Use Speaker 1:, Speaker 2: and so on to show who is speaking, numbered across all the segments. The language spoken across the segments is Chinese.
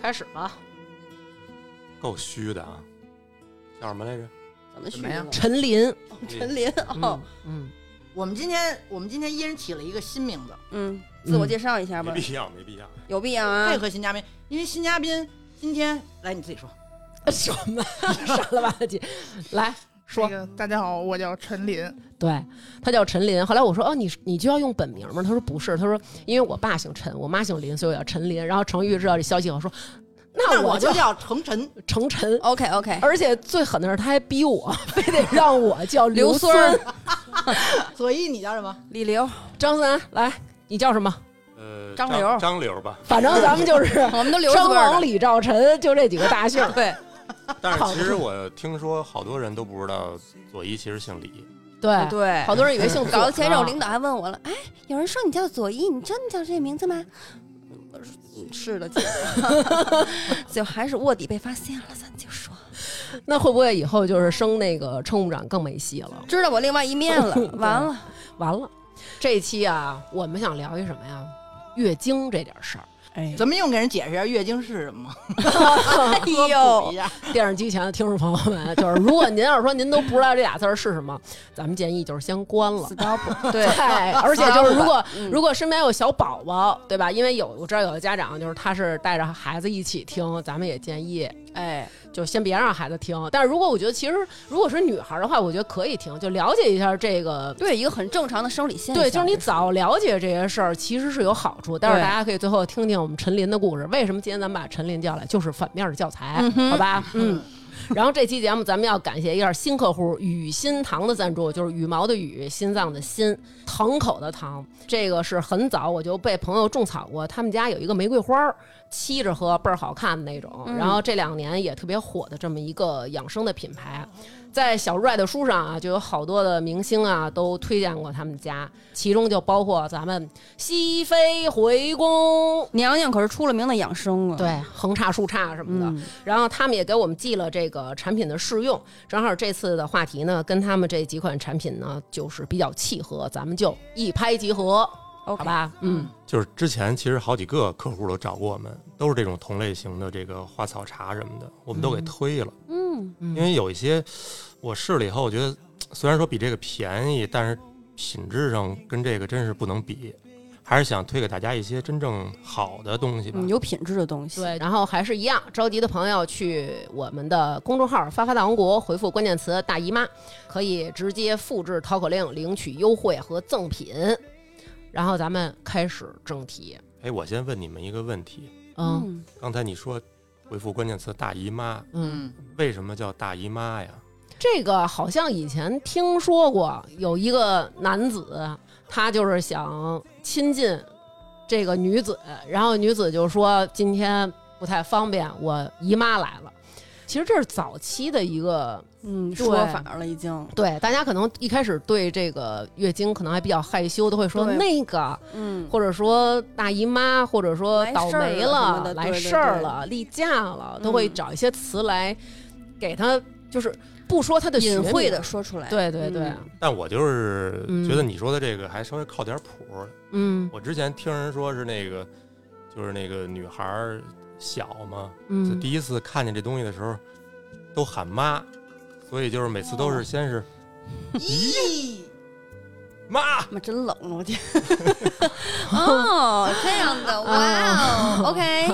Speaker 1: 开始吧，
Speaker 2: 够虚的啊！叫什么来着？
Speaker 3: 怎么续
Speaker 4: 怎么
Speaker 3: 呢
Speaker 4: 样？
Speaker 1: 陈琳。
Speaker 3: 陈琳哦
Speaker 1: 嗯，嗯，
Speaker 4: 我们今天我们今天一人起了一个新名字，
Speaker 3: 嗯，自我介绍一下吧
Speaker 2: 没，必要，没必要。
Speaker 3: 有必要
Speaker 1: 嗯
Speaker 3: 啊
Speaker 4: 配？合新嘉宾，因为新嘉宾今天来你自己说，
Speaker 1: 什么？上了吧唧，来说
Speaker 5: 那。个大家好，我叫陈林。
Speaker 1: 对，他叫陈林。后来我说，哦，你你就要用本名吗？他说不是，他说因为我爸姓陈，我妈姓林，所以我叫陈林。然后程昱知道这消息以后说，那
Speaker 4: 那
Speaker 1: 我
Speaker 4: 我
Speaker 1: 就
Speaker 4: 就叫程晨，
Speaker 1: 程陈。
Speaker 3: OK OK，
Speaker 1: 而且最狠的是，他还逼我，非得让我叫
Speaker 3: 刘
Speaker 1: 孙
Speaker 3: 孙
Speaker 1: 儿
Speaker 3: 儿、
Speaker 4: 所以你叫什么？
Speaker 3: 李 刘，
Speaker 1: 张三。来，你叫什么？
Speaker 2: 呃，
Speaker 3: 张
Speaker 2: 张
Speaker 3: 刘
Speaker 2: 张刘 吧。
Speaker 1: 反正咱们就是
Speaker 3: 我们都刘
Speaker 1: 张
Speaker 3: 孙
Speaker 1: 王
Speaker 3: 儿
Speaker 1: 李赵陈，就这几个大姓儿
Speaker 3: 的。。对，
Speaker 2: 但是其实我听说好多人都不知道左一其实姓李，
Speaker 1: 对，
Speaker 3: 对，
Speaker 1: 好多啊人以为姓左
Speaker 3: 搞得前一阵我
Speaker 1: 呢
Speaker 3: 领导还问我了，哎，有人说你叫左一，你真的叫这名字吗？我说嗯是的，姐 就还是卧底被发现了，咱就说
Speaker 1: 那会不会以后就是升那个乘务长更没戏了？
Speaker 3: 知道我另外一面 了，完了，
Speaker 1: 完了，这一期啊，我们想聊一什么呀？月经这点事儿。
Speaker 3: 哎，
Speaker 4: 咱们用给人解释一下月经是什么吗？
Speaker 3: 哎
Speaker 4: 科普一
Speaker 3: 呦，
Speaker 4: 下，
Speaker 1: 电视机前的听众朋友们，就是如果您要是说您都不知道这俩字儿是什么，咱们建议就是先关了
Speaker 3: 死。招不对，
Speaker 1: 对，而且就是如果
Speaker 3: 嗯
Speaker 1: 如果身边有小宝宝，对吧？因为有我知道有的家长就是他是带着孩子一起听，咱们也建议
Speaker 3: 哎，
Speaker 1: 就先别让孩子听。但是如果我觉得其实如果是女孩儿的话，我觉得可以听，就了解一下这个
Speaker 3: 对一个很正常的生理现象，
Speaker 1: 对，就是你早了解这些事儿，其实是有好处。但是
Speaker 3: 对
Speaker 1: 大家可以最后听听我们陈琳的故事。为什么今天咱们把陈琳叫来，就是反面的教材，
Speaker 3: 嗯哼
Speaker 1: 好吧？嗯。然后这期节目咱们要感谢一下新客户雨心堂的赞助，就是羽毛的羽，心脏的心，堂口的堂。这个是很早我就被朋友种草过，他们家有一个玫瑰花儿，沏着喝倍儿好看的那种。
Speaker 3: 嗯
Speaker 1: 然后这两年也特别火的这么一个养生的品牌，在小 Red 书上啊，就有好多的明星啊都推荐过他们家，其中就包括咱们熹妃回宫，
Speaker 3: 娘娘可是出了名的养生啊，
Speaker 1: 对，横叉竖叉什么的。
Speaker 3: 嗯，
Speaker 1: 然后他们也给我们寄了这个产品的试用，正好这次的话题呢，跟他们这几款产品呢就是比较契合，咱们就一拍即合
Speaker 3: o
Speaker 1: 好
Speaker 3: k
Speaker 1: 吧？嗯，
Speaker 2: 就是之前其实好几个客户都找过我们，都是这种同类型的这个花草茶什么的，我们都给推了。
Speaker 3: 嗯，
Speaker 1: 嗯
Speaker 2: 因为有一些我试了以后，我觉得虽然说比这个便宜，但是品质上跟这个真是不能比。还是想推给大家一些真正好的东西吧。
Speaker 3: 嗯有品质的东西，
Speaker 1: 对，然后还是一样，着急的朋友去我们的公众号“发发大王国”回复关键词“大姨妈”，可以直接复制淘口令领取优惠和赠品。然后咱们开始正题，
Speaker 2: 哎，我先问你们一个问题：
Speaker 1: 嗯
Speaker 3: 嗯，
Speaker 2: 刚才你说回复关键词“大姨妈
Speaker 1: 嗯，
Speaker 4: 嗯，”，
Speaker 2: 为什么叫大姨妈呀？
Speaker 1: 这个好像以前听说过，有一个男子，他就是想亲近这个女子，然后女子就说今天不太方便，我姨妈来了。其实这是早期的一个
Speaker 3: 嗯，
Speaker 1: 对
Speaker 3: 说法了已经，
Speaker 1: 对，大家可能一开始对这个月经可能还比较害羞，都会说
Speaker 3: 对
Speaker 1: 那个，
Speaker 3: 嗯，
Speaker 1: 或者说大姨妈，或者说
Speaker 3: 来
Speaker 1: 倒
Speaker 3: 事儿
Speaker 1: 霉
Speaker 3: 了什么
Speaker 1: 了、
Speaker 3: 的
Speaker 1: 来
Speaker 3: 对对
Speaker 1: 事儿
Speaker 3: 对
Speaker 1: 了、例假了，都会
Speaker 3: 嗯
Speaker 1: 找一些词来给他，就是不说他的
Speaker 3: 隐
Speaker 1: 学
Speaker 3: 晦
Speaker 1: 名
Speaker 3: 的，说出来，
Speaker 1: 对对对，
Speaker 2: 但我就是
Speaker 1: 嗯
Speaker 2: 觉得你说的这个还稍微靠点谱。
Speaker 1: 嗯
Speaker 2: 我之前听人说是那个，就是那个女孩儿小嘛，就
Speaker 1: 嗯，
Speaker 2: 第一次看见这东西的时候，都喊妈，所以就是每次都是先是
Speaker 4: 咦，
Speaker 2: 妈，
Speaker 3: 妈真冷啊，我天！哦，这样的，哇哦，OK，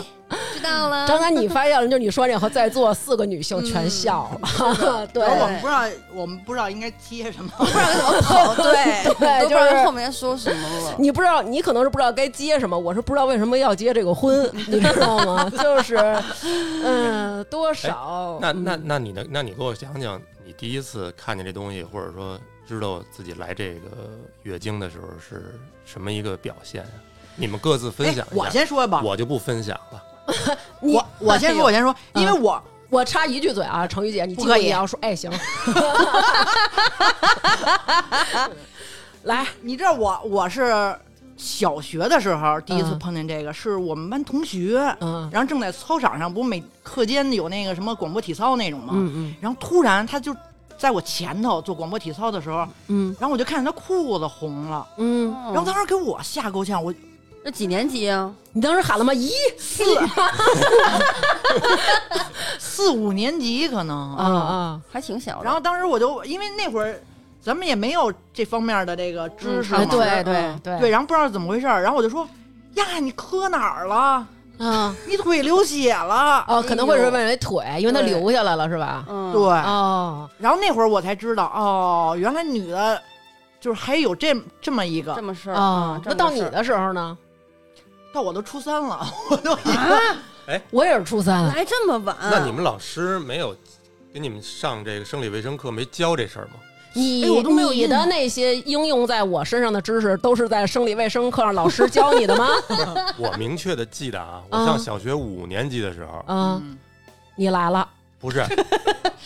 Speaker 3: 知道了
Speaker 1: 张楠，你发现了，就你说这以后，在座四个女性
Speaker 3: 嗯
Speaker 1: 全笑了， 对
Speaker 4: 然后我们不知道，我们不知道应该接什么，
Speaker 3: 不知道该怎么跑，哦对都
Speaker 1: 对
Speaker 3: 不知
Speaker 1: 就
Speaker 3: 道
Speaker 1: 是
Speaker 3: 后面说什么了。
Speaker 1: 你不知道，你可能是不知道该接什么，我是不知道为什么要结这个婚，你知道吗？ 就是，嗯，多
Speaker 2: 哎
Speaker 4: 哦
Speaker 1: 少？
Speaker 2: 那那
Speaker 1: 嗯
Speaker 2: 那你的，那你给我讲讲你第一次看见这东西，或者说知道自己来这个月经的时候是什么一个表现、啊？你们各自分享
Speaker 4: 哎
Speaker 2: 一下，
Speaker 4: 我先说吧，
Speaker 2: 我就不分享了。
Speaker 1: 你
Speaker 4: 我我先说，我先说，
Speaker 1: 嗯
Speaker 4: 因为我
Speaker 1: 我插一句嘴啊，程雨姐，你
Speaker 4: 不
Speaker 1: 记住
Speaker 4: 可以
Speaker 1: 你要说，哎，行，来，
Speaker 4: 你知道我我是小学的时候第一次
Speaker 1: 嗯
Speaker 4: 碰见这个，是我们班同学，
Speaker 1: 嗯
Speaker 4: 然后正在操场上，不是每课间有那个什么广播体操那种吗？
Speaker 1: 嗯
Speaker 4: 然后突然他就在我前头做广播体操的时候，
Speaker 1: 嗯
Speaker 4: 然后我就看见他裤子红了，
Speaker 1: 嗯
Speaker 4: 然后当时给我吓够呛，我
Speaker 3: 那几年级啊？
Speaker 1: 你当时喊了吗？一四
Speaker 4: 四五年级可能。
Speaker 1: 啊啊！
Speaker 3: 还挺小的。
Speaker 4: 然后当时我就因为那会儿咱们也没有这方面的这个知识
Speaker 3: 嗯
Speaker 4: 嘛，
Speaker 1: 哎，
Speaker 3: 哎
Speaker 1: 对
Speaker 3: 对
Speaker 1: 对对
Speaker 4: 对，然后不知道怎么回事儿，然后我就说呀，你磕哪儿了？
Speaker 1: 啊
Speaker 4: 你腿流血了。
Speaker 1: 哦，可能会
Speaker 3: 哎
Speaker 1: 是
Speaker 3: 呦
Speaker 1: 为了腿，因为它
Speaker 3: 对
Speaker 1: 流下来了，是吧？
Speaker 3: 嗯，
Speaker 4: 对，
Speaker 1: 哦，
Speaker 4: 然后那会儿我才知道，哦，原来女的，就是还有这这么一
Speaker 3: 这
Speaker 4: 个。
Speaker 3: 么事儿
Speaker 1: 啊
Speaker 3: 嗯，这么
Speaker 1: 那到
Speaker 3: 个
Speaker 1: 你
Speaker 3: 事儿
Speaker 1: 的时候呢？
Speaker 4: 到我都初三了， 我都
Speaker 3: 啊，
Speaker 1: 我也是初三，
Speaker 3: 来这么晚？
Speaker 1: 嗯
Speaker 2: 那你们老师没有给你们上这个生理卫生课，没教这事 儿吗？
Speaker 1: 你
Speaker 4: 哎我都没有
Speaker 1: 你
Speaker 4: 印
Speaker 1: 的
Speaker 4: 象
Speaker 1: 那些应用在我身上的知识，都是在生理卫生课上老师教你的吗？
Speaker 2: 我明确的记得啊，我
Speaker 1: 嗯
Speaker 2: 上小学五年级的时候，
Speaker 4: 啊
Speaker 1: 嗯，你来了，
Speaker 2: 不是，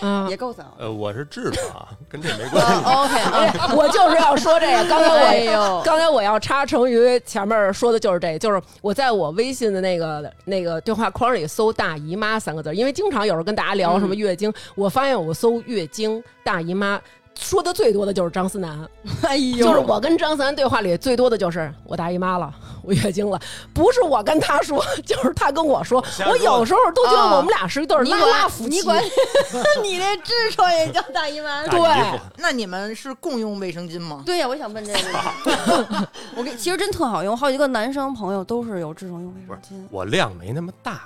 Speaker 1: 嗯
Speaker 3: 也。够早。
Speaker 2: 呃，我是痔 疮，跟这没关
Speaker 1: 哦
Speaker 2: 系。
Speaker 3: OK，啊
Speaker 1: 哎我就是要说这个，刚才我
Speaker 3: 哎呦
Speaker 1: 刚才我要插成于前面说的就是这个，就是我在我微信的那个那个对话框里搜“大姨妈”三个字儿，因为经常有时候跟大家聊什么月经，我发现我搜月经、大姨妈。说的最多的就是张思楠，
Speaker 3: 哎呦，
Speaker 1: 就是我跟张思楠对话里最多的就是我大姨妈了，我月经了，不是我跟他说，就是他跟我说
Speaker 2: 瞎。说
Speaker 1: 我有时候都觉得
Speaker 3: 啊
Speaker 1: 我们俩是一对儿
Speaker 3: 你
Speaker 1: 拉
Speaker 3: 管
Speaker 1: 拉夫妻。
Speaker 3: 你 管你那痔疮也叫大姨妈？
Speaker 1: 对
Speaker 2: 大衣服
Speaker 4: 那你们是共用卫生巾吗？
Speaker 3: 对呀、我也想问这个问题。我 给其实真特好用，我好几个男生朋友都是有痔疮用卫生巾，
Speaker 2: 我量没那么大，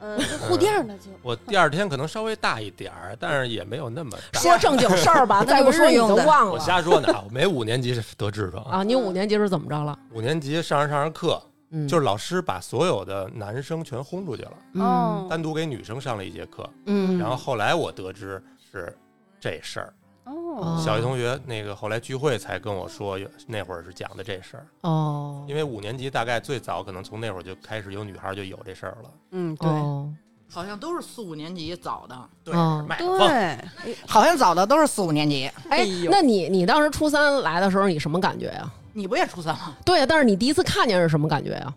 Speaker 3: 嗯，就护垫儿的就。
Speaker 2: 我第二天可能稍微大一点儿，但是也没有那么大。
Speaker 1: 说正经事儿吧，
Speaker 3: 那
Speaker 1: 再
Speaker 3: 就
Speaker 1: 不说
Speaker 3: 是
Speaker 1: 你都
Speaker 3: 用的
Speaker 1: 忘
Speaker 2: 我
Speaker 1: 了
Speaker 2: 瞎说呢， 啊，我没五年级是得痔疮，
Speaker 1: 啊！你五年级是怎么着了？
Speaker 2: 五年级上着上着课，
Speaker 1: 嗯，
Speaker 2: 就是老师把所有的男生全轰出去了，
Speaker 3: 哦
Speaker 1: 嗯
Speaker 2: 单独给女生上了一节课。
Speaker 1: 嗯，
Speaker 2: 然后后来我得知是这事儿，
Speaker 3: 哦，
Speaker 2: 小学同学那个后来聚会才跟我说，那会儿是讲的这事儿。
Speaker 1: 哦，
Speaker 2: 因为五年级大概最早可能从那会儿就开始有女孩就有这事儿了。
Speaker 3: 嗯，
Speaker 1: 哦
Speaker 4: 好像都是四五年级早的，
Speaker 2: 对
Speaker 1: 哦
Speaker 2: 卖
Speaker 3: 对，
Speaker 2: 方
Speaker 4: 好像早的都是四五年级。
Speaker 1: 哎，那你你当时初三来的时候，你什么感觉呀、
Speaker 4: 你不也初三吗？
Speaker 1: 对呀，但是你第一次看见是什么感觉呀、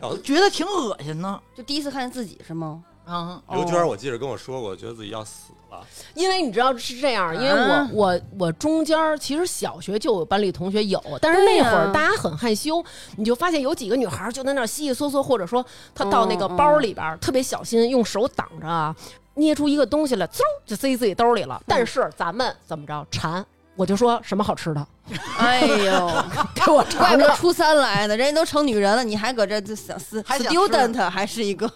Speaker 4: 我觉得挺恶心的。
Speaker 3: 就第一次看见自己是吗？
Speaker 4: 嗯，
Speaker 2: 刘娟，我记得跟我说过，觉得自己要死了。
Speaker 1: 因为你知道是这样，因为我、
Speaker 3: 啊
Speaker 1: 我我中间儿其实小学就有班里同学有，但是那会
Speaker 3: 对
Speaker 1: 儿
Speaker 3: 呀
Speaker 1: 大家很害羞，你就发现有几个女孩儿就在那儿悉悉嗦嗦，或者说她到那个包里边儿、特别小心，用手挡着啊，捏出一个东西来，嗖就塞自己兜里了。但是咱们怎么着馋，我就说什么好吃的
Speaker 3: 哎呦，
Speaker 1: 给我
Speaker 3: 怪不
Speaker 1: 尝尝
Speaker 3: 得。初三来的，人家都成女人了，你还搁这就想撕
Speaker 4: 还想
Speaker 3: student 还是一个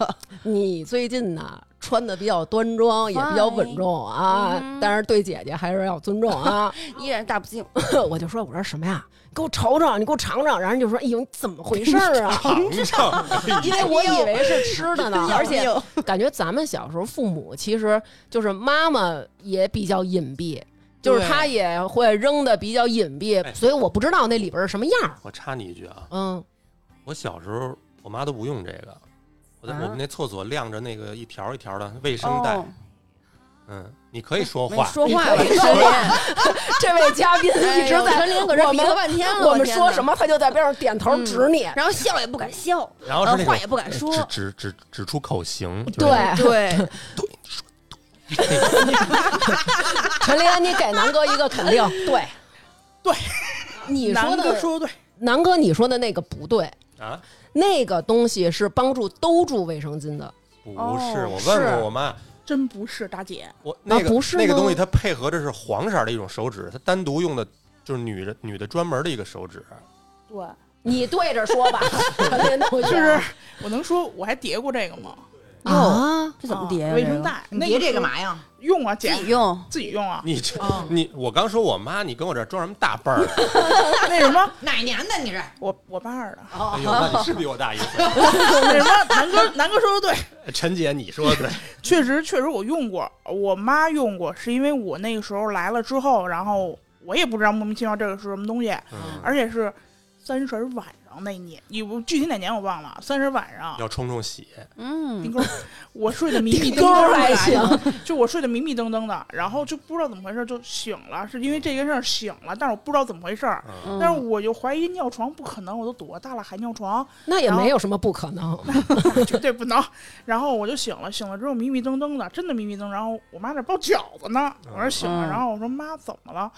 Speaker 1: 你最近呢、穿的比较端庄，也比较稳重啊，
Speaker 3: 嗯
Speaker 1: 但是对姐姐还是要尊 重啊。
Speaker 3: 依然大不敬。
Speaker 1: 我就说，我说什么呀？你给我瞅瞅，你给我尝尝。然后人就说，哎呦，你怎么回事儿啊？
Speaker 2: 尝尝，
Speaker 1: 因为我以为是吃的呢， 而且
Speaker 3: 哎 呦
Speaker 1: 感觉咱们小时候父母其实就是妈妈也比较隐蔽，就是她也会扔的比较隐蔽，
Speaker 2: 哎
Speaker 1: 所以我不知道那里边是什么样儿。
Speaker 2: 我插你一句啊，
Speaker 1: 嗯，
Speaker 2: 我小时候我妈都不用这个，我在
Speaker 3: 啊
Speaker 2: 我们那厕所晾着那个一条一条的卫生带
Speaker 3: 哦，
Speaker 2: 嗯，你可以说
Speaker 3: 没
Speaker 2: 话，
Speaker 3: 说话了，陈琳，
Speaker 1: 这位嘉宾
Speaker 3: 哎呦
Speaker 1: 一直在
Speaker 3: 陈琳搁这比划半天了，
Speaker 1: 我们
Speaker 3: 天
Speaker 1: 说
Speaker 3: 哪嗯
Speaker 1: 什？么，他就在边上点头指你。
Speaker 3: 然后笑也不敢笑，
Speaker 2: 然后是那
Speaker 3: 呃
Speaker 2: 种
Speaker 3: 话也不敢说。
Speaker 2: 指指指指出口型，就是
Speaker 1: 对，
Speaker 3: 对，
Speaker 1: 陈琳，你给南哥一个肯定， 对，
Speaker 4: 对，
Speaker 1: 你说
Speaker 4: 南
Speaker 1: 的
Speaker 4: 哥说的对，
Speaker 1: 南哥你说的那个不对，
Speaker 2: 啊，
Speaker 1: 那个东西是帮助兜住卫生巾的，
Speaker 2: 不是，
Speaker 3: 哦
Speaker 2: 我问
Speaker 1: 是
Speaker 2: 过我妈，
Speaker 5: 真不是大姐，
Speaker 2: 我那个
Speaker 1: 不是吗
Speaker 2: 那个东西它配合着是黄色儿的一种手指，它单独用的就是女的女的专门的一个手指，
Speaker 5: 对，
Speaker 1: 你对着说吧，陈琳同学，
Speaker 5: 就是我能说我还叠过这个吗？
Speaker 1: 啊，
Speaker 3: 这怎么叠呀？
Speaker 5: 卫
Speaker 3: 这
Speaker 5: 生
Speaker 3: 个
Speaker 5: 带，
Speaker 4: 你叠这干
Speaker 5: 个
Speaker 4: 嘛呀？
Speaker 5: 用啊，姐
Speaker 3: 自己用。
Speaker 5: 自己用啊，
Speaker 2: 你这、
Speaker 4: 哦
Speaker 2: 你我刚说我妈，你跟我这儿装什么大辈儿？啊
Speaker 5: 那什么，
Speaker 4: 哪年的你这？
Speaker 5: 我我爸二的，
Speaker 2: 哎呦，那你是比我大一岁。
Speaker 5: 那什么，南哥南哥说的 对，
Speaker 2: 陈姐，你说的对，
Speaker 5: 确实确实我用过，我妈用过，是因为我那个时候来了之后，然后我也不知道莫名其妙这个是什么东西，
Speaker 2: 嗯
Speaker 5: 而且是三十晚上那年，你不具体哪年我忘了，三十晚上。
Speaker 2: 要冲冲喜，
Speaker 5: 丁
Speaker 3: 嗯，
Speaker 5: 钩，我 睡得迷迷瞪
Speaker 1: 钩
Speaker 5: 瞪
Speaker 1: 还
Speaker 5: 的，
Speaker 1: 行
Speaker 5: 就我睡得迷迷瞪瞪的，然后就不知道怎么回事就醒了，是因为这件事儿醒了，但是我不知道怎么回事儿，
Speaker 2: 嗯，
Speaker 3: 嗯
Speaker 5: 但是我就怀疑尿床不可能，我都多大了还尿床，
Speaker 1: 那也没有什么不可能，
Speaker 5: 绝对不能。 然后我就醒了，醒了之后迷迷瞪瞪的，真的迷迷瞪。然后我妈在包饺子呢，我说醒了，
Speaker 3: 嗯
Speaker 5: 然后我说妈怎么了？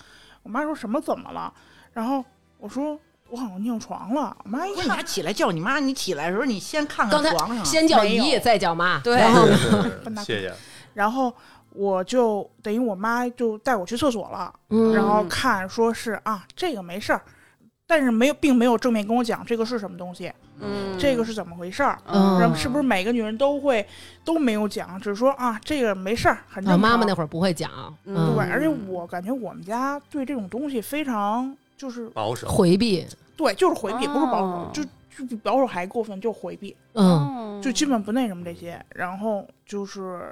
Speaker 5: 我妈说什么怎么了？然后我说我好像尿床了，妈一
Speaker 4: 不是你
Speaker 5: 看
Speaker 4: 还起来叫你妈，你起来的时候你先看
Speaker 1: 刚
Speaker 4: 看
Speaker 1: 才
Speaker 4: 床上，啊
Speaker 1: 先叫
Speaker 5: 没
Speaker 1: 姨，
Speaker 5: 有
Speaker 1: 再叫妈，
Speaker 3: 对
Speaker 1: 然后呢
Speaker 5: 笨大个
Speaker 2: 嗯谢谢。
Speaker 5: 然后我就等于我妈就带我去厕所了，
Speaker 1: 嗯
Speaker 5: 然后看说是啊这个没事儿，但是没有并没有正面跟我讲这个是什么东西，
Speaker 3: 嗯，
Speaker 5: 这个是怎么回事儿。
Speaker 1: 嗯
Speaker 5: 然后是不是每个女人都会都没有讲，只是说啊这个没事儿，很正
Speaker 1: 啊
Speaker 5: 常。
Speaker 1: 妈妈那会儿不会讲，
Speaker 3: 嗯
Speaker 5: 对吧，
Speaker 1: 嗯，
Speaker 5: 而且我感觉我们家对这种东西非常就是
Speaker 2: 保守，
Speaker 1: 回避，
Speaker 5: 对，就是回避，不是保守
Speaker 3: 哦，
Speaker 5: 就就比保守还过分，就是回避，
Speaker 1: 嗯
Speaker 5: 就基本不那什么这些。然后就是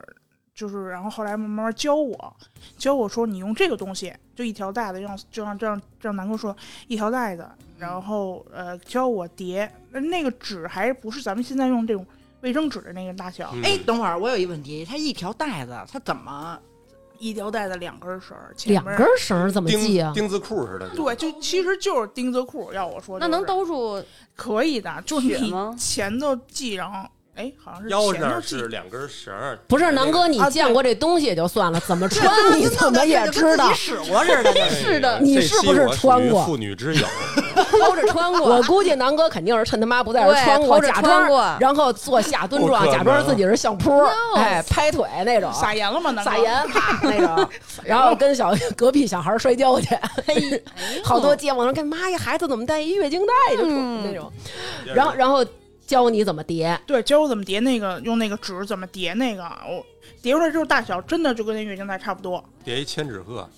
Speaker 5: 就是，然后后来慢慢教我，教我说你用这个东西，就一条带子，让就让这样这样南哥说一条带子，然后呃教我叠，呃那个纸还不是咱们现在用这种卫生纸的那个大小，
Speaker 2: 嗯
Speaker 4: 哎，等会儿我有一问题，它一条带子，它怎么？
Speaker 5: 一条带子两根绳儿，前
Speaker 1: 两
Speaker 5: 面
Speaker 1: 根绳儿怎么系
Speaker 2: 钉
Speaker 1: 啊？
Speaker 2: 钉子裤似的，
Speaker 5: 对，就其实就是钉子裤，要我说
Speaker 3: 那
Speaker 5: 就是
Speaker 3: 能兜住
Speaker 5: 可以的，就是
Speaker 3: 血
Speaker 5: 你
Speaker 3: 吗
Speaker 5: 前头系，然后哎好像是
Speaker 2: 腰
Speaker 5: 前
Speaker 2: 那
Speaker 5: 头
Speaker 2: 儿
Speaker 5: 系
Speaker 2: 是。两根绳儿，
Speaker 1: 不是南哥，你
Speaker 5: 啊对
Speaker 1: 见过这东西也就算了，怎么
Speaker 3: 啊
Speaker 4: 啊
Speaker 1: 穿你怎么也知道
Speaker 4: 你？使过似的。
Speaker 2: 哎呀，
Speaker 1: 是的你
Speaker 2: 这
Speaker 1: 是
Speaker 2: 期
Speaker 1: 不是
Speaker 2: 我属于
Speaker 1: 穿过
Speaker 2: 妇女之友，
Speaker 3: 偷着穿过，
Speaker 1: 我估计南哥肯定是趁他妈不在这
Speaker 3: 对
Speaker 1: 穿过，
Speaker 3: 偷着
Speaker 1: 假
Speaker 3: 穿
Speaker 1: 装
Speaker 3: 过
Speaker 1: 然后做下蹲
Speaker 2: 不
Speaker 1: 状，
Speaker 2: 可
Speaker 1: 假装自己是相扑，
Speaker 3: No
Speaker 1: 哎，拍腿那种，
Speaker 5: 撒盐了吗？南哥
Speaker 1: 撒盐啪那种，然后跟小 隔壁小孩摔跤去，
Speaker 3: 哎
Speaker 1: 好多街坊说：“干妈呀，孩子怎么带一月经带？”就
Speaker 3: 嗯
Speaker 1: 那种， 然后然后教你怎么叠，
Speaker 5: 对，教我怎么叠那个，用那个纸怎么叠那个，啊我叠出来之后大小真的就跟那月经带差不多。
Speaker 2: 叠一千纸鹤，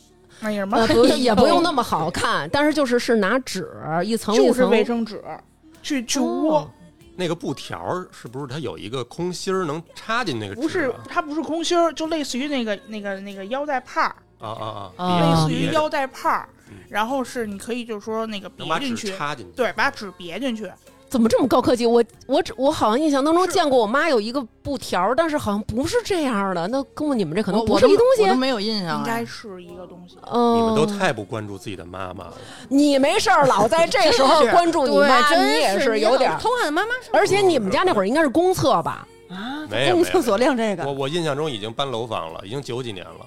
Speaker 5: 哎呀妈
Speaker 1: 呃，，不也不用那
Speaker 5: 么，
Speaker 1: 么好看，但是就是是拿纸一层一
Speaker 5: 就是
Speaker 1: 层
Speaker 5: 卫生纸去去窝
Speaker 1: 哦，
Speaker 2: 那个布条儿是不是它有一个空心儿能插进那个纸啊？
Speaker 5: 不是它不是空心儿，就类似于那个那个那个腰带帕儿，
Speaker 2: 啊啊
Speaker 1: 啊
Speaker 5: 类
Speaker 2: 啊，
Speaker 5: 似于
Speaker 2: 叠着
Speaker 5: 腰带帕儿
Speaker 2: 嗯，
Speaker 5: 然后是你可以就是说那个别
Speaker 2: 能把
Speaker 5: 进
Speaker 2: 纸
Speaker 5: 去，
Speaker 2: 插进去，
Speaker 5: 对，把纸别进去，
Speaker 1: 怎么这么高科技？我我只我好像印象当中
Speaker 5: 是
Speaker 1: 见过我妈有一个布条，但是好像不是这样的。那跟我你们这可能
Speaker 4: 我
Speaker 1: 不
Speaker 4: 我
Speaker 1: 是
Speaker 4: 都
Speaker 1: 一东西
Speaker 4: 我。都没有印象啊。
Speaker 5: 应该是一个东西。
Speaker 1: 嗯，
Speaker 2: 你们都太不关注自己的妈妈了。
Speaker 1: 你没事儿老在这时候
Speaker 3: 真是
Speaker 1: 关注你
Speaker 3: 对，
Speaker 1: 妈，
Speaker 3: 真
Speaker 1: 你也
Speaker 3: 是
Speaker 1: 是有点儿。
Speaker 3: 偷看妈妈
Speaker 1: 而且你们家那会儿应该是公厕吧？
Speaker 3: 啊
Speaker 2: 哎没有没有
Speaker 3: 晾这
Speaker 2: 我我印象中已经搬楼房了，已经九几年了。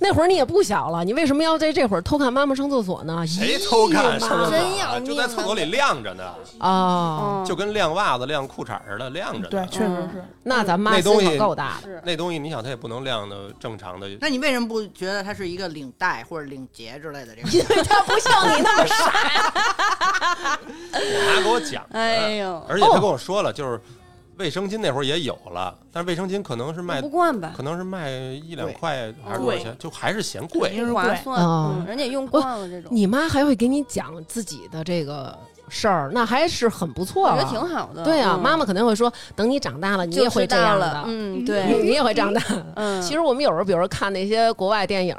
Speaker 1: 那会儿你也不小了，你为什么要在这会儿偷看妈妈上厕所呢？
Speaker 2: 谁偷看上
Speaker 1: 咦
Speaker 2: 厕
Speaker 3: 真
Speaker 1: 妈
Speaker 2: 所
Speaker 3: 要
Speaker 2: 啊？
Speaker 3: 命
Speaker 2: 就在厕所里晾着呢，
Speaker 1: 哦，
Speaker 2: 就跟晾袜子、晾裤衩儿似的晾着
Speaker 5: 对，
Speaker 2: 呢。
Speaker 5: 确实是。
Speaker 1: 那咱
Speaker 2: 嗯
Speaker 1: 妈
Speaker 2: 那
Speaker 1: 心
Speaker 2: 东
Speaker 1: 可
Speaker 2: 西
Speaker 1: 够大的。
Speaker 3: 是
Speaker 2: 那东西你想，它也不能晾的正常的。
Speaker 4: 那你为什么不觉得它是一个领带或者领结之类的这种？
Speaker 1: 因 为她不像你那么傻，
Speaker 2: 我妈给我讲
Speaker 3: 哎
Speaker 2: 的，
Speaker 3: 呦，
Speaker 2: 而且她跟我说了，就是卫生巾那会儿也有了，但是卫生巾可能是卖
Speaker 3: 不，惯吧？
Speaker 2: 可能是卖一两块还是多少钱，就还是嫌贵。
Speaker 5: 因为
Speaker 3: 划
Speaker 5: 贵
Speaker 3: 算，
Speaker 1: 嗯
Speaker 3: 嗯，人家用惯了这种，
Speaker 1: 你妈还会给你讲自己的这个事儿，那还是很不
Speaker 3: 我
Speaker 1: 错
Speaker 3: 觉得
Speaker 1: 了。
Speaker 3: 挺好的。
Speaker 1: 对啊，
Speaker 3: 嗯
Speaker 1: 妈妈肯定会说，等你长大了，你
Speaker 3: 就
Speaker 1: 也会
Speaker 3: 知
Speaker 1: 这
Speaker 3: 道
Speaker 1: 样
Speaker 3: 了
Speaker 1: 的，，
Speaker 3: 嗯，
Speaker 1: 你
Speaker 3: 对，
Speaker 1: 你也会长大。
Speaker 3: 嗯，
Speaker 1: 其实我们有时候，比如看那些国外电影，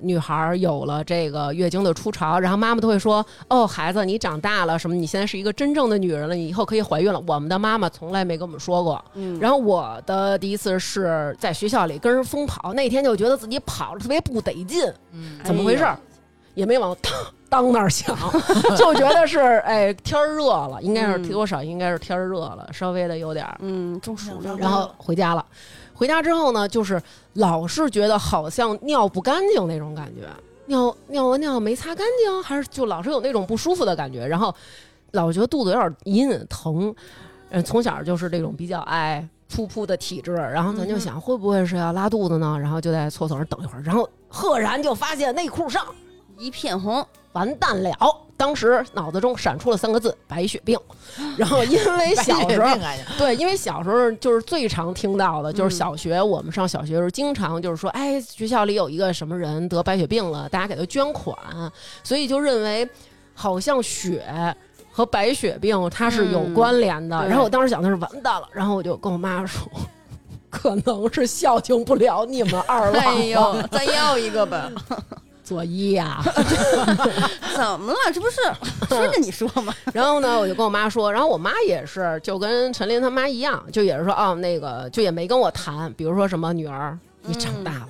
Speaker 1: 女孩儿有了这个月经的初潮，然后妈妈都会说：“哦，孩子，你长大了，什么？你现在是一个真正的女人了，你以后可以怀孕了。”我们的妈妈从来没跟我们说过。
Speaker 3: 嗯，
Speaker 1: 然后我的第一次是在学校里跟人疯跑，那天就觉得自己跑的特别不得劲，
Speaker 4: 嗯，
Speaker 1: 怎么回事
Speaker 3: 哎
Speaker 1: 儿？也没往当当那儿想， 就觉得是哎天儿热了，应该是
Speaker 3: 嗯
Speaker 1: 多少应该是天儿热了，稍微的有点儿
Speaker 3: 嗯，中暑了，
Speaker 1: 然后回家了。回家之后呢，就是老是觉得好像尿不干净那种感觉，尿尿完尿没擦干净，还是就老是有那种不舒服的感觉，然后老觉得肚子有点隐隐疼。嗯，从小就是这种比较爱噗噗的体质，然后咱
Speaker 3: 嗯
Speaker 1: 就想会不会是要拉肚子呢？然后就在厕所上等一会儿，然后赫然就发现内裤上
Speaker 3: 一片红，
Speaker 1: 完蛋了。当时脑子中闪出了三个字：白 血病。然后因为小时候
Speaker 4: 啊
Speaker 1: 对，因为小时候就是最常听到的，就是
Speaker 3: 嗯
Speaker 1: 小学、我们上小学的时候，经常就是说，哎，学校里有一个什么人得白血病了，大家给他捐款，所以就认为好像血和白血病它是有
Speaker 3: 嗯
Speaker 1: 关联的。
Speaker 3: 对
Speaker 1: 然后我当时想的是完蛋了，然后我就跟我妈说， 可能是孝敬不了你们 二老
Speaker 3: 哎
Speaker 1: 了，
Speaker 3: 呦，再要一个吧，
Speaker 1: 佐伊呀、
Speaker 3: 怎么了？这不是顺着你说 吗？
Speaker 1: 然后呢，我就跟我妈说，然后我妈也是，就跟陈琳她妈一样，就也是说，哦，那个就也没跟我谈，比如说什么女儿，你长大了。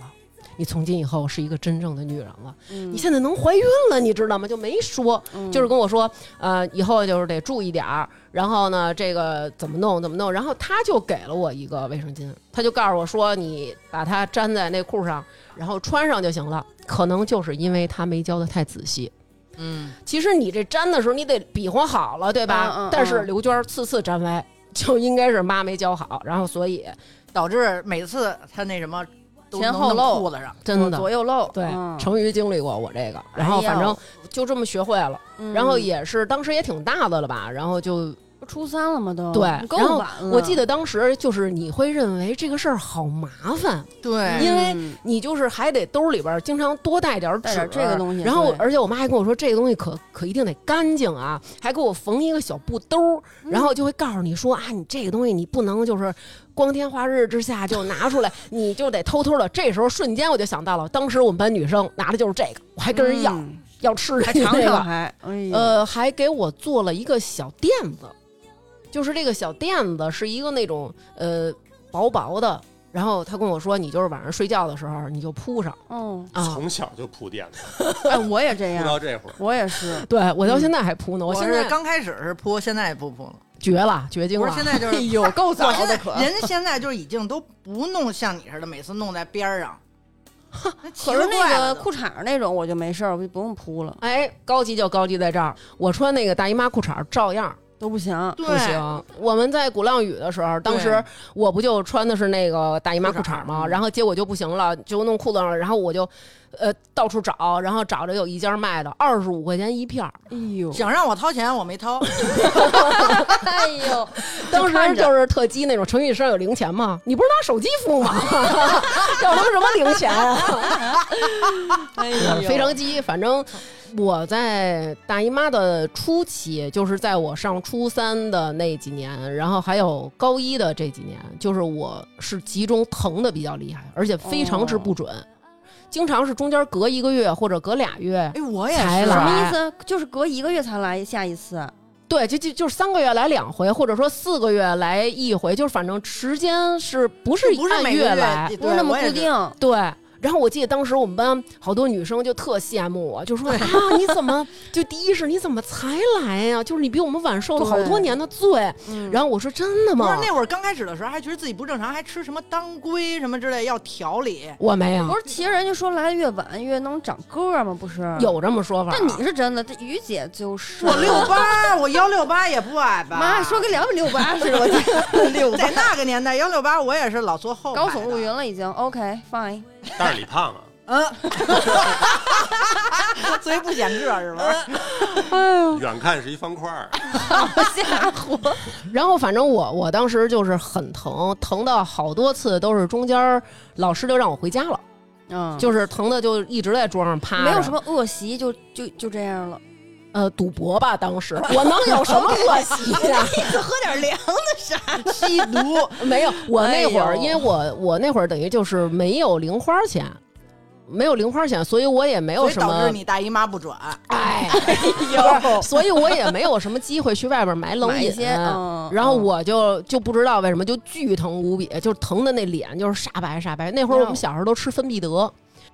Speaker 1: 你从今以后是一个真正的女人了，
Speaker 3: 嗯
Speaker 1: 你现在能怀孕了，你知道吗？就没说，就是跟我说，呃，以后就是得注意点儿，然后呢，这个怎么弄怎么弄，然后她就给了我一个卫生巾，她就告诉我说，你把它粘在内裤上，然后穿上就行了。可能就是因为她没教的太仔细，
Speaker 4: 嗯，
Speaker 1: 其实你这粘的时候，你得比划好了，对
Speaker 3: 嗯
Speaker 1: 吧？
Speaker 3: 嗯嗯
Speaker 1: 但是刘娟儿次次粘歪，就应该是妈没教好，然后所以
Speaker 4: 导致每次他那什么都
Speaker 3: 前
Speaker 4: 能
Speaker 3: 后
Speaker 4: 弄
Speaker 3: 漏
Speaker 4: 裤子上，
Speaker 1: 真的
Speaker 3: 左右漏，
Speaker 1: 对
Speaker 3: 嗯
Speaker 1: 成瑜经历过我这个，然后
Speaker 3: 哎呀
Speaker 1: 反正就这么学会了，
Speaker 3: 嗯
Speaker 1: 然后也是当时也挺大的了吧，然后就
Speaker 3: 都初三了嘛都，
Speaker 1: 对
Speaker 3: 够
Speaker 1: 然后
Speaker 3: 晚了。
Speaker 1: 我记得当时就是你会认为这个事儿好麻烦，
Speaker 4: 对
Speaker 1: 因为
Speaker 3: 嗯
Speaker 1: 你就是还得兜里边儿经常多带点儿
Speaker 3: 带
Speaker 1: 纸
Speaker 3: 点儿这个东西
Speaker 1: 然后
Speaker 3: 对
Speaker 1: 而且我妈还跟我说这个东西可可一定得干净啊，还给我缝一个小布兜儿，
Speaker 3: 嗯
Speaker 1: 然后就会告诉你说啊，你这个东西你不能就是光天化日之下就拿出来，你就得偷偷的。这时候瞬间我就想到了，当时我们班女生拿的就是这个，我还跟人要、
Speaker 3: 嗯
Speaker 1: 要吃
Speaker 3: 还
Speaker 1: 人 家
Speaker 3: 尝
Speaker 1: 这
Speaker 3: 尝
Speaker 1: 个，
Speaker 3: 还，哎呦，
Speaker 1: 呃，还给我做了一个小垫子，就是这个小垫子是一个那种呃薄薄的，然后他跟我说，你就是晚上睡觉的时候你就铺上
Speaker 3: 嗯，
Speaker 1: 啊。
Speaker 2: 从小就铺垫子，
Speaker 3: 哎，我也这
Speaker 2: 铺
Speaker 3: 样，
Speaker 2: 到这会儿。
Speaker 3: 我也是，
Speaker 1: 对我到现在还铺呢，
Speaker 4: 嗯我
Speaker 1: 现
Speaker 4: 是
Speaker 1: 在
Speaker 4: 刚开始是扑，现在也不扑了。
Speaker 1: 绝了，绝经
Speaker 4: 我
Speaker 1: 了
Speaker 4: 是。现在就是
Speaker 3: 哎 呦，够早
Speaker 4: 我现在
Speaker 3: 的可，
Speaker 4: 人家现在就是已经都不弄像你似的，每次弄在边儿上。那奇
Speaker 3: 可是
Speaker 4: 怪
Speaker 3: 那个
Speaker 4: 了都
Speaker 3: 裤衩儿那种我就没事儿，我就不用铺了，
Speaker 1: 哎，高级就高级在这儿，我穿那个大姨妈裤衩儿照样
Speaker 3: 都不行。
Speaker 4: 对
Speaker 1: 不行。我们在鼓浪屿的时候，当时
Speaker 4: 对
Speaker 1: 我不就穿的是那个大姨妈裤衩吗？
Speaker 3: 嗯
Speaker 1: 然后结果就不行了，就弄裤子上了，然后我就，呃，到处找，然后找着有一家卖的，二十五块钱一片儿。
Speaker 3: 哎呦，
Speaker 4: 想让我掏钱，我没 掏。
Speaker 3: 哎呦，
Speaker 1: 当
Speaker 3: 看
Speaker 1: 时
Speaker 3: 着
Speaker 1: 就是特鸡那种，程宇身上有零钱吗？你不是拿手机付吗？ 要他妈什么零钱啊？
Speaker 3: 哎
Speaker 1: 我
Speaker 3: 呦，
Speaker 1: 非常鸡，反正。我在大姨妈的初期，就是在我上初三的那几年，然后还有高一的这几年，就是我是集中疼的比较厉害，而且非常之
Speaker 4: 哦
Speaker 1: 不准，经常是中间隔一个月或者隔俩月，
Speaker 4: 哎，我也
Speaker 1: 才
Speaker 4: 是
Speaker 1: 来
Speaker 3: 什么意思？就是隔一个月才来下一次，
Speaker 1: 对，就就就是三个月来两回，或者说四个月来一回，就是反正时间是不是
Speaker 4: 不是
Speaker 1: 按
Speaker 4: 每个
Speaker 1: 月
Speaker 4: 月
Speaker 1: 来，
Speaker 4: 对
Speaker 3: 不是那么
Speaker 4: 我也
Speaker 3: 固定。
Speaker 1: 对，然后我记得当时我们班好多女生就特羡慕我，就说啊，你怎么就第一是你怎么才来呀、就是你比我们晚受了好多
Speaker 3: 对
Speaker 1: 年的罪。
Speaker 3: 嗯
Speaker 1: 然后我说真的
Speaker 4: 不
Speaker 1: 吗
Speaker 4: 是？那会儿刚开始的时候，还觉得自己不正常，还吃什么当归什么之类要 调理。
Speaker 1: 我没有
Speaker 3: 不，是，其实人家说来的越晚越能长个儿吗？不是？。
Speaker 1: 有这么说法。
Speaker 3: 但你是真的，这于姐就是
Speaker 4: 我六八，我幺六八也不矮吧？
Speaker 3: 妈说跟两米六八似的，我记得六八
Speaker 4: 在那个年代，幺六八我也是老坐后排
Speaker 3: 高
Speaker 4: 的
Speaker 3: 耸入云。了已经。OK fine，
Speaker 2: 但是李胖啊，
Speaker 4: 嗯， 所以不显个儿是吧？
Speaker 2: 远看是一方块儿，
Speaker 3: 吓唬
Speaker 1: 然后反正我我当时就是很疼，疼到好多次都是中间儿老师就让我回家了，
Speaker 3: 嗯
Speaker 1: 就是疼的就一直在桌上趴着。
Speaker 3: 没有什么恶习，就就就这样了。
Speaker 1: 呃赌博吧，当时我能有 什么恶习呀、
Speaker 3: 呃喝点凉的啥？
Speaker 4: 吸毒，
Speaker 1: 没有， 我那会
Speaker 3: 哎
Speaker 1: 儿，
Speaker 3: 呦
Speaker 1: 因为我我那会儿等于就是没有零花钱，没有零花钱，所以我也没有
Speaker 4: 所以
Speaker 1: 什
Speaker 4: 导
Speaker 1: 么
Speaker 4: 致你大姨妈不准。
Speaker 1: 哎，
Speaker 4: 有
Speaker 1: 所以我也没有什么机会去外边买冷
Speaker 3: 买一
Speaker 1: 饮。
Speaker 3: 些，嗯。
Speaker 1: 然后
Speaker 3: 嗯
Speaker 1: 我就就不知道为什么就巨疼无比，就疼的那脸就是煞白煞白。那会儿我们小时候都吃芬必得，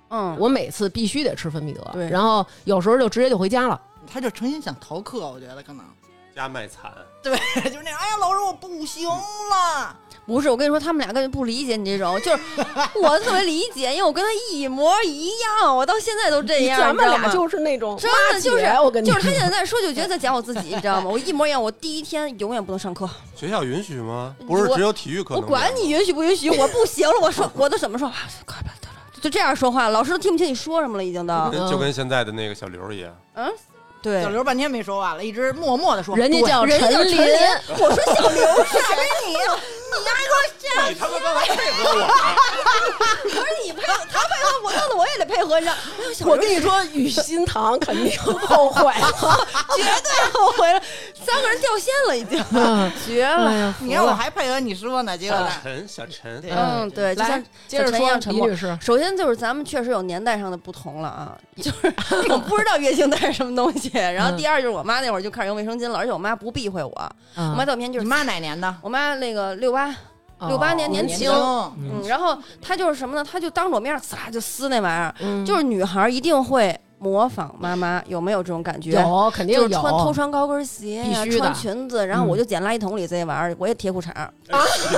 Speaker 3: 嗯，
Speaker 1: 我每次必须得吃芬必得
Speaker 3: 对，
Speaker 1: 然后有时候就直接就回家了。
Speaker 4: 他就诚心想逃课，我觉得可能
Speaker 2: 家卖惨，
Speaker 4: 就是那种，哎呀，老师我不行了，
Speaker 3: 不是，我跟你说，他们俩根本不理解你这种，就是 我特别理解，因为我跟他一模一样，我到现在都这样。
Speaker 1: 咱
Speaker 3: 你
Speaker 1: 们
Speaker 3: 知道
Speaker 1: 俩
Speaker 3: 吗
Speaker 1: 就是那种
Speaker 3: 真的
Speaker 1: 妈
Speaker 3: 就是
Speaker 1: 姐我跟你
Speaker 3: 就是他
Speaker 1: 说
Speaker 3: 现在在说，就觉得在讲我自己，你知道 吗？我一模一样，我第一天永远不能上课，
Speaker 2: 学校允许吗？不是
Speaker 3: 我
Speaker 2: 只有体育课
Speaker 3: 我
Speaker 2: 能吗
Speaker 3: 管你允许不允许，我不行了，我说我都怎么说，啊快吧，得了就这样说话，老师都听不清你说什么了，已经都。
Speaker 2: 就
Speaker 3: 嗯
Speaker 2: 跟
Speaker 1: 嗯
Speaker 2: 就跟现在的那个小刘一样，
Speaker 3: 对
Speaker 4: 小，刘半天没说话了，一直默默的说，
Speaker 1: 人家
Speaker 4: 对
Speaker 1: 叫
Speaker 3: 人家叫
Speaker 1: 陈
Speaker 3: 陈
Speaker 1: 琳，
Speaker 3: 琳我说小刘是谁？你
Speaker 2: 你
Speaker 1: 哎
Speaker 2: 他妈刚才配合
Speaker 1: 啊
Speaker 2: 我，
Speaker 3: 不是你配合他配合我，弄得我也得配合，你知道？哎呦，小
Speaker 1: 我
Speaker 3: 刘
Speaker 1: 跟你说，雨欣堂肯定后 悔了。
Speaker 3: 绝对 后悔了，三个人掉线了已经，哎绝
Speaker 1: 哎
Speaker 3: 了。
Speaker 4: 你看我还配合你说呢，结果呢？
Speaker 2: 陈哎小陈，
Speaker 4: 对
Speaker 3: 嗯，对，就像
Speaker 1: 来接
Speaker 3: 小
Speaker 1: 着
Speaker 3: 陈一
Speaker 1: 说
Speaker 3: 样，沉
Speaker 1: 李
Speaker 3: 默
Speaker 1: 女士，
Speaker 3: 首先就是咱们确实有年代上的不同了啊，就是 我不知道月经带是什么东西。然后第二就是我妈那会儿就开始用卫生巾了，而且我妈不避讳我，我妈
Speaker 1: 嗯哦
Speaker 3: 在我面前
Speaker 4: 你
Speaker 3: 就是
Speaker 4: 妈哪年的？
Speaker 3: 我妈那个六八，68年年轻
Speaker 4: 轻
Speaker 3: 嗯，然后她就是什么呢？她就当着我面儿呲就撕那玩意儿，
Speaker 1: 嗯
Speaker 3: 就是女孩儿一定会模仿妈妈，有没有这种感觉？
Speaker 1: 有肯定
Speaker 3: 嗯就
Speaker 1: 有嗯
Speaker 3: 是穿偷穿高跟鞋呀、
Speaker 1: 必须的
Speaker 3: 穿裙子，然后我就捡垃圾桶里这玩意儿，我也贴裤衩儿。
Speaker 2: 哎
Speaker 4: 对，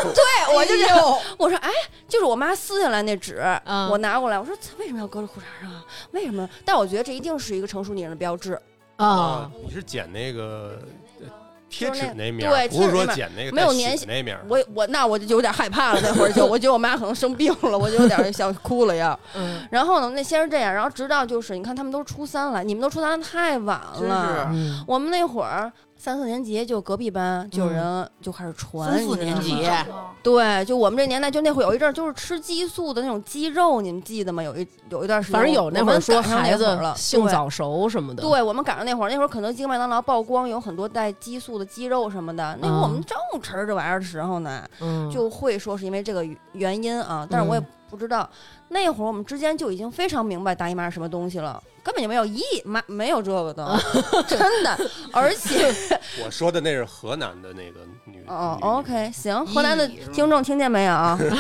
Speaker 4: 哎我就这样。
Speaker 3: 我说哎，就是我妈撕下来那纸，
Speaker 1: 嗯
Speaker 3: 我拿过来，我说这为什么要搁这裤衩上啊？为什么？但我觉得这一定是一个成熟女人的标志，
Speaker 1: 啊，
Speaker 2: 你是剪那个呃贴纸那面
Speaker 3: 就是
Speaker 2: 儿，
Speaker 3: 那对
Speaker 2: 不是说
Speaker 3: 贴纸
Speaker 2: 剪那个
Speaker 3: 没有
Speaker 2: 带血
Speaker 3: 粘性
Speaker 2: 那面儿。
Speaker 3: 我我那我就有点害怕了，那会儿就我觉得我妈可能生病了，我就有点想哭了要。
Speaker 1: 嗯
Speaker 3: 然后呢，那先是这样，然后直到就是你看他们都初三了，你们都初三太晚
Speaker 4: 真
Speaker 3: 了。
Speaker 4: 是
Speaker 1: 嗯
Speaker 3: 我们那会儿三四年级就隔壁班就有人就开始传，
Speaker 4: 三四
Speaker 3: 你知道
Speaker 4: 年
Speaker 3: 吗
Speaker 1: 嗯
Speaker 4: 级
Speaker 5: 啊
Speaker 3: 对，就我们这年代，就那会儿有一阵儿就是吃激素的那种鸡肉，你们记得吗？有一有一段时间我，
Speaker 1: 反正有那
Speaker 3: 我
Speaker 1: 会
Speaker 3: 们
Speaker 1: 儿说
Speaker 3: 赶上那
Speaker 1: 孩
Speaker 3: 会
Speaker 1: 子
Speaker 3: 儿了
Speaker 1: 性
Speaker 3: 对
Speaker 1: 早熟什么的，
Speaker 3: 对我们赶上那会儿，那会儿肯德基、麦当劳曝光有很多带激素的鸡肉什么的，那会儿我们
Speaker 1: 嗯
Speaker 3: 正吃这玩意儿的时候呢，
Speaker 1: 嗯，
Speaker 3: 就 会说是因为这个原因啊，但是我也
Speaker 1: 嗯
Speaker 3: 不知道，那会儿我们之间就已经非常明白大姨妈是什么东西了，根本就没有咦妈没有这个 的，真的，而且
Speaker 2: 我说的那是河南的那个女。
Speaker 3: 哦
Speaker 2: 女
Speaker 3: ，OK，行，河南的
Speaker 4: 咦是吗
Speaker 3: 听众听见没有啊？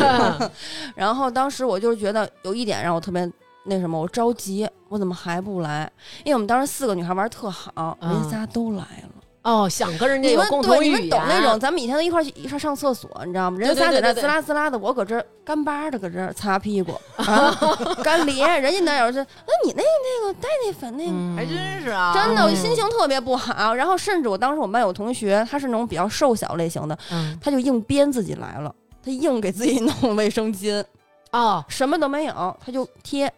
Speaker 3: 然后当时我就是觉得有一点让我特别那什么，我着急，我怎么还不来？因为我们当时四个女孩玩儿特好，人家
Speaker 1: 嗯
Speaker 3: 仨都来了。
Speaker 1: 哦，想跟人家
Speaker 3: 你
Speaker 1: 有
Speaker 3: 们
Speaker 1: 共
Speaker 3: 对
Speaker 1: 同语
Speaker 3: 你
Speaker 1: 言，
Speaker 3: 们懂那种，咱们以前都一块儿去一块儿上厕所，你知道吗？人
Speaker 1: 对
Speaker 3: 仨在
Speaker 1: 对
Speaker 3: 那
Speaker 1: 对
Speaker 3: 滋
Speaker 1: 对
Speaker 3: 啦滋啦的，我搁这儿干巴的搁这儿擦屁 股，啊、干咧。人家那有是，那你那那个带那粉那个。
Speaker 1: 嗯，
Speaker 4: 还真是啊，
Speaker 3: 真的，我
Speaker 1: 嗯
Speaker 3: 心情特别不好。然后，甚至我当时我们班有同学，他是那种比较瘦小类型的，
Speaker 1: 嗯
Speaker 3: 他就硬编自己来了，他硬给自己弄卫生巾，
Speaker 1: 哦，
Speaker 3: 什么都没有，他就贴。啊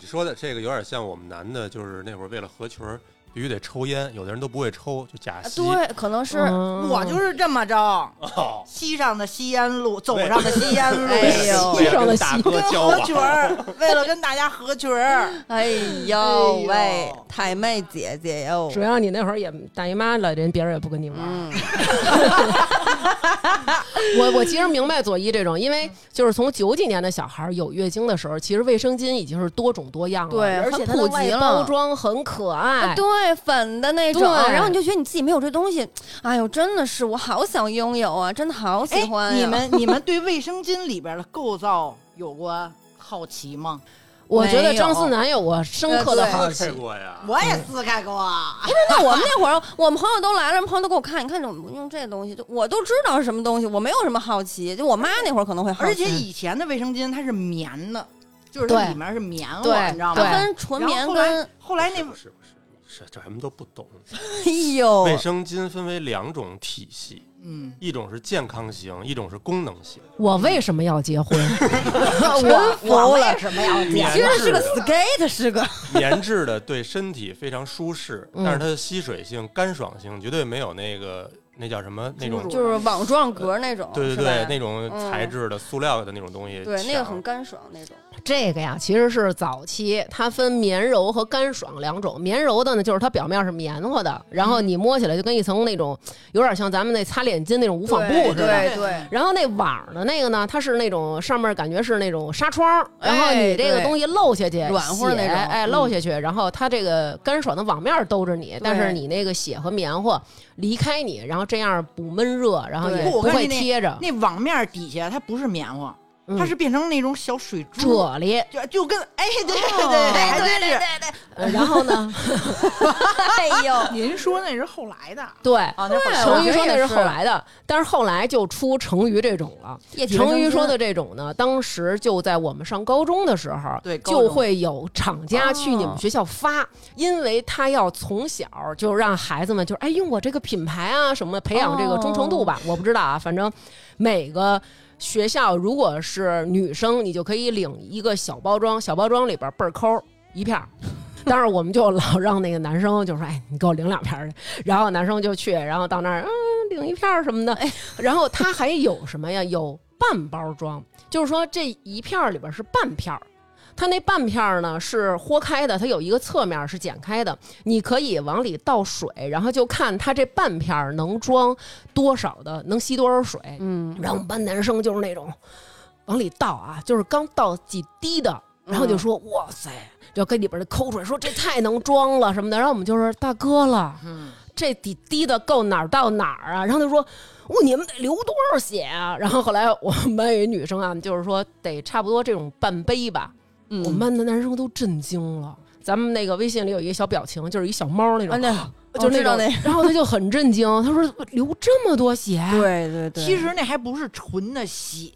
Speaker 2: 你说的这个有点像我们男的，就是那会儿为了合群儿必须得抽烟，有的人都不会抽，就假吸。
Speaker 3: 对，可能是
Speaker 1: 嗯
Speaker 4: 我就是这么着，
Speaker 2: 哦，
Speaker 4: 西上的吸烟路，走上的吸烟路，
Speaker 3: 哎呦
Speaker 2: 为了
Speaker 1: 上
Speaker 2: 跟
Speaker 1: 了
Speaker 2: 大
Speaker 1: 吸
Speaker 2: 哥交
Speaker 4: 合
Speaker 2: 往
Speaker 4: 群，儿，为了跟大家合群儿，
Speaker 3: 哎呦
Speaker 4: 哎
Speaker 3: 喂
Speaker 4: 呦，
Speaker 3: 太妹姐姐哟
Speaker 1: 主。要你那会儿也大姨妈了，人别人也不跟你玩。
Speaker 3: 嗯，
Speaker 1: 我我其实明白左一这种，因为就是从九几年的小孩儿有月经的时候，其实卫生巾已经是多种多样了，
Speaker 3: 对
Speaker 1: 而
Speaker 3: 很
Speaker 1: 且它
Speaker 3: 普
Speaker 1: 的
Speaker 3: 及
Speaker 1: 外
Speaker 3: 了
Speaker 1: 包啊装很可爱。
Speaker 3: 对，粉的那种，
Speaker 1: 对
Speaker 3: 然后你就觉得你自己没有这东西，哎呦，真的是我好想拥有啊，真的好 喜
Speaker 4: 哎
Speaker 3: 欢、呀
Speaker 4: 你们你们对卫生巾里边的构造有过好奇吗？
Speaker 1: 我觉得
Speaker 3: 没有
Speaker 1: 张思南有我深刻的好奇
Speaker 2: 这。啊过呀。
Speaker 4: 我也撕开过，
Speaker 3: 那我们那会儿，我们朋友都来了，人朋友都给我看，你看怎么用这东西，就我都知道是什么东西，我没有什么好奇，就我妈那会儿可能会好奇，
Speaker 4: 而且以前的卫生巾它是棉的，就是
Speaker 1: 对
Speaker 4: 它里面是棉花，
Speaker 1: 对
Speaker 4: 你知道
Speaker 3: 它
Speaker 1: 对
Speaker 4: 吗？
Speaker 3: 分纯棉
Speaker 4: 然后后
Speaker 3: 跟
Speaker 4: 来，后来那
Speaker 2: 不是不是，是这什么都不懂。
Speaker 3: 哎呦，
Speaker 2: 卫生巾分为两种体系，
Speaker 4: 嗯，
Speaker 2: 一种是健康型，一种是功能型。
Speaker 1: 我为什么要结婚？
Speaker 4: 我我为什么要
Speaker 2: 棉
Speaker 3: 哦其实是个
Speaker 2: 质的，
Speaker 3: skate，是个，
Speaker 2: 棉质的对身体非常舒适，
Speaker 1: 嗯
Speaker 2: 但是它的吸水性、干爽性绝对没有那个那叫什么那种
Speaker 4: 金，属
Speaker 3: 就是网状格那种，
Speaker 2: 对对
Speaker 3: 是
Speaker 2: 对
Speaker 3: 吧，
Speaker 2: 那种
Speaker 3: 嗯
Speaker 2: 材质的、塑料的那种东西强。
Speaker 3: 对，那个很干爽那种。
Speaker 1: 这个呀，其实是早期它分绵柔和干爽两种。绵柔的呢，就是它表面是棉花的，然后你摸起来就跟一层那种有点像咱们那擦脸巾那种无纺布似的。
Speaker 3: 对对，
Speaker 1: 然后那网的那个呢，它是那种上面感觉是那种纱窗，然后你这个
Speaker 3: 对
Speaker 1: 东西漏下去，
Speaker 3: 软乎的那种
Speaker 1: 血哎，
Speaker 3: 嗯
Speaker 1: 漏下去，然后它这个干爽的网面兜着你，但是你那个血和棉花离开你，然后这样不闷热，然后也
Speaker 3: 对
Speaker 1: 不会贴着，
Speaker 4: 那网面底下它不是棉花，
Speaker 1: 嗯
Speaker 4: 它是变成那种小水珠，
Speaker 1: 啫喱。
Speaker 4: 就就跟哎，对对对对，还真是
Speaker 1: 呃然后 呢，
Speaker 3: 哎呦，
Speaker 5: 您说那是后来的，
Speaker 1: 对，
Speaker 4: 啊，那
Speaker 3: 对
Speaker 4: 好
Speaker 1: 成
Speaker 4: 吃
Speaker 1: 瑜说哦那
Speaker 3: 哎我觉得也
Speaker 1: 是
Speaker 3: 是
Speaker 1: 后来的，但是后来就出成瑜这种了。
Speaker 3: 哎
Speaker 1: 成瑜说的这种呢，当时就在我们上高中的时候，
Speaker 4: 对高中
Speaker 1: 就会有厂家去你
Speaker 3: 哦
Speaker 1: 们学校发，因为他要从小就让孩子们就是哎用我这个品牌啊什么培养这个忠诚度吧，我不知道啊，反正每个。学校如果是女生，你就可以领一个小包装，小包装里边倍儿抠一片儿。当时我们就老让那个男生就说：“哎，你给我领两片儿去。”然后男生就去，然后到那儿嗯领一片儿什么的。哎，然后它还有什么呀？有半包装，就是说这一片儿里边是半片儿。它那半片儿呢是豁开的，它有一个侧面是剪开的，你可以往里倒水，然后就看它这半片儿能装多少的，能吸多少水。
Speaker 3: 嗯，
Speaker 1: 然后我们班男生就是那种往里倒啊，就是刚倒几滴的，然后就说、哇塞，就跟里边儿抠出来，说这太能装了什么的。然后我们就说大哥了，
Speaker 4: 嗯
Speaker 1: 这底滴的够哪儿到哪儿啊？然后他说，哦，你们得流多少血啊？然后后来我们班有一女生啊，就是说得差不多这种半杯吧。
Speaker 3: 嗯
Speaker 1: 我们班的男生都震惊了。咱们那个微信里有一个小表情，就是一小猫那种，
Speaker 3: 啊那
Speaker 1: 就是那
Speaker 3: 知道
Speaker 1: 种，
Speaker 3: 那
Speaker 1: 然后他就很震惊，他说流这么多血，
Speaker 3: 对对对，
Speaker 4: 其实那还不是纯的血，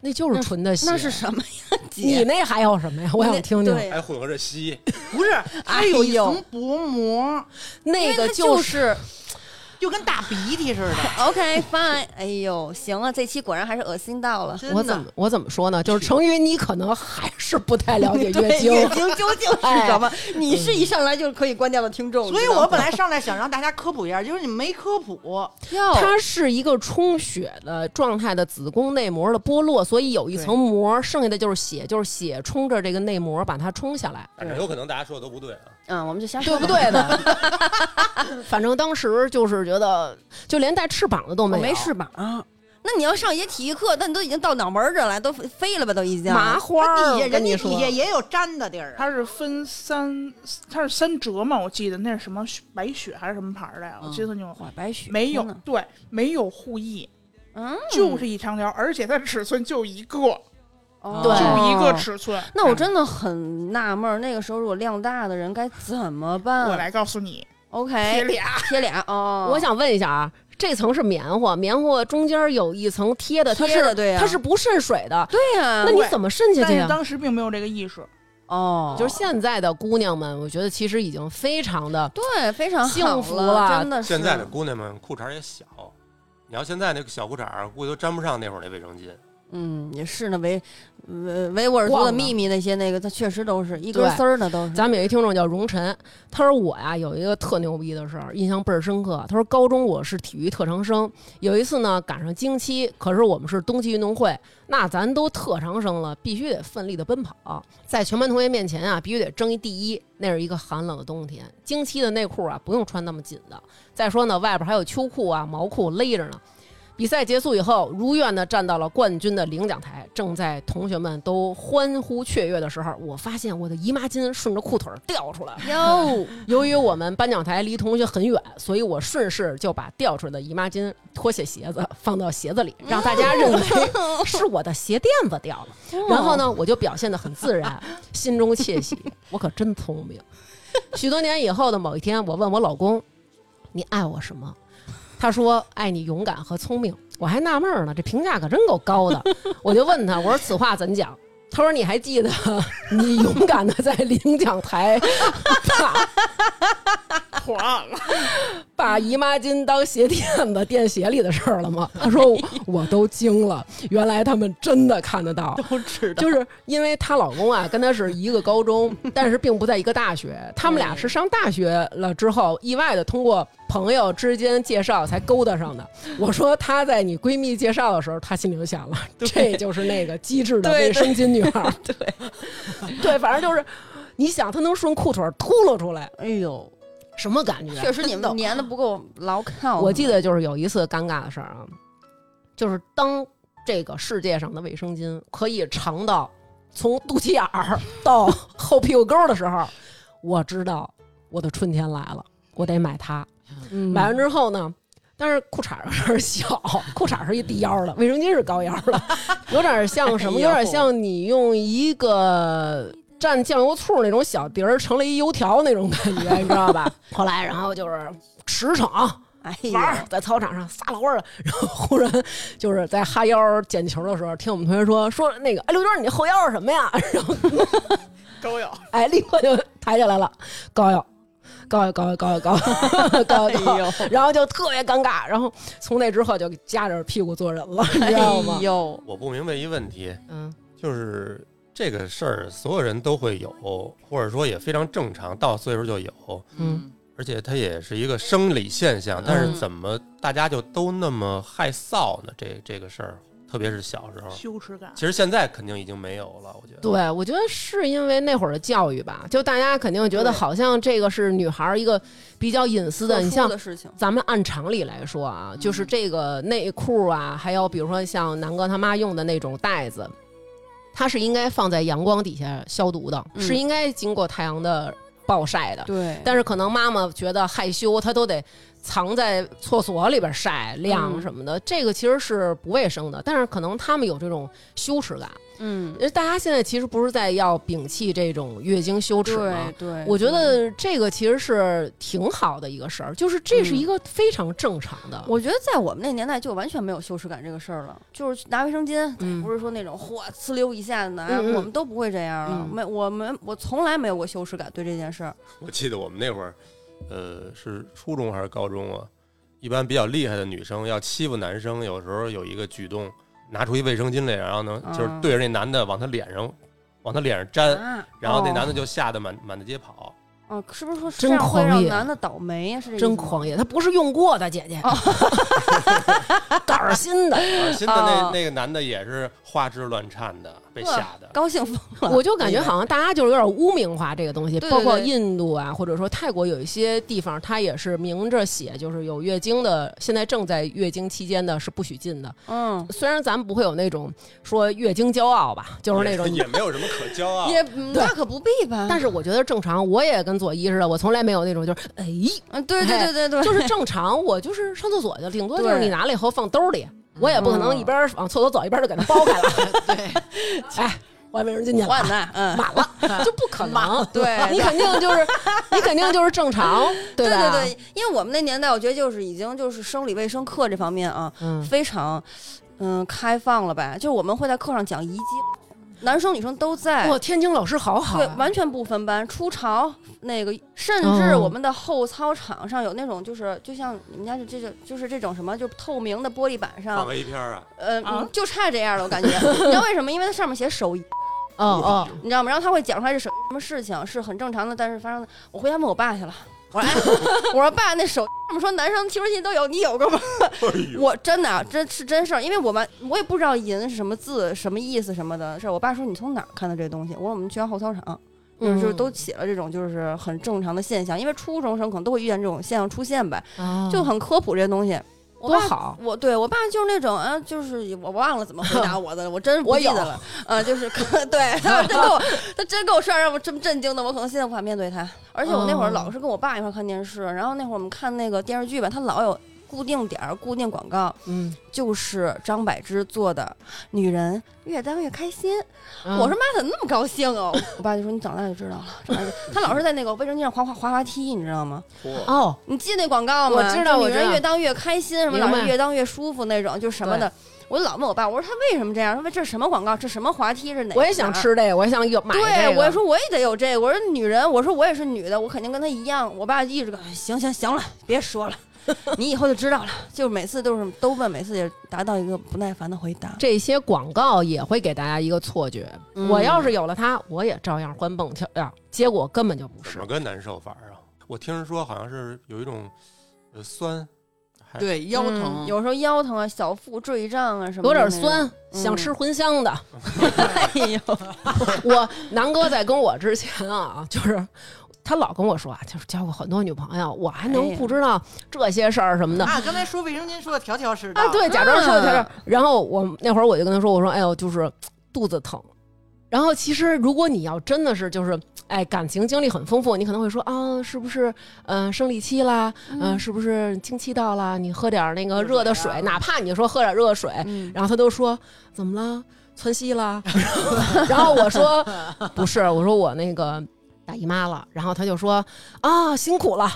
Speaker 1: 那就是纯的血。
Speaker 3: 那是什么呀，
Speaker 1: 你
Speaker 3: 姐？
Speaker 1: 那还有什么呀？我想听听。
Speaker 3: 对呀
Speaker 2: 还混合着 吸，
Speaker 4: 不是，
Speaker 1: 哎
Speaker 4: 它有一层薄膜，
Speaker 1: 那
Speaker 3: 因为
Speaker 1: 个
Speaker 3: 它就是是
Speaker 4: 就跟大鼻涕似的。
Speaker 3: OK fine。哎呦，行啊，这期果然还是恶心到了。
Speaker 4: 真
Speaker 1: 我
Speaker 4: 的
Speaker 1: 怎么我怎么说呢？就是成语，你可能还是不太 了解
Speaker 3: 对
Speaker 1: 月经。
Speaker 3: 月经究竟是什么？你是一上来就可以关掉的听众，
Speaker 4: 所以
Speaker 3: 你知道
Speaker 4: 我
Speaker 3: 吗
Speaker 4: 本来上来想让大家科普一下，就是你没科普，
Speaker 3: 要
Speaker 1: 它是一个充血的状态的子宫内膜的剥落，所以有一层膜，剩下的就是血，就是血冲着这个内膜把它冲下来，
Speaker 2: 反正有可能大家说的都不对啊。
Speaker 3: 嗯，我们就瞎
Speaker 1: 对
Speaker 3: 说
Speaker 1: 不
Speaker 3: 吧。
Speaker 1: 对的？反正当时就是觉得，就连带翅膀的都
Speaker 3: 我
Speaker 1: 没有，
Speaker 3: 没翅膀。那你要上一些体育课，但都已经到脑门儿这儿来，都飞飞了吧？都已经
Speaker 1: 麻花儿，
Speaker 4: 底下
Speaker 1: 我跟
Speaker 4: 人
Speaker 1: 你
Speaker 4: 家
Speaker 1: 说
Speaker 4: 底下也有粘的地儿啊。
Speaker 5: 它是分三，它是三折嘛，我记得那是什么雪白雪还是什么牌儿的呀？我记
Speaker 1: 嗯
Speaker 5: 得就
Speaker 3: 哇，白雪
Speaker 5: 没有
Speaker 3: 天哪，
Speaker 5: 对，没有护翼，
Speaker 3: 嗯，
Speaker 5: 就是一长条，而且它尺寸就一个，
Speaker 3: 哦
Speaker 1: 对
Speaker 5: 就一个。尺寸。哎
Speaker 3: 那我真的很纳闷儿，那个时候如果量大的人该怎么办？
Speaker 5: 我来告诉你，贴
Speaker 3: ，OK，
Speaker 5: 俩，
Speaker 3: 贴俩哦。
Speaker 1: 哎我想问一下啊，这层是棉花，棉花中间有一层贴的，它
Speaker 3: 贴的
Speaker 1: 是
Speaker 3: 对呀嗯
Speaker 1: 它是不渗水的，
Speaker 3: 对呀，
Speaker 1: 那你怎么渗下
Speaker 5: 但
Speaker 1: 去
Speaker 5: 是
Speaker 1: 呀？
Speaker 5: 当时并没有这个意识。
Speaker 3: 哦，
Speaker 1: 就是现在的姑娘们，我觉得其实已经非常的
Speaker 3: 对，非常好
Speaker 1: 幸福了
Speaker 3: 了，真的是啊
Speaker 2: 现在的姑娘们裤衩也小，你要现在那个小裤衩儿估计都沾不上那会儿那卫生巾。
Speaker 3: 嗯，也是呢，维维维吾尔族
Speaker 1: 逛
Speaker 3: 的
Speaker 1: 呢
Speaker 3: 秘密那些那个，它确实都是一根
Speaker 1: 对
Speaker 3: 丝儿呢，都是。
Speaker 1: 咱们有一听众叫荣晨，他说我呀有一个特牛逼的事儿，印象倍儿深刻。他说高中我是体育特长生，有一次呢赶上经期，可是我们是冬季运动会，那咱都特长生了，必须得奋力的奔跑，在全班同学面前啊必须得争一第一。那是一个寒冷的冬天，经期的内裤啊不用穿那么紧的，再说呢外边还有秋裤啊毛裤勒着呢。比赛结束以后，如愿的站到了冠军的领奖台。正在同学们都欢呼雀跃的时候，我发现我的姨妈巾顺着裤腿儿掉出来了。
Speaker 3: 哟，
Speaker 1: 由于我们颁奖台离同学很远，所以我顺势就把掉出来的姨妈巾脱下鞋子放到鞋子里，让大家认为是我的鞋垫子掉了。然后呢，我就表现得很自然，心中窃喜，我可真聪明。许多年以后的某一天，我问我老公：“你爱我什么？”他说：“爱你勇敢和聪明。”我还纳闷儿呢，这评价可真够高的。我就问他：“我说此话怎讲？”他说：“你还记得你勇敢的在领奖台把
Speaker 5: 破案了，
Speaker 1: 把姨妈巾当鞋垫子垫鞋里的事儿了吗？他说我都惊了，原来他们真的看得到，
Speaker 4: 都知道，
Speaker 1: 就是因为她老公啊跟她是一个高中，但是并不在一个大学，他们俩是上大学了之后意外的通过朋友之间介绍才勾搭上的。我说她在你闺蜜介绍的时候，她心里就想了，这就是那个机智的
Speaker 3: 对
Speaker 1: 卫生巾女孩，对 对，反正就是。你想，她能顺裤腿儿秃噜出来，
Speaker 3: 哎呦，
Speaker 1: 什么感觉？啊
Speaker 3: 确实你们粘的不够牢靠。
Speaker 1: 我记得就是有一次尴尬的事儿啊，就是当这个世界上的卫生巾可以长到从肚脐眼儿到后屁股沟儿的时候，我知道我的春天来了，我得买它。
Speaker 3: 嗯
Speaker 1: 买完之后呢，但是裤衩儿有点小，裤衩儿是一低腰儿的，卫生巾是高腰儿的，有点儿像什么？有点儿像你用一个蘸酱油醋那种小碟儿盛了一油条那种感觉，你知道吧？ 后来，然后就是驰骋。
Speaker 3: 哎呦
Speaker 1: 玩，儿，在操场上撒老味儿了，然后忽然就是在哈腰捡球的时候，听我们同学说说那个，哎，刘娟，你后腰是什么呀？ 然后
Speaker 5: 都有。
Speaker 1: 哎，立刻就抬起来了，高腰，高腰，高腰，高腰，高腰，
Speaker 3: 哎
Speaker 1: 高腰，高腰，然后就特别尴尬，然后从那之后就夹着屁股做人了，你
Speaker 3: 哎
Speaker 1: 知道吗？
Speaker 3: 呦，
Speaker 2: 我不明白一问题，
Speaker 1: 嗯，
Speaker 2: 就是这个事儿所有人都会有，或者说也非常正常，到岁数就有，
Speaker 1: 嗯，
Speaker 2: 而且它也是一个生理现象。但
Speaker 1: 嗯
Speaker 2: 是怎么大家就都那么害臊呢？这这个事儿，特别是小时候，
Speaker 5: 羞耻感。
Speaker 2: 其实现在肯定已经没有了。我觉得，
Speaker 1: 对，我觉得是因为那会儿的教育吧，就大家肯定觉得
Speaker 3: 对
Speaker 1: 好像这个是女孩儿一个比较隐私的，
Speaker 3: 特
Speaker 1: 你
Speaker 3: 殊
Speaker 1: 像
Speaker 3: 的事情，
Speaker 1: 咱们按常理来说啊，
Speaker 3: 嗯
Speaker 1: 就是这个内裤啊，还有比如说像南哥他妈用的那种袋子，它是应该放在阳光底下消毒的，
Speaker 3: 嗯
Speaker 1: 是应该经过太阳的暴晒的。
Speaker 3: 对，
Speaker 1: 但是可能妈妈觉得害羞，她都得藏在厕所里边晒
Speaker 3: 嗯
Speaker 1: 晾什么的，这个其实是不卫生的。但是可能他们有这种羞耻感，
Speaker 3: 嗯
Speaker 1: 因，为大家现在其实不是在要摒弃这种月经羞耻吗
Speaker 3: 对？对，
Speaker 1: 我觉得这个其实是挺好的一个事儿，就是这是一个非常正常的。
Speaker 3: 嗯我觉得在我们那年代就完全没有羞耻感这个事儿了，就是拿卫生巾，
Speaker 1: 嗯
Speaker 3: 不是说那种嚯呲溜一下子拿，
Speaker 1: 嗯嗯
Speaker 3: 我们都不会这样了。
Speaker 1: 嗯
Speaker 3: 没，我们我从来没有过羞耻感对这件事儿。
Speaker 2: 我记得我们那会儿，呃，是初中还是高中啊？一般比较厉害的女生要欺负男生，有时候有一个举动，拿出一卫生巾来，然后呢，
Speaker 3: 啊
Speaker 1: 嗯
Speaker 2: 就是对着那男的往他脸上，往他脸上粘，
Speaker 3: 啊，
Speaker 2: 呃然后那
Speaker 3: 哦
Speaker 2: 男的就吓得满满大街跑。
Speaker 3: 哦、是不是说这
Speaker 1: 真
Speaker 3: 样会
Speaker 1: 狂
Speaker 3: 让
Speaker 1: 野
Speaker 3: 男的倒霉呀、是这意思哦吗
Speaker 1: 真狂野，他不是用过的姐姐， 胆儿新的。
Speaker 2: 而啊新的那
Speaker 3: 哦
Speaker 2: 那个男的也是花枝乱颤的，被
Speaker 3: 呵
Speaker 2: 吓的。
Speaker 3: 高兴 疯了。
Speaker 1: 我就感觉好像大家就是有点污名化这个东西，
Speaker 3: 对对
Speaker 1: 包括
Speaker 3: 对
Speaker 1: 印度啊，或者说泰国有一些地方，它也是明着写，就是有月经的，现在正在月经期间的是不许进的。
Speaker 3: 嗯，
Speaker 1: 虽然咱们不会有那种说月经骄傲吧，就是那种
Speaker 2: 也也没有什么可骄 傲。
Speaker 3: 也嗯
Speaker 1: 对
Speaker 3: 那可不必吧？
Speaker 1: 但是我觉得正常，我也跟左一似的，我从来没有那种就是哎，
Speaker 3: 嗯，对对对对对，
Speaker 1: 就是正常，我就是上厕所就顶多就是
Speaker 3: 对
Speaker 1: 你拿了以后放兜里，我也不可能
Speaker 3: 嗯
Speaker 1: 一边往厕所走一边就给它剥开了，
Speaker 4: 对，
Speaker 1: 哎，我还没人进去了。
Speaker 3: 换的，嗯，
Speaker 1: 满 了，就不可能。
Speaker 3: 对
Speaker 1: 你肯定 就是，你肯定就是正常，
Speaker 3: 对对
Speaker 1: 吧？
Speaker 3: 对，因为我们那年代，我觉得就是已经就是生理卫生课这方面啊，
Speaker 1: 嗯，
Speaker 3: 非常嗯开放了呗，就是我们会在课上讲遗精，男生女生都在。
Speaker 1: 哎哇，天津老师好好
Speaker 3: 对
Speaker 1: 啊，，
Speaker 3: 完全不分班，初潮那个，甚至
Speaker 1: 哦
Speaker 3: 我们的后操场上有那种，就是就像你们家就这个，就是这种什么，就透明的玻璃板
Speaker 2: 放
Speaker 3: 上，
Speaker 2: A 片 啊，
Speaker 3: 呃，
Speaker 5: 啊
Speaker 3: 嗯就差这样了，我感觉。你知道为什么？因为它上面写手淫，
Speaker 1: 哦哦，
Speaker 3: 你知道吗？然后他会讲出来是什什么事情，是很正常的，但是发生的。我回家问我爸去了，我说、哎、我说爸，那手上面说男生青春期都有，你有过吗？
Speaker 2: 哎
Speaker 3: 我真的啊真是真事儿，因为我们我也不知道“淫”是什么字、什么意思什么的事儿。我爸说你从哪儿看的这东西？我说我们学校后操场，就是
Speaker 1: 嗯
Speaker 3: 就是都写了这种就是很正常的现象，因为初中生可能都会遇见这种现象出现呗，
Speaker 1: 啊
Speaker 3: 就很科普这些东西。我
Speaker 1: 多
Speaker 3: 爸
Speaker 1: 好。
Speaker 3: 我对我爸就是那种，啊，就是我忘了怎么回 答我的了，我真不
Speaker 1: 我
Speaker 3: 记
Speaker 1: 有
Speaker 3: 得了，啊，就是 对他真给我，他真给我说让我这么震惊的，我可能现在无法面对他。而且我那会儿
Speaker 1: 嗯
Speaker 3: 老是跟我爸一块儿看电视，然后那会儿我们看那个电视剧吧，他老有固定点儿、固定广告，
Speaker 1: 嗯，
Speaker 3: 就是张柏芝做的《女人越当越开心》
Speaker 1: 嗯
Speaker 3: 我说妈怎么那么高兴哦？ 我爸就说你长大就知道了，长大就他老是在那个卫生巾上滑滑滑滑梯，你知道吗？
Speaker 2: 嚯，
Speaker 1: 哦，
Speaker 3: 你记得那广告吗？
Speaker 1: 我知道
Speaker 3: 就
Speaker 1: 我
Speaker 3: 女
Speaker 1: 知
Speaker 3: 人
Speaker 1: 道
Speaker 3: 越当越开心，什么
Speaker 1: 明白
Speaker 3: 老是越当越舒服那种，就什么的。我老问我爸，我说他为什么这样？他说这是什么广告？这什么滑梯？这哪？
Speaker 1: 我也想
Speaker 3: 哪儿。
Speaker 1: 吃这个，我也想有买这
Speaker 3: 对，
Speaker 1: 个。
Speaker 3: 我说我也得有这个。我说女人，我说我也是女的，我肯定跟她一样。我爸一直跟我说哎行行行了，别说 了，你以后就知道了。就是每次都是都问，每次也达到一个不耐烦的回答。
Speaker 1: 这些广告也会给大家一个错觉，我
Speaker 3: 嗯
Speaker 1: 要是有了它，我也照样欢蹦跳跳，结果根本就不
Speaker 2: 怎
Speaker 1: 是
Speaker 2: 么。个难受法儿啊？我听人说好像是有一种呃酸，还
Speaker 4: 对腰
Speaker 1: 嗯
Speaker 4: 疼，
Speaker 3: 有时候腰疼啊，小腹坠胀啊什么
Speaker 1: 有
Speaker 3: 的那种，
Speaker 1: 点酸，想
Speaker 3: 嗯
Speaker 1: 吃茴 香的。
Speaker 3: 哎呦，
Speaker 1: 我南哥在跟我之前啊，就是他老跟我说啊，就是交过很多女朋友，我还
Speaker 3: 哎
Speaker 1: 能
Speaker 3: 呀
Speaker 1: 不知道这些事儿什么的。
Speaker 4: 啊，刚才说卫生巾说的条条是道，
Speaker 1: 啊，对，假装说
Speaker 3: 啊
Speaker 1: 假装。然后我那会儿我就跟他说，我说，哎呦，就是肚子疼。然后其实如果你要真的是就是，哎，感情经历很丰富，你可能会说啊，是不是嗯、呃生理期啦，嗯、是不是经期到啦？你喝点儿那个热的水，啊哪怕你说喝点儿热水，
Speaker 3: 嗯
Speaker 1: 然后他都说怎么了，窜稀啦。 然后我说不是，我说我那个大姨妈了。然后他就说啊，辛苦了。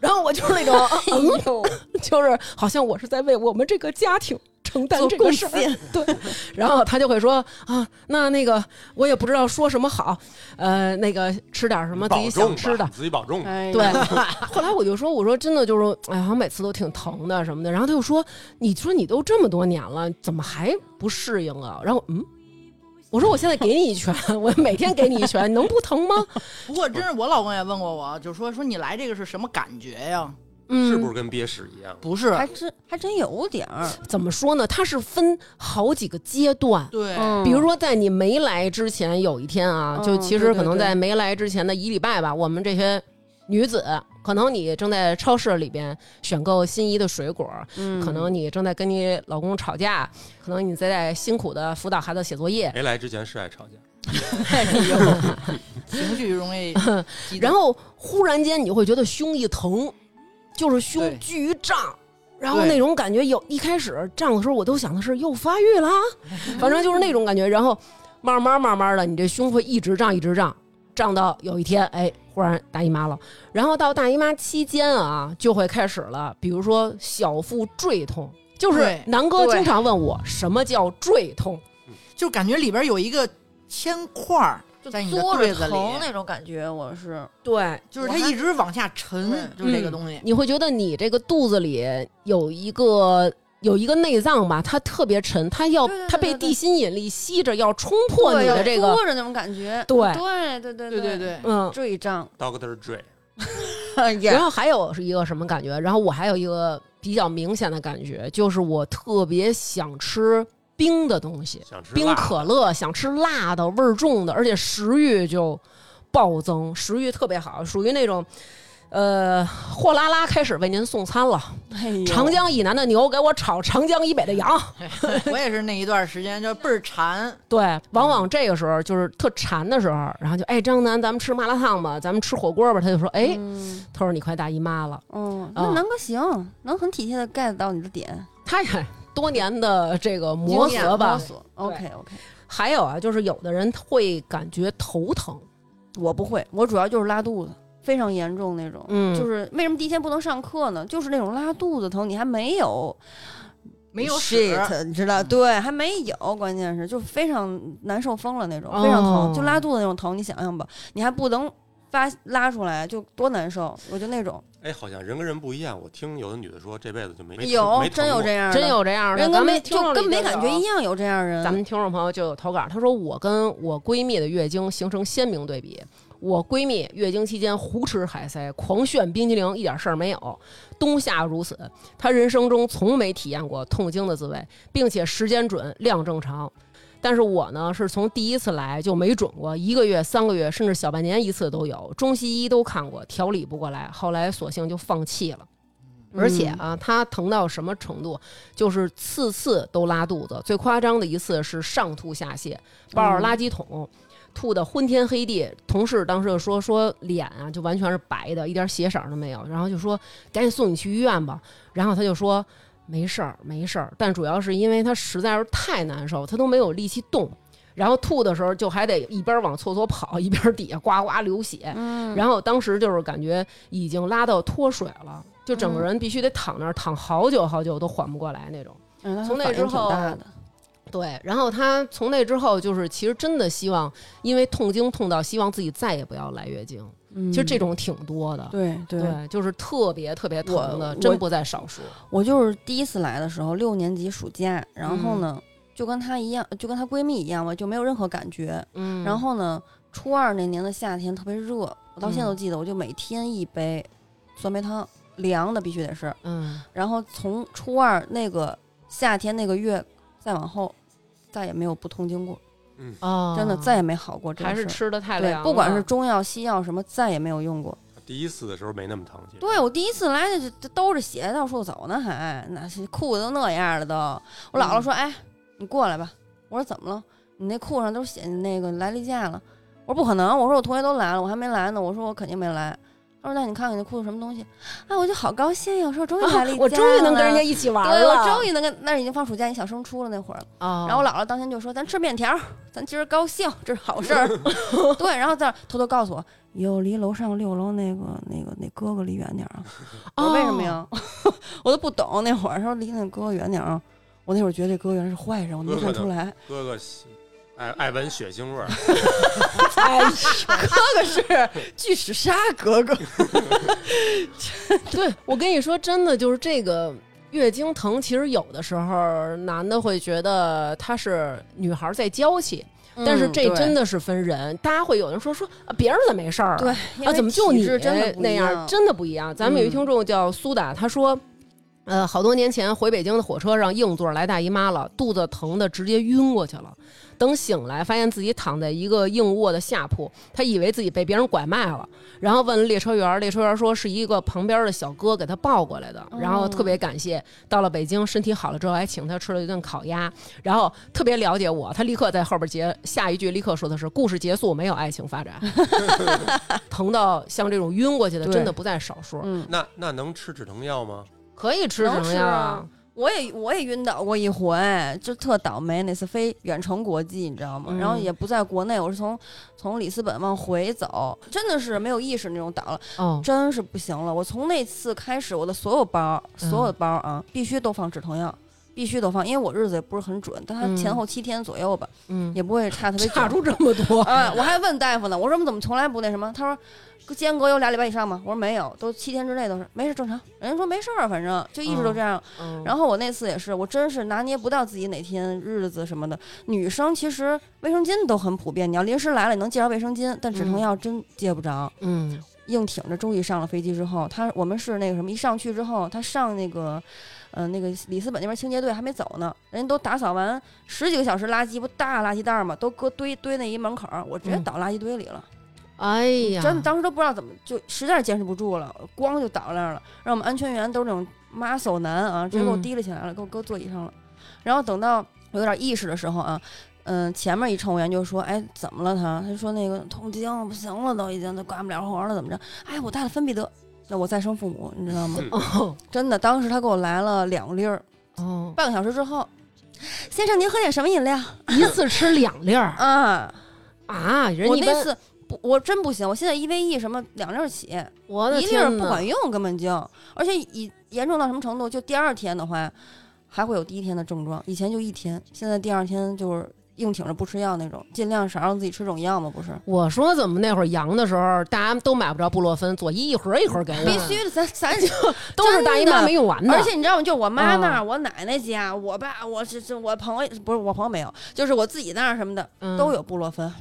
Speaker 1: 然后我就 是那种，嗯
Speaker 3: 哎
Speaker 1: 就是好像我是在为我们这个家庭承担
Speaker 3: 做
Speaker 1: 这个
Speaker 3: 贡
Speaker 1: 事儿，
Speaker 3: 献，
Speaker 1: 对。然后他就会说啊，那那个我也不知道说什么好，呃，那个吃点什么自己
Speaker 2: 保重
Speaker 1: 想
Speaker 2: 吧
Speaker 1: 吃的
Speaker 2: 你，自己保重吧。
Speaker 3: 哎呀
Speaker 1: 对，，后来我就说，我说真的就是，哎，好像每次都挺疼的什么的。然后他就说，你说你都这么多年了，怎么还不适应啊？然后嗯，我说我现在给你一拳， 我每天给你一拳，能不 疼吗？
Speaker 4: 不过真是我老公也问过我，就说说你来这个是什么感觉呀？
Speaker 1: 嗯，
Speaker 2: 是不是跟憋屎一样？
Speaker 4: 不是，
Speaker 3: 还真还真有点儿，
Speaker 1: 怎么说呢？它是分好几个阶段。
Speaker 4: 对，
Speaker 3: 嗯
Speaker 1: 比如说，在你没来之前有一天啊，
Speaker 3: 嗯
Speaker 1: 就其实可能
Speaker 3: 对对对
Speaker 1: 在没来之前的一礼拜吧，我们这些女子，可能你正在超市里边选购心仪的水果，
Speaker 3: 嗯
Speaker 4: 嗯
Speaker 1: 可能你正在跟你老公吵架，可能你在在辛苦的辅导孩子写作业，
Speaker 2: 没来之前是爱吵架，
Speaker 4: 哎呦， 情绪容易激动，
Speaker 1: 然后忽然间你会觉得胸一疼，就是胸
Speaker 4: 对
Speaker 1: 巨胀，然后
Speaker 4: 对
Speaker 1: 那种感觉有一开始胀的时候，我都想的是又发育 了，啊反正就是那种感觉。然后慢慢慢慢的，你这胸会一直胀，一直胀，胀到有一天，哎，忽然大姨妈了。然后到大姨妈期间啊，就会开始了，比如说小腹坠痛，就是
Speaker 4: 对
Speaker 1: 南哥
Speaker 3: 对
Speaker 1: 经常问我什么叫坠痛，
Speaker 4: 就感觉里边有一个铅块儿
Speaker 3: 就
Speaker 4: 在你的
Speaker 3: 嘬
Speaker 4: 坠
Speaker 3: 着
Speaker 4: 子里，
Speaker 3: 疼那种感觉，我是
Speaker 1: 对，
Speaker 4: 就是它一直往下沉，
Speaker 3: 对
Speaker 4: 就是这个东西。
Speaker 1: 你会觉得你这个肚子里有一个有一个内脏吧，它特别沉，它要
Speaker 3: 对对对
Speaker 1: 它被
Speaker 3: 对对
Speaker 1: 地心引力吸着，要冲破你的这个，
Speaker 3: 嘬着那种感觉，
Speaker 1: 对
Speaker 3: 对对对
Speaker 4: 对对
Speaker 3: 对，
Speaker 4: 对，
Speaker 1: 嗯。
Speaker 3: 坠胀
Speaker 2: Doctor Dre，
Speaker 1: 然后还有是一个什么感觉？然后我还有一个比较明显的感觉，就是我特别想吃冰的东西，
Speaker 2: 想吃
Speaker 1: 冰
Speaker 2: 辣
Speaker 1: 可乐，想吃辣的、味儿重的，而且食欲就暴增，食欲特别好，属于那种，呃，货拉拉开始为您送餐了。
Speaker 3: 哎呦
Speaker 1: 长江以南的牛给我炒长江以北的羊，
Speaker 4: 我也是那一段时间就倍儿馋，
Speaker 1: 对，往往这个时候就是特馋的时候，然后就哎张楠，咱们吃麻辣烫吧，咱们吃火锅吧，他就说哎，
Speaker 3: 嗯
Speaker 1: 他说你快大姨妈了，
Speaker 3: 嗯，
Speaker 1: 啊
Speaker 3: 那南哥行，能很体贴的 get 到你的点，
Speaker 1: 他也多年的这个磨
Speaker 3: 经
Speaker 1: 合
Speaker 3: 验
Speaker 1: 吧
Speaker 3: 摸。索，OK OK，
Speaker 1: 还有啊，就是有的人会感觉头疼，
Speaker 3: 我不会，我主要就是拉肚子，非常严重那种，
Speaker 1: 嗯
Speaker 3: 就是为什么第一天不能上课呢？就是那种拉肚子疼，你还没有
Speaker 4: 没有屎，
Speaker 3: shit，你知道？对，还没有，关键是就非常难受疯了那种，非常
Speaker 1: 哦
Speaker 3: 疼，就拉肚子那种疼，你想想吧，你还不能发拉出来，就多难受，我就那种
Speaker 2: 哎，好像人跟人不一样。我听有的女的说，这辈子就没没疼
Speaker 3: 有
Speaker 2: 没疼
Speaker 3: 真有
Speaker 2: 过
Speaker 3: 这样的，
Speaker 1: 真有这样的，
Speaker 3: 人
Speaker 1: 咱
Speaker 3: 跟
Speaker 1: 们
Speaker 3: 没
Speaker 1: 听众
Speaker 3: 就跟
Speaker 1: 里
Speaker 3: 没
Speaker 1: 有
Speaker 3: 感觉一。样，有这样人，
Speaker 1: 咱们听众朋友就有投稿，他说我跟我闺蜜的月经形成鲜明对比。我闺蜜月经期间胡吃海塞，狂炫冰激凌，一点事儿没有。冬夏如此，她人生中从没体验过痛经的滋味，并且时间准，量正常。但是我呢，是从第一次来就没准过，一个月、三个月，甚至小半年一次都有，中西医都看过，调理不过来，后来索性就放弃了。而且
Speaker 3: 嗯
Speaker 1: 啊，她疼到什么程度？就是次次都拉肚子，最夸张的一次是上吐下泻，抱着垃圾桶，吐的昏天黑地。同事当时就说说脸啊，就完全是白的，一点血色儿都没有。然后就说赶紧送你去医院吧。然后他就说没事儿，没事儿。但主要是因为他实在是太难受，他都没有力气动。然后吐的时候就还得一边往厕所跑，一边底下呱呱流血。
Speaker 3: 嗯，
Speaker 1: 然后当时就是感觉已经拉到脱水了，就整个人必须得躺那儿躺好久好久都缓不过来那种。
Speaker 3: 嗯他
Speaker 1: 从那
Speaker 3: 反
Speaker 1: 之
Speaker 3: 应挺
Speaker 1: 后
Speaker 3: 大的
Speaker 1: 对，然后她从那之后就是，其实真的希望，因为痛经痛到希望自己再也不要来月经，
Speaker 3: 嗯
Speaker 1: 其实这种挺多的。
Speaker 3: 对对
Speaker 1: 对，就是特别特别疼的，
Speaker 3: 我
Speaker 1: 真不在少数。
Speaker 3: 我就是第一次来的时候，六年级暑假，然后
Speaker 1: 嗯
Speaker 3: 呢，就跟她一样，就跟她闺蜜一样吧，就没有任何感觉。
Speaker 1: 嗯
Speaker 3: 然后呢，初二那年的夏天特别热，我到现在
Speaker 1: 嗯
Speaker 3: 都记得，我就每天一杯酸梅汤，凉的必须得是。
Speaker 1: 嗯，
Speaker 3: 然后从初二那个夏天那个月再往后，再也没有不痛经过，
Speaker 2: 嗯，
Speaker 1: 哦，
Speaker 3: 真的再也没好过这个
Speaker 1: 还是
Speaker 3: 事儿
Speaker 1: 吃的太
Speaker 3: 对
Speaker 1: 凉，了，
Speaker 3: 不管是中药、西药什么，再也没有用过。
Speaker 2: 第一次的时候没那么疼，其实
Speaker 3: 对我第一次来就就兜着鞋到处走呢，还那是裤子都那样了都。我
Speaker 1: 嗯
Speaker 3: 姥姥说：“哎，你过来吧。”我说：“怎么了？你那裤上都是写那个来例假了。”我说：“不可能！”我说：“我同学都来了，我还没来呢。”我说：“我肯定没来。”他说：“那你看看你裤子什么东西？”哎，我就好高兴呀！我说：“终于来例假、了，
Speaker 1: 啊我终于能跟人家。一起”玩
Speaker 3: 对，
Speaker 1: 了，
Speaker 3: 我终于能跟那已经放暑假，你小升初了那会儿，
Speaker 1: 哦。
Speaker 3: 然后我姥姥当天就说：“咱吃面条儿，咱今儿高兴，这是好事 儿。”对，然后在那儿偷偷告诉我，以后离楼上六楼那个那个那哥哥离远点儿啊。我说为什么呀？ 我都不懂那会儿，说离那哥哥远点儿啊。我那会儿觉得这哥原来是坏人，我没看出来。
Speaker 2: 哥哥爱爱闻血腥味儿，
Speaker 3: 哎，哥哥是巨齿鲨哥哥。
Speaker 1: 对，我跟你说，真的就是这个月经疼，其实有的时候男的会觉得他是女孩在娇气，
Speaker 3: 嗯
Speaker 1: 但是这真的是分人，大家会有人说说、啊、别人怎么没事儿啊
Speaker 3: 对，因
Speaker 1: 啊，
Speaker 3: 为
Speaker 1: 怎么就你
Speaker 3: 哎体质真的不一嗯
Speaker 1: 那样？真的不一样。咱们有一听众叫苏打，他说。呃，好多年前回北京的火车上，硬座来大姨妈了，肚子疼的直接晕过去了。等醒来，发现自己躺在一个硬卧的下铺，她以为自己被别人拐卖了，然后问列车员，列车员说是一个旁边的小哥给她抱过来的，然
Speaker 3: 哦
Speaker 1: 后特别感谢。到了北京，身体好了之后，还请她吃了一顿烤鸭，然后特别了解我，她立刻在后边结下一句，立刻说的是故事结束，没有爱情发 展。疼到像这种晕过去的，
Speaker 3: 对
Speaker 1: 真的不在少数，
Speaker 3: 嗯，
Speaker 2: 那那能吃止疼药吗？
Speaker 1: 可以吃什
Speaker 3: 能
Speaker 1: 么
Speaker 3: 吃
Speaker 1: 呀？
Speaker 3: 啊。我也我也晕倒过一回，就特倒霉。那次飞远程国际，你知道吗？
Speaker 1: 嗯
Speaker 3: 然后也不在国内，我是从从里斯本往回走，真的是没有意识那种倒了，
Speaker 1: 哦，
Speaker 3: 真是不行了。我从那次开始，我的所有包，
Speaker 1: 嗯
Speaker 3: 所有的包啊，必须都放止疼药，必须都放，因为我日子也不是很准，但它
Speaker 1: 嗯
Speaker 3: 前后七天左右吧，
Speaker 1: 嗯，
Speaker 3: 也不会差特别久。
Speaker 1: 差出这么多，
Speaker 3: 啊！我还问大夫呢，我说我们怎么从来不那什么？他说间隔有俩礼拜以上吗？我说没有，都七天之内都是没事正常。人家说没事儿，反正就一直都这样。
Speaker 1: 嗯
Speaker 3: 然后我那次也是，我真是拿捏不到自己哪天日子什么的。女生其实卫生巾都很普遍，你要临时来了，你能借着卫生巾，但止疼
Speaker 1: 嗯
Speaker 3: 药真借不着。
Speaker 1: 嗯
Speaker 3: 硬挺着，终于上了飞机之后，他我们是那个什么，一上去之后，他上那个，呃，那个里斯本那边清洁队还没走呢，人家都打扫完十几个小时垃圾，不大垃圾袋儿嘛，都搁堆堆那一门口儿，我直接
Speaker 1: 嗯
Speaker 3: 倒垃圾堆里了，
Speaker 1: 哎呀，
Speaker 3: 真的当时都不知道怎么，就实在是坚持不住了，咣就倒那儿了，让我们安全员都是那种 muscle 男啊，直接给我
Speaker 1: 嗯
Speaker 3: 提了起来了，给我搁座椅上了，然后等到我有点意识的时候啊。嗯，前面一乘务员就说：“哎，怎么了他？”他说：“那个痛经不行了，都已经都干不了活了，怎么着？”哎，我带了芬必得，那我再生父母，你知道吗？
Speaker 2: 嗯
Speaker 1: 哦
Speaker 3: 真的，当时他给我来了两粒儿，
Speaker 1: 哦，
Speaker 3: 半个小时之后，先生您喝点什么饮料
Speaker 1: 一次吃两粒儿
Speaker 3: 啊？
Speaker 1: 啊！人
Speaker 3: 我
Speaker 1: 一
Speaker 3: 那
Speaker 1: 般
Speaker 3: 次不，我真不行，我现在一 v 一什么两粒儿起，
Speaker 1: 我的
Speaker 3: 一粒儿
Speaker 1: 天
Speaker 3: 不
Speaker 1: 呐，
Speaker 3: 管用，根本就，而且以严重到什么程度？就第二天的话，还会有第一天的症状。以前就一天，现在第二天就是硬挺着不吃药那种，尽量少让自己吃这种药嘛，不是？
Speaker 1: 我说怎么那会儿阳的时候，大家都买不着布洛芬，左一一盒一盒给
Speaker 3: 必
Speaker 1: 我，
Speaker 3: 须的，咱咱就，
Speaker 1: 都是大姨妈没用完的。
Speaker 3: 而且你知道吗？就我妈那
Speaker 1: 嗯
Speaker 3: 儿，我奶奶家，我爸，我这这我朋友不是我朋友没有，就是我自己那儿什么的都
Speaker 1: 有，
Speaker 3: 有布洛芬，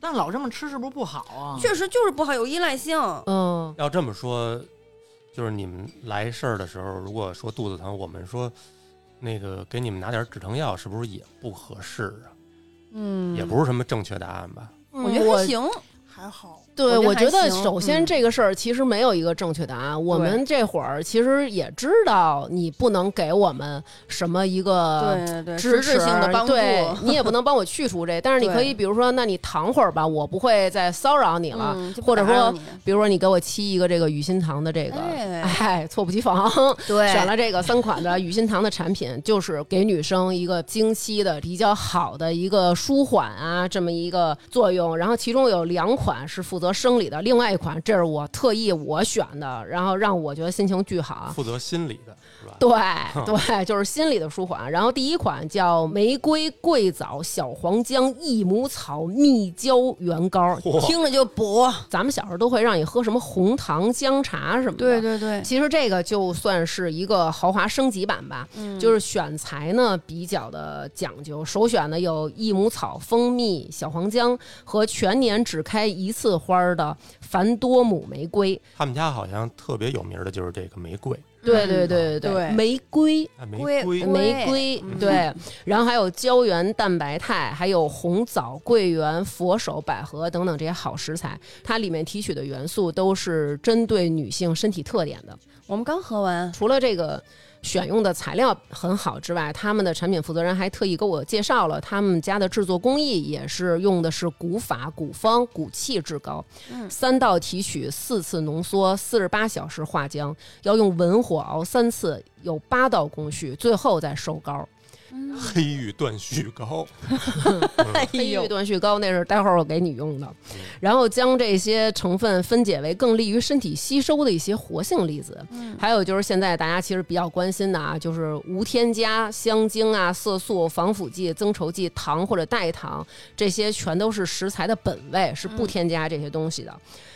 Speaker 4: 但老这么吃是不是不好啊？
Speaker 3: 确实就是不好，有依赖性。
Speaker 1: 嗯，
Speaker 2: 要这么说，就是你们来事儿的时候，如果说肚子疼，我们说那个给你们拿点止疼药，是不是也不合适啊？
Speaker 3: 嗯
Speaker 2: 也不是什么正确答案吧？
Speaker 3: 我觉得还行，
Speaker 5: 还好，
Speaker 1: 对，
Speaker 3: 我
Speaker 1: 我
Speaker 3: 觉
Speaker 1: 觉
Speaker 3: 得还
Speaker 1: 得
Speaker 3: 行
Speaker 1: 首先
Speaker 3: 嗯
Speaker 1: 这个事儿其实没有一个正确答案。我们这会儿其实也知道，你不能给我们什么一个
Speaker 3: 对对，
Speaker 1: 呃
Speaker 3: 实
Speaker 1: 支持
Speaker 3: 质性的帮助。
Speaker 1: 对你也不能帮我去除这，但是你可以
Speaker 3: 对
Speaker 1: 比如说，那你躺会儿吧，我不会再骚扰你了。
Speaker 3: 嗯就不
Speaker 1: 或者
Speaker 3: 打扰
Speaker 1: 说
Speaker 3: 你
Speaker 1: 比如说，你给我沏一个这个雨心堂的这个，
Speaker 3: 哎
Speaker 1: 哎，猝不及防，
Speaker 3: 对
Speaker 1: 选了这个三款的雨心堂的产品，就是给女生一个经期的比较好的一个舒缓啊，这么一个作用。然后其中有两款是负责生理的，另外一款这是我特意我选的，然后让我觉得心情巨
Speaker 3: 啊
Speaker 1: 好。
Speaker 2: 负责心理的是吧？
Speaker 1: 对对，就是心理的舒缓。然后第一款叫玫瑰桂枣小黄姜益母草蜜胶原膏，
Speaker 2: 嚯
Speaker 3: 听着就补。
Speaker 1: 咱们小时候都会让你喝什么红糖姜茶什么的。
Speaker 3: 对对，
Speaker 1: 其实这个就算是一个豪华升级版吧，
Speaker 3: 嗯
Speaker 1: 就是选材呢比较的讲究，首选呢有益母草、蜂蜜、小黄姜和全年只开一次花儿的凡多姆玫瑰。
Speaker 2: 他们家好像特别有名的就是这个玫瑰，
Speaker 1: 对对对对
Speaker 3: 对
Speaker 1: 玫瑰。
Speaker 2: 啊玫
Speaker 3: 龟
Speaker 2: 瑰
Speaker 3: 嗯
Speaker 1: 玫瑰
Speaker 3: 嗯
Speaker 1: 对，然后还有胶原蛋白肽，还有红枣、桂圆、佛手、百合等等这些好食材，它里面提取的元素都是针对女性身体特点的。
Speaker 3: 我们刚喝完，
Speaker 1: 除了这个选用的材料很好之外，他们的产品负责人还特意给我介绍了他们家的制作工艺，也是用的是古法、古方、古器制膏，
Speaker 3: 嗯
Speaker 1: 三道提取，四次浓缩，四十八小时化浆，要用文火熬三次，有八道工序，最后再收膏。
Speaker 2: 黑玉断续膏，
Speaker 3: 嗯
Speaker 4: 哎
Speaker 1: 黑玉断续膏那是待会儿我给你用的
Speaker 2: 嗯，
Speaker 1: 然后将这些成分分解为更利于身体吸收的一些活性粒子。还有就是现在大家其实比较关心的啊，就是无添加香精啊、色素、防腐剂、增稠剂、糖或者代糖，这些全都是食材的本味，是
Speaker 3: 嗯
Speaker 1: 不添加这些东西的。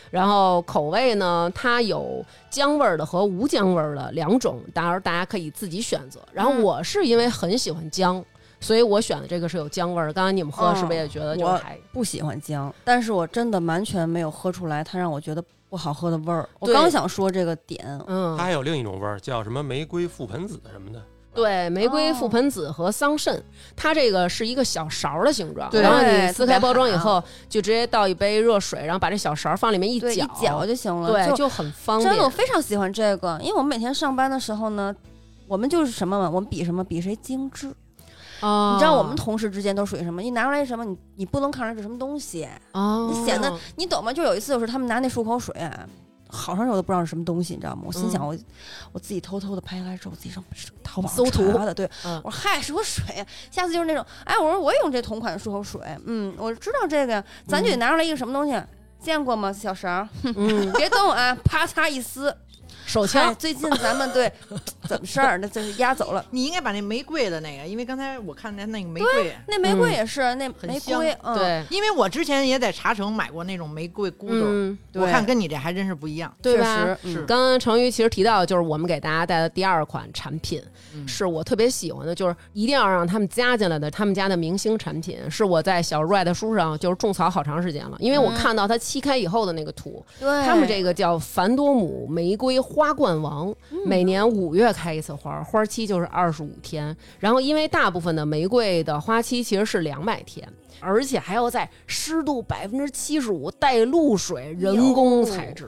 Speaker 1: 然后口味呢，它有姜味儿的和无姜味儿的两种，当然大家可以自己选择。然后
Speaker 3: 嗯
Speaker 1: 我是因为很喜欢姜，所以我选的这个是有姜味儿的。刚才你们喝
Speaker 3: 哦
Speaker 1: 是不是也觉得就
Speaker 3: 我
Speaker 1: 还
Speaker 3: 不喜欢姜，但是我真的完全没有喝出来，它让我觉得不好喝的味儿。我
Speaker 1: 对
Speaker 3: 刚想说这个点，
Speaker 1: 嗯
Speaker 2: 它，还有另一种味儿，叫什么玫瑰覆盆子什么的。
Speaker 1: 对，玫瑰、
Speaker 3: 哦
Speaker 1: 覆盆子和桑葚，它这个是一个小勺的形状，
Speaker 4: 对
Speaker 1: 然后你
Speaker 3: 对
Speaker 1: 撕
Speaker 3: 特别
Speaker 1: 开包装以
Speaker 3: 好
Speaker 1: 后，就直接倒一杯热水，然后把这小勺放里面一
Speaker 3: 对，一
Speaker 1: 搅，
Speaker 3: 搅就行了。
Speaker 1: 对，
Speaker 3: 就
Speaker 1: 就很方
Speaker 3: 真的，我
Speaker 1: 便。
Speaker 3: 非常喜欢这个，因为我们每天上班的时候呢，我们就是什么嘛，我们比什么？比谁精致。
Speaker 1: 啊
Speaker 3: 你知道我们同事之间都属于什么？你拿出来什么，你你不能看出来是什么东西，
Speaker 1: 哦
Speaker 3: 你显得你懂吗？就有一次，就是他们拿那漱口水啊。好长时间我都不知道是什么东西，你知道吗？我心想
Speaker 1: 嗯
Speaker 3: 我，我自己偷偷的拍下来之后，我自己上淘宝上
Speaker 1: 搜图
Speaker 3: 查的，对，
Speaker 1: 嗯
Speaker 3: 我说嗨，漱口水，下次就是那种，哎，我说我也用这同款漱口水，嗯，我知道这个呀，咱就得拿出来一个什么东西，见过吗？小勺，
Speaker 1: 嗯，
Speaker 3: 别动啊，啪嚓一撕，
Speaker 1: 手
Speaker 3: 哎，
Speaker 1: 枪
Speaker 3: 最近咱们对 怎么事儿？那就是压 走
Speaker 1: 嗯
Speaker 3: 了。
Speaker 4: 你应该把那玫瑰的那个，因为刚才我看见那个玫瑰，
Speaker 3: 那玫瑰
Speaker 1: 嗯
Speaker 3: 也是，那
Speaker 4: 很
Speaker 3: 玫
Speaker 4: 香
Speaker 3: 瑰，嗯，
Speaker 1: 对，
Speaker 4: 因为我之前也在茶城买过那种玫瑰骨朵，
Speaker 1: 嗯，
Speaker 4: 我
Speaker 3: 对
Speaker 4: 看跟你这还真是不一样。
Speaker 1: 对
Speaker 3: 确
Speaker 1: 吧？
Speaker 3: 实，
Speaker 4: 是
Speaker 3: 嗯
Speaker 1: 刚刚成瑜其实提到，就是我们给大家带的第二款产品，
Speaker 4: 嗯
Speaker 1: 是我特别喜欢的，就是一定要让他们加进来的，他们家的明星产品，是我在小 Red 的书上就是种草好长时间了，因为我
Speaker 3: 嗯
Speaker 1: 看到它漆开以后的那个图，
Speaker 3: 对
Speaker 1: 他们这个叫凡多姆玫瑰花冠王，
Speaker 4: 嗯
Speaker 1: 每年五月开一次花儿，花期就是二十五天。然后，因为大部分的玫瑰的花期其实是两百天，而且还要在湿度百分之七十五、带露水、人工采植，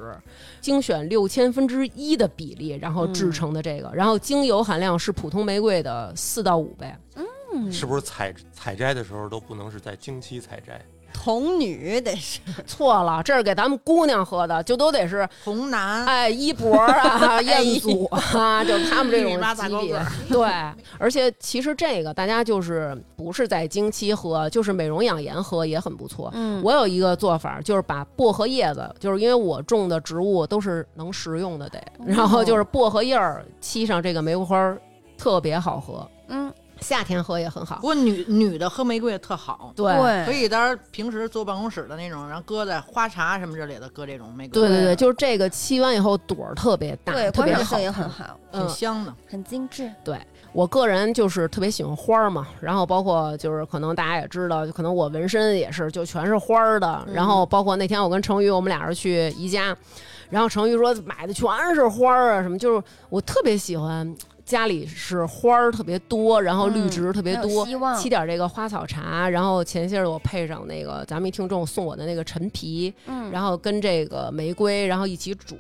Speaker 1: 精选六千分之一的比例，然后制成的这
Speaker 4: 嗯
Speaker 1: 个，然后精油含量是普通玫瑰的四到五 倍。
Speaker 3: 嗯
Speaker 2: 是不是采采摘的时候都不能是在经期采摘？
Speaker 3: 童女得是，
Speaker 1: 错了，这是给咱们姑娘喝的，就都得是
Speaker 4: 红南，
Speaker 1: 哎，一博儿 啊，彦祖啊，就他们这
Speaker 4: 哎一米八
Speaker 1: 种
Speaker 4: 大
Speaker 1: 级
Speaker 4: 高个
Speaker 1: 别
Speaker 4: 儿。
Speaker 1: 对，而且其实这个大家就是不是在经期喝，就是美容养颜喝也很不错。
Speaker 3: 嗯
Speaker 1: 我有一个做法，就是把薄荷叶子，就是因为我种的植物都是能食用的得，
Speaker 3: 哦
Speaker 1: 然后就是薄荷叶儿沏上这个玫瑰花儿，特别好喝，
Speaker 3: 嗯，
Speaker 1: 夏天喝也很
Speaker 4: 不
Speaker 1: 好。
Speaker 4: 过女女的喝玫瑰特好，
Speaker 1: 对
Speaker 4: 可
Speaker 3: 对，
Speaker 4: 以当然平时坐办公室的那种，然后搁在花茶什么之类的，搁这种玫瑰，
Speaker 1: 对对对，就是这个沏完以后朵儿特别大，
Speaker 3: 对，
Speaker 1: 特
Speaker 3: 观
Speaker 1: 别
Speaker 3: 赏
Speaker 1: 好
Speaker 3: 性也
Speaker 1: 看
Speaker 3: 很好，
Speaker 1: 嗯
Speaker 4: 挺，香的。
Speaker 3: 很精致。
Speaker 1: 我个人就是特别喜欢花儿嘛，然后包括就是可能大家也知道，就可能我纹身也是就全是花儿的，
Speaker 3: 嗯
Speaker 1: 然后包括那天我跟成宇我们俩人去宜家，然后成宇说买的全是花儿啊什么，就是我特别喜欢家里是花儿特别多，然后绿植特别
Speaker 3: 嗯还有
Speaker 1: 多，
Speaker 3: 希望
Speaker 1: 沏点这个花草茶，然后前些日我配上那个咱们一听众送我的那个陈皮，
Speaker 3: 嗯，
Speaker 1: 然后跟这个玫瑰，然后一起煮，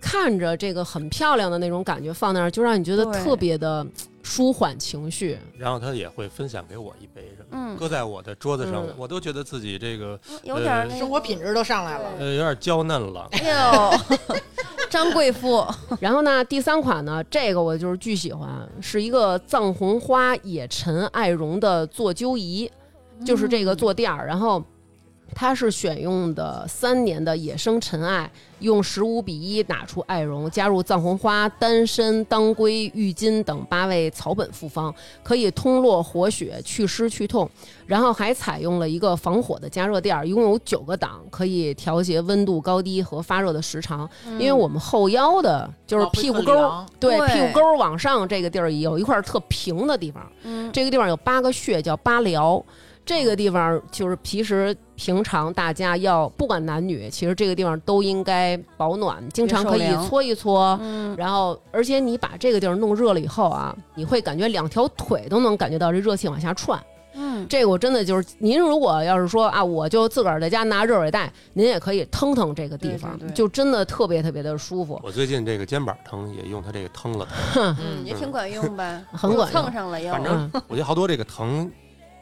Speaker 1: 看着这个很漂亮的那种感觉放那儿，就让你觉得
Speaker 3: 对
Speaker 1: 特别的舒缓情绪。
Speaker 2: 然后他也会分享给我一杯什么，
Speaker 3: 嗯
Speaker 2: 搁在我的桌子上
Speaker 1: 嗯，
Speaker 2: 我都觉得自己这个
Speaker 3: 有点儿
Speaker 2: 呃
Speaker 3: 那个
Speaker 4: 生活品。质都上来了，
Speaker 2: 呃有点娇嫩了。
Speaker 3: 哎呦， 张贵 妇，
Speaker 1: 然后呢，第三款呢，这个我就是巨喜欢，是一个藏红花野陈艾绒的做灸仪，就是这个坐垫儿，然后。它是选用的三年的野生陈艾，用十五比一打出艾绒，加入藏红花、丹参、当归、郁金等八味草本复方，可以通络活血、祛湿去痛。然后还采用了一个防火的加热垫儿，一共有九个档，可以调节温度高低和发热的时长。因为我们后腰的就是
Speaker 4: 老会
Speaker 1: 屁股
Speaker 4: 特
Speaker 1: 沟儿
Speaker 4: 凉，
Speaker 1: 对
Speaker 3: 对
Speaker 1: 屁股沟儿往上这个地儿有一块儿特平的地方，
Speaker 3: 嗯，哦
Speaker 1: 这个地方有八个穴叫八髎，这个地方就是平时平常大家要不管男女，其实这个地方都应该保暖，经常可以
Speaker 3: 别受凉
Speaker 1: 搓一搓。
Speaker 3: 嗯
Speaker 1: 然后，而且你把这个地儿弄热了以后啊，你会感觉两条腿都能感觉到这热气往下窜。
Speaker 3: 嗯，
Speaker 1: 这个我真的就是，您如果要是说啊，我就自个儿在家拿热水袋，您也可以腾腾这个地方，
Speaker 3: 对对对
Speaker 1: 就真的特别特别的舒服，，
Speaker 2: 我最近这个肩膀疼，也用它这个 疼了疼。
Speaker 3: 嗯，也挺管用吧
Speaker 1: 很管用
Speaker 3: 蹭上了又，
Speaker 2: 反正
Speaker 1: 嗯，
Speaker 2: 我觉得好多这个疼，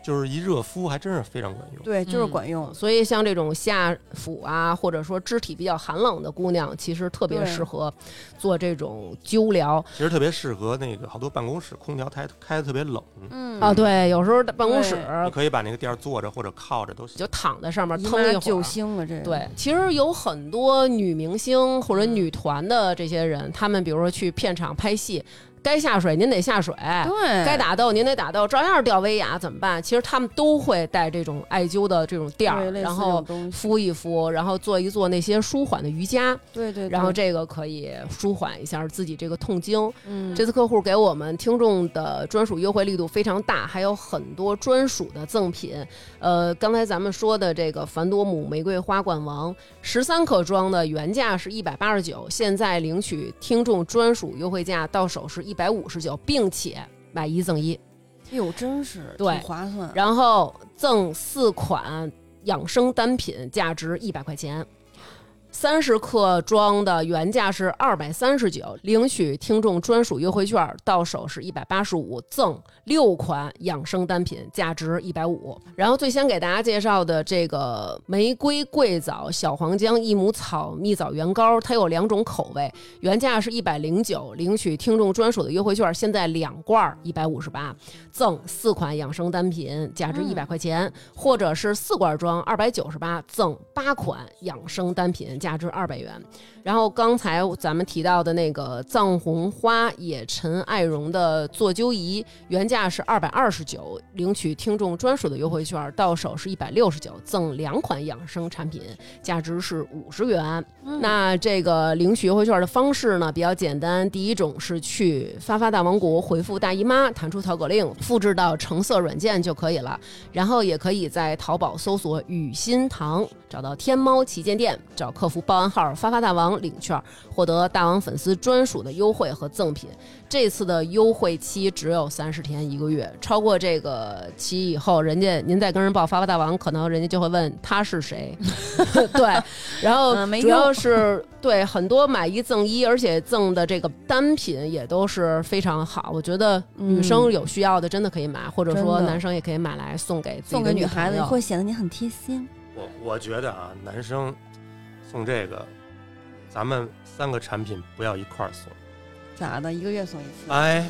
Speaker 2: 就是一热敷，还真是非常管用。
Speaker 3: 对，就是
Speaker 4: 嗯
Speaker 3: 管用，
Speaker 1: 所以像这种下腹啊，或者说肢体比较寒冷的姑娘，其实特别
Speaker 3: 对
Speaker 1: 适合做这种灸疗
Speaker 2: 其实特别适合那个好多办公室空调开开的特别冷，
Speaker 3: 嗯
Speaker 1: 啊。，对，有时候办公室
Speaker 2: 你可以把那个垫儿坐着或者靠着都
Speaker 1: 就
Speaker 2: 行。
Speaker 1: 躺在上面
Speaker 3: 姨
Speaker 1: 腾一
Speaker 3: 妈
Speaker 1: 会
Speaker 3: 救
Speaker 1: 儿。
Speaker 3: 星了，这个
Speaker 1: 对，其实有很多女明星或者女团的这些人，他们比如说去片场拍戏，该下水您得下水，
Speaker 3: 对，
Speaker 1: 该打斗您得打斗，照样吊威亚怎么办？其实他们都会带这种艾灸的这种垫儿，
Speaker 3: 对类似
Speaker 1: 然
Speaker 3: 这
Speaker 1: 后
Speaker 3: 种东西
Speaker 1: 敷一敷，然后做一做那些舒缓的瑜伽，
Speaker 3: 对对，
Speaker 1: 然后
Speaker 3: 对
Speaker 1: 这个可以舒缓一下自己这个痛经。
Speaker 3: 嗯
Speaker 1: 这次客户给我们听众的专属优惠力度非常大，还有很多专属的赠品。呃，刚才咱们说的这个凡多姆玫瑰花冠王十三克装的原价是一百八十九，现在领取听众专属优惠价到手是一百五十九，并且买一赠一，
Speaker 3: 哟，哎真是
Speaker 1: 对
Speaker 3: 挺划算，
Speaker 1: 然后赠四款养生单品，价值一百块钱。三十克装的原价是二百三十九，领取听众专属优惠券，到手是一百八十五，赠六款养生单品，价值一百五。然后最先给大家介绍的这个玫瑰桂枣小黄姜益母草蜜枣原膏，它有两种口味，原价是一百零九，领取听众专属的优惠券，现在两罐一百五十八，赠四款养生单品，价值一百块钱。或者是四罐装二百九十八赠八款养生单品，价值二百元。然后刚才咱们提到的那个藏红花野陈艾绒的坐灸仪，原价是二百二十九，领取听众专属的优惠券，到手是一百六十九，赠两款养生产品，价值是五十元。
Speaker 3: 嗯
Speaker 1: 那这个领取优惠券的方式呢比较简单，第一种是去发发大王国回复“大姨妈”，弹出淘口令，复制到橙色软件就可以了。然后也可以在淘宝搜索“雨心堂”，找到天猫旗舰店，找客服报暗号“发发大王”领券，获得大王粉丝专属的优惠和赠品。这次的优惠期只有三十天一个月，超过这个期以后，人家您再跟人报发发大王，可能人家就会问他是谁。 对，然后
Speaker 3: 嗯没
Speaker 1: 主要
Speaker 3: 用
Speaker 1: 是对很多买一赠一，而且赠的这个单品也都是非常好。我觉得女生有需要的真的可以买，或者说
Speaker 3: 嗯真的
Speaker 1: 男生也可以买来送给自己
Speaker 3: 送
Speaker 1: 的
Speaker 3: 给女
Speaker 1: 女
Speaker 3: 孩子
Speaker 1: 朋友
Speaker 3: 会显得你很贴心，
Speaker 2: 我我觉得啊，男生送这个，咱们三个产品不要一块儿送。
Speaker 3: 咋的？一个月送一 次，
Speaker 2: 哎，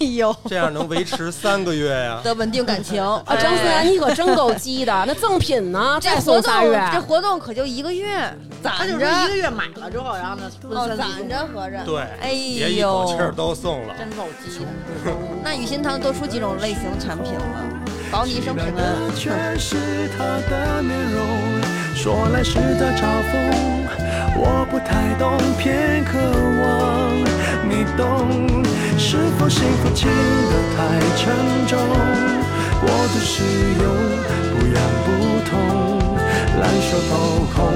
Speaker 3: 哎呦，
Speaker 2: 这样能维持三个月 呀、
Speaker 3: 的稳定感 情
Speaker 1: 啊，张思
Speaker 3: 哎
Speaker 1: 楠，你可真够鸡的！那赠品呢？
Speaker 3: 这
Speaker 1: 再
Speaker 3: 活
Speaker 1: 送
Speaker 3: 动
Speaker 1: 仨月，
Speaker 3: 这活动可就一个月，
Speaker 4: 他
Speaker 3: 攒
Speaker 4: 就是一
Speaker 3: 着
Speaker 4: 个月买了之后，然后呢，分
Speaker 3: 哦，
Speaker 4: 三次
Speaker 3: 攒着合着，
Speaker 2: 对，
Speaker 3: 哎
Speaker 2: 别一口气儿
Speaker 3: 呦，
Speaker 2: 都送了。
Speaker 4: 真够鸡的。
Speaker 3: 那雨欣堂多出几种类型产品了，保你一生平安。
Speaker 6: 却是他的面容，说来是他嘲讽，我不太懂，偏渴望你懂。是否幸福轻得太沉重？过度使用，不痒不痛，烂熟透空，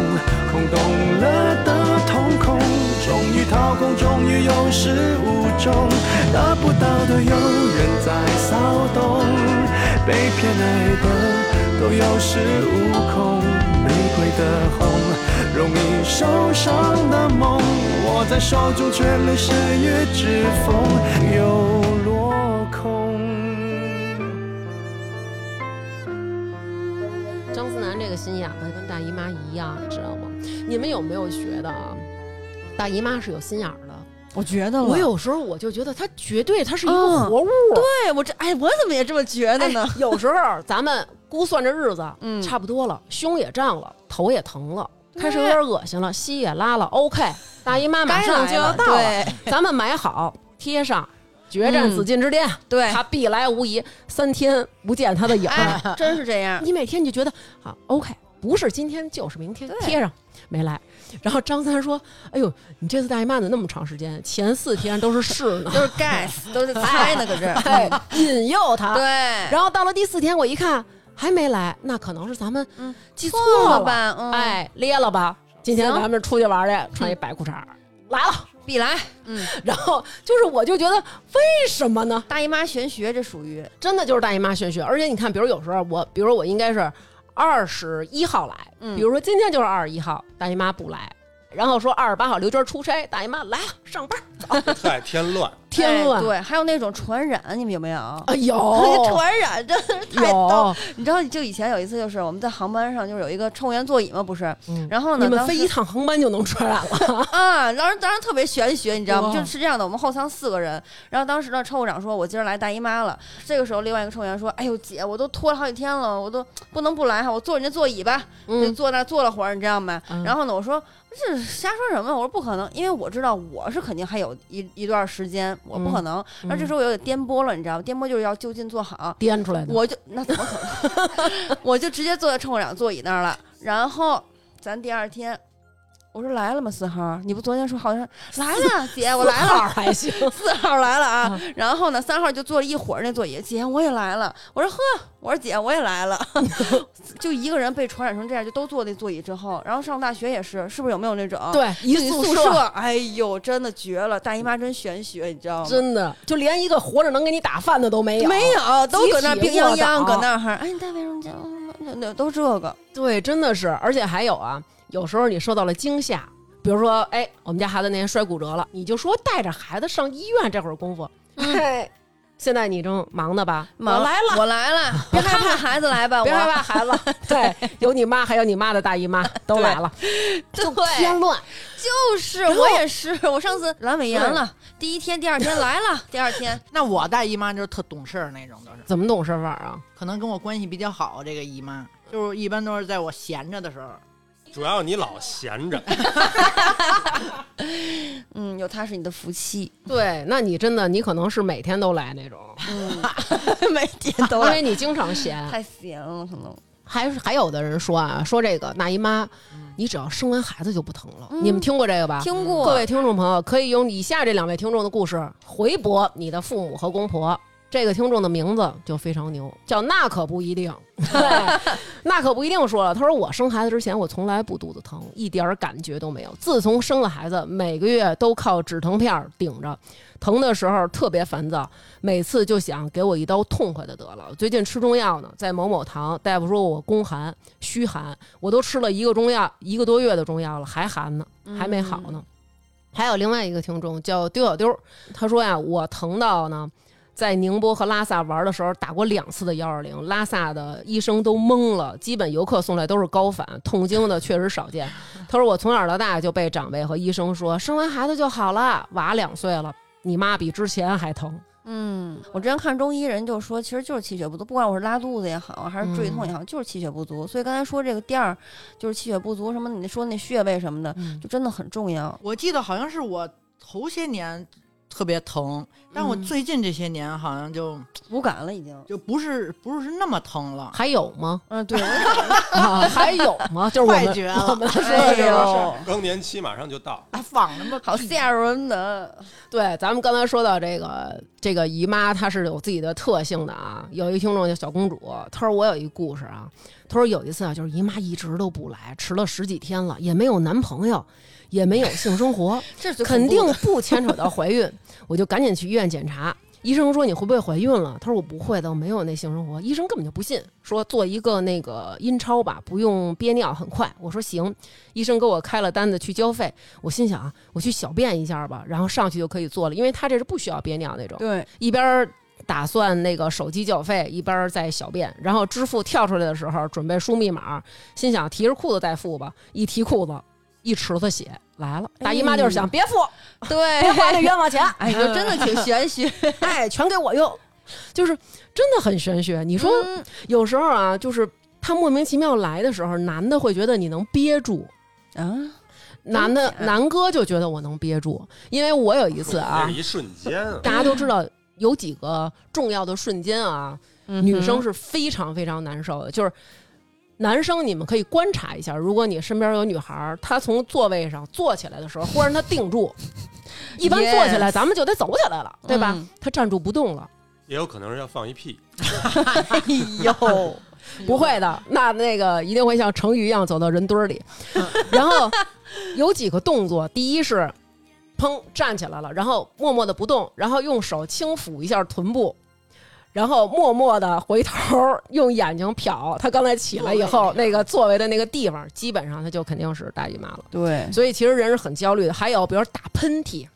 Speaker 6: 空洞了的瞳孔，终于掏空，终于有始无终，得不到的永远在骚动，被偏爱的都有恃无恐。玫瑰的红，容易受伤的梦，握在手中却流失于指缝，又落空。
Speaker 1: 张思楠这个心眼子跟大姨妈一样，你知道吗？你们有没有觉得啊？大姨妈是有心眼儿的。
Speaker 3: 我觉得
Speaker 1: 我有时候我就觉得她绝对她是一个
Speaker 3: 嗯
Speaker 1: 活物。啊哎
Speaker 3: 对我这哎，我怎么也这么觉得呢？
Speaker 1: 有时候咱们估算着日子，啊
Speaker 3: 嗯
Speaker 1: 差不多了，胸也胀了，头也疼了，开始有点恶心了，稀也拉了。OK，大姨妈马
Speaker 3: 该
Speaker 1: 上
Speaker 3: 来
Speaker 1: 就要
Speaker 3: 了，
Speaker 1: 到了，
Speaker 3: 对 嗯
Speaker 1: 咱们买好贴上，决战紫禁之巅。
Speaker 3: 对，
Speaker 1: 他必来无疑，三天不见他的影儿。
Speaker 3: 哎，真是这样。
Speaker 1: 你每天你就觉得啊，OK，不是今天就是明天，
Speaker 3: 对
Speaker 1: 贴上没来。然后张三说：“哎呦，你这次大姨妈怎么那么长时间？前四天都是试呢
Speaker 3: 都， 是 guess，都是猜呢，可是。嗯
Speaker 1: 哎，引诱他。
Speaker 3: 对，
Speaker 1: 然后到了第四天，我一看还没来，那可能是咱们
Speaker 3: 嗯
Speaker 1: 记错
Speaker 3: 错
Speaker 1: 了
Speaker 3: 了？吧？嗯，，
Speaker 1: 哎，咧了吧？今天
Speaker 3: 行嗯
Speaker 1: 咱们出去玩去，穿一白裤衩儿来了。
Speaker 3: 必来。嗯，
Speaker 1: 然后就是，我就觉得为什么呢？
Speaker 3: 大姨妈玄学这属于
Speaker 1: 真的就是大姨妈玄学。而且你看，比如有时候我，比如我应该是二十一号来，
Speaker 3: 嗯
Speaker 1: 比如说今天就是二十一号，大姨妈不来，然后说二十八号刘娟出差，大姨妈来了上班，
Speaker 2: 太添乱，
Speaker 1: 天
Speaker 3: 哎
Speaker 1: 乱、
Speaker 3: 对，还有那种传染，你们有没有？
Speaker 1: 啊 有
Speaker 3: 传染真的是太逗
Speaker 1: 有，，
Speaker 3: 你知道，就以前有一次，就是我们在航班上，就是有一个乘务员座椅嘛，不是？
Speaker 1: 嗯
Speaker 3: 然后呢，
Speaker 1: 你们
Speaker 3: 当
Speaker 1: 飞
Speaker 3: 时
Speaker 1: 一趟航班就能传染 了，
Speaker 3: 啊，当时当时特别玄学，你知道吗？
Speaker 1: 哇
Speaker 3: 就是这样的，我们后舱四个人，然后当时呢，乘务长说：“我今儿来大姨妈了。”这个时候，另外一个乘务员说：“哎呦姐，我都拖了好几天了，我都不能不来哈，我坐人家座椅吧。”就
Speaker 1: 嗯，
Speaker 3: 坐那儿坐了会儿，你知道吗？
Speaker 1: 嗯
Speaker 3: 然后呢，我说这瞎说什么？我说不可能，因为我知道我是肯定还有一一段时间我
Speaker 1: 嗯
Speaker 3: 不可能。然后这时候我有点颠簸了，你知道吗？颠簸就是要就近坐好，
Speaker 1: 颠出来的。
Speaker 3: 我就那怎么可能？ 我就直接坐在乘务长座椅那儿了。然后咱第二天，我说来了吗？四号，你不昨天说好像来了，姐，我来 了。
Speaker 1: 了，还 行。
Speaker 3: 四号来了啊
Speaker 1: 啊，
Speaker 3: 然后呢，三号就坐了一会儿那座椅，姐我也来了，我说呵，我说姐我也来了， 就一个人被传染成这样，就都坐那座椅之后，然后上大学也是，是不是有没有那种？，
Speaker 1: 对，一
Speaker 3: 宿
Speaker 1: 宿
Speaker 3: 舍
Speaker 1: 舍，
Speaker 3: 哎呦，真的绝了，大姨妈真玄学，你知道吗？
Speaker 1: 真的就连一个活着能给你打饭的都没有。
Speaker 3: 没有，都搁那儿
Speaker 1: 集
Speaker 3: 病
Speaker 1: 体
Speaker 3: 殃
Speaker 1: 卧啊
Speaker 3: 殃，
Speaker 1: 倒
Speaker 3: 搁那儿哈，哎，你带卫生巾，那那都这个，
Speaker 1: 对，真的是，而且还有啊，有时候你受到了惊吓，比如说，哎，我们家孩子那天摔骨折了，你就说带着孩子上医院这会儿功夫，哎，现在你正忙呢吧？
Speaker 3: 嗯忙
Speaker 1: 我来了，
Speaker 3: 我来 了，别害怕，孩子来吧，
Speaker 1: 别
Speaker 3: 我
Speaker 1: 害怕，孩子， 对，有你妈，还有你妈的大姨妈都来了，
Speaker 3: 对
Speaker 1: 添，乱，
Speaker 3: 就是我也是，我上次阑尾炎了，第一天、第二天来了，第二天
Speaker 4: 那我大姨妈就是特懂事儿那种，都是
Speaker 1: 怎么懂事法啊？
Speaker 4: 可能跟我关系比较好。这个姨妈就是一般都是在我闲着的时候，
Speaker 2: 主要你老闲着，
Speaker 3: 嗯，有他是你的福 气，
Speaker 1: 对，那你真的，你可能是每天都来那种，
Speaker 3: 嗯，每天都
Speaker 1: 因
Speaker 3: 来
Speaker 1: 为你经常闲。
Speaker 3: 太闲了，可能
Speaker 1: 还还有的人说啊，说这个大姨妈，你只要生完孩子就不疼了，
Speaker 3: 嗯
Speaker 1: 你们听过这个吧？
Speaker 3: 听过
Speaker 1: 啊各位听众朋友，可以用以下这两位听众的故事回驳你的父母和公婆。这个听众的名字就非常牛，叫那可不一定。对，那可不一定说了，他说我生孩子之前我从来不肚子疼，一点儿感觉都没有。自从生了孩子，每个月都靠止疼片儿顶着，疼的时候特别烦躁，每次就想给我一刀痛快的得了。最近吃中药呢，在某某堂，大夫说我宫寒、虚寒，我都吃了一个中药一个多月的中药了，还寒呢，
Speaker 3: 嗯
Speaker 1: 还没好呢。还有另外一个听众叫丢小丢儿，他说呀，我疼到呢，在宁波和拉萨玩的时候打过两次的幺二零，拉萨的医生都懵了，基本游客送来都是高反，痛经的确实少见。他说我从小到大就被长辈和医生说，生完孩子就好了，娃两岁了，你妈比之前还疼。
Speaker 3: 嗯，我之前看中医人就说，其实就是气血不足，不管我是拉肚子也好，
Speaker 1: 嗯
Speaker 3: 还是坠痛也好，就是气血不足。所以刚才说这个垫儿就是气血不足，什么你说那穴位什么的，
Speaker 1: 嗯
Speaker 3: 就真的很重要。
Speaker 4: 我记得好像是我头些年特别疼，但我
Speaker 1: 嗯
Speaker 4: 最近这些年好像就
Speaker 3: 无感了已经。
Speaker 4: 就不是不是那么疼了。
Speaker 1: 还有吗？
Speaker 3: 嗯，对，
Speaker 1: 啊、还有吗？就是我
Speaker 4: 快
Speaker 1: 们
Speaker 4: 绝了
Speaker 1: 我们说
Speaker 3: 哎
Speaker 1: 的这个事儿。嗯
Speaker 3: 呦，
Speaker 2: 更年期马上就到。
Speaker 4: 还仿那 么
Speaker 3: 好吓人的。
Speaker 1: 对，咱们刚才说到这个这个姨妈，她是有自己的特性的啊。有一听众叫小公主，她说我有一故事啊，她说有一次啊，就是姨妈一直都不来，迟了十几天了，也没有男朋友，也没有性生活，
Speaker 3: 这是最
Speaker 1: 肯
Speaker 3: 恐怖
Speaker 1: 定
Speaker 3: 的
Speaker 1: 不牵扯到怀孕，我就赶紧去医院检查。医生说你会不会怀孕了？她说我不会的，我没有那性生活。医生根本就不信，说做一个那个阴超吧，不用憋尿，很快。我说行，医生给我开了单子去交费。我心想啊，我去小便一下吧，然后上去就可以做了，因为他这是不需要憋尿那 种。
Speaker 3: 对，
Speaker 1: 一边儿打算那个手机缴费，一边儿在小便，然后支付跳出来的时候，准备输密码，心想提着裤子再付吧，一提裤子，一池子血来了。哎大姨妈就是想、别付，
Speaker 3: 对，
Speaker 1: 别花那冤枉钱，
Speaker 3: 哎，就真的 挺玄学。
Speaker 1: 哎，全给我用，就是真的很玄学。你
Speaker 3: 你
Speaker 1: 说、有时候啊，就是他莫名其妙来的时候，男的会觉得你能憋住。
Speaker 3: 啊，
Speaker 1: 男的
Speaker 3: 真假
Speaker 1: 南哥就觉得我能憋住，因为我有一次啊，
Speaker 2: 那是一瞬间啊，
Speaker 1: 大家都知道有几个重要的瞬间啊，
Speaker 3: 嗯
Speaker 1: 女生是非常非常难受的，就是。男生，你们可以观察一下，如果你身边有女孩儿，她从座位上坐起来的时候，忽然她定住，一般坐起来
Speaker 3: Yes
Speaker 1: 咱们就得走起来了，对吧？
Speaker 3: 嗯
Speaker 1: 她站住不动了，
Speaker 2: 也有可能是要放一屁。
Speaker 4: 哎呦，
Speaker 1: 嗯不会的，那那个一定会像成鱼一样走到人堆儿里。
Speaker 3: 嗯
Speaker 1: 然后有几个动作，第一是砰站起来了，然后默默的不动，然后用手轻抚一下臀部。然后默默的回头，用眼睛瞟他刚才起来以
Speaker 3: 嗯
Speaker 1: 后那个座位的那个地方，基本上他就肯定是大姨妈了。
Speaker 3: 对，
Speaker 1: 所以其实人是很焦虑的。还有比如打喷嚏、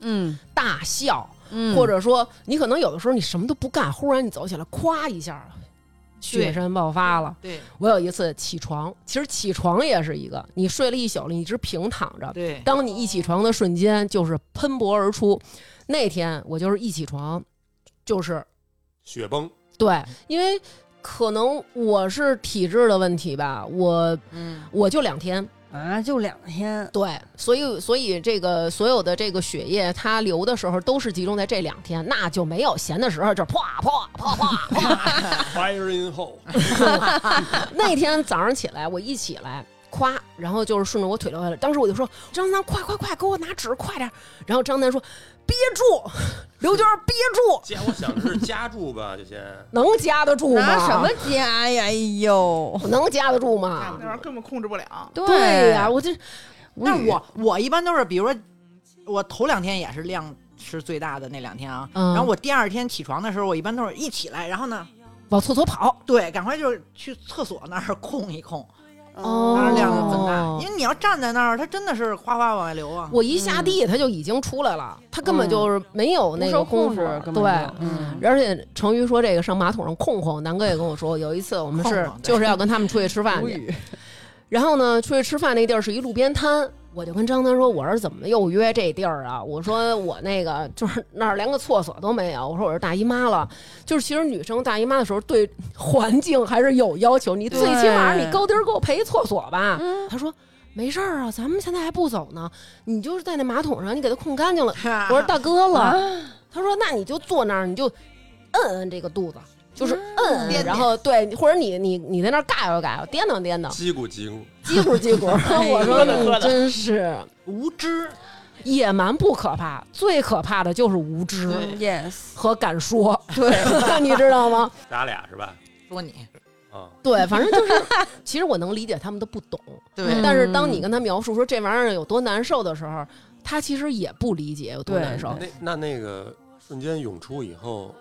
Speaker 3: 嗯
Speaker 1: 大笑，
Speaker 3: 嗯，
Speaker 1: 或者说你可能有的时候你什么都不干，忽然你走起来，咵一下，血山爆发了。
Speaker 4: 对
Speaker 1: 我有一次起床，其实起床也是一个，你睡了一宿了，你一直平躺着，
Speaker 4: 对，
Speaker 1: 当你一起床的瞬间就是喷薄而出。那天我就是一起床，就是
Speaker 2: 雪崩，
Speaker 1: 对，因为可能我是体质的问题吧，我
Speaker 4: 嗯
Speaker 1: 我就两天，
Speaker 3: 啊，就两天，
Speaker 1: 对，所以所以这个所有的这个血液，它流的时候都是集中在这两天，那就没有闲的时候，这啪啪啪啪啪。
Speaker 2: Fire in hole，
Speaker 1: 那天早上起来，我一起来，夸，然后就是顺着我腿流下来。当时我就说：“张三，快快快，给我拿纸，快点！”然后张三说：“憋住，刘娟，憋住，
Speaker 2: 加我想的是加注吧，就先。
Speaker 1: 能夹得住吗？
Speaker 3: 拿什么家呀？哎呦，
Speaker 1: 能夹得住
Speaker 5: 那
Speaker 1: 吗？
Speaker 5: 玩意儿根本控制不了。
Speaker 1: 对呀、我这
Speaker 4: 但是我我一般都是，比如说我头两天也是量是最大的那两天啊，
Speaker 1: 嗯
Speaker 4: 然后我第二天起床的时候，我一般都是一起来，然后呢，
Speaker 1: 嗯往厕所跑，
Speaker 4: 对，赶快就是去厕所那儿控一控，
Speaker 1: 哦
Speaker 4: 当时量
Speaker 1: 两
Speaker 4: 就
Speaker 1: 个
Speaker 4: 很大，
Speaker 1: 哦
Speaker 4: 因为你要站在那儿，它真的是哗哗往外流
Speaker 3: 嗯
Speaker 4: 啊。
Speaker 1: 我一下地他就已经出来了，他根本就是没有那
Speaker 3: 不嗯
Speaker 1: 个
Speaker 3: 受
Speaker 1: 功
Speaker 3: 控
Speaker 1: 夫
Speaker 3: 制，，根本就
Speaker 1: 对。
Speaker 3: 嗯，
Speaker 1: 而且成瑜说这个上马桶上空空，南哥也跟我说，有一次我们是
Speaker 4: 空空对
Speaker 1: 就是要跟他们出去吃饭
Speaker 3: 无
Speaker 1: 去，
Speaker 3: 语，
Speaker 1: 然后呢出去吃饭那地儿是一路边摊，我就跟张三说，我说怎么又约这地儿啊？我说我那个就是那儿连个厕所都没有，我说我是大姨妈了，就是其实女生大姨妈的时候对环境还是有要求，你最起码
Speaker 3: 对
Speaker 1: 你高低儿给我配一厕所吧。
Speaker 3: 嗯
Speaker 1: 他说没事儿啊，咱们现在还不走呢，你就是在那马桶上，你给它控干净了。
Speaker 4: 啊
Speaker 1: 我说大哥了，他说那你就坐那儿，你就摁摁这个肚子，就是摁摁，
Speaker 4: 颠颠
Speaker 1: 然后对，或者你你你在那儿尬悠尬悠，颠 荡颠荡，
Speaker 2: 叽咕叽咕，
Speaker 1: 叽咕叽咕。 我说你真是
Speaker 4: 无知，
Speaker 1: 野蛮不可怕，最可怕的就是无知
Speaker 4: 对
Speaker 3: yes，
Speaker 1: 和敢说，对，你知道吗？
Speaker 2: 咱俩是吧？
Speaker 4: 说你
Speaker 2: 啊，
Speaker 1: 对，反正就是，其实我能理解他们的不懂，
Speaker 4: 对
Speaker 1: 但是当你跟他描述说这玩意儿有多难受的时候，他其实也不理解有多难受。
Speaker 2: 那那那个瞬间涌出以后，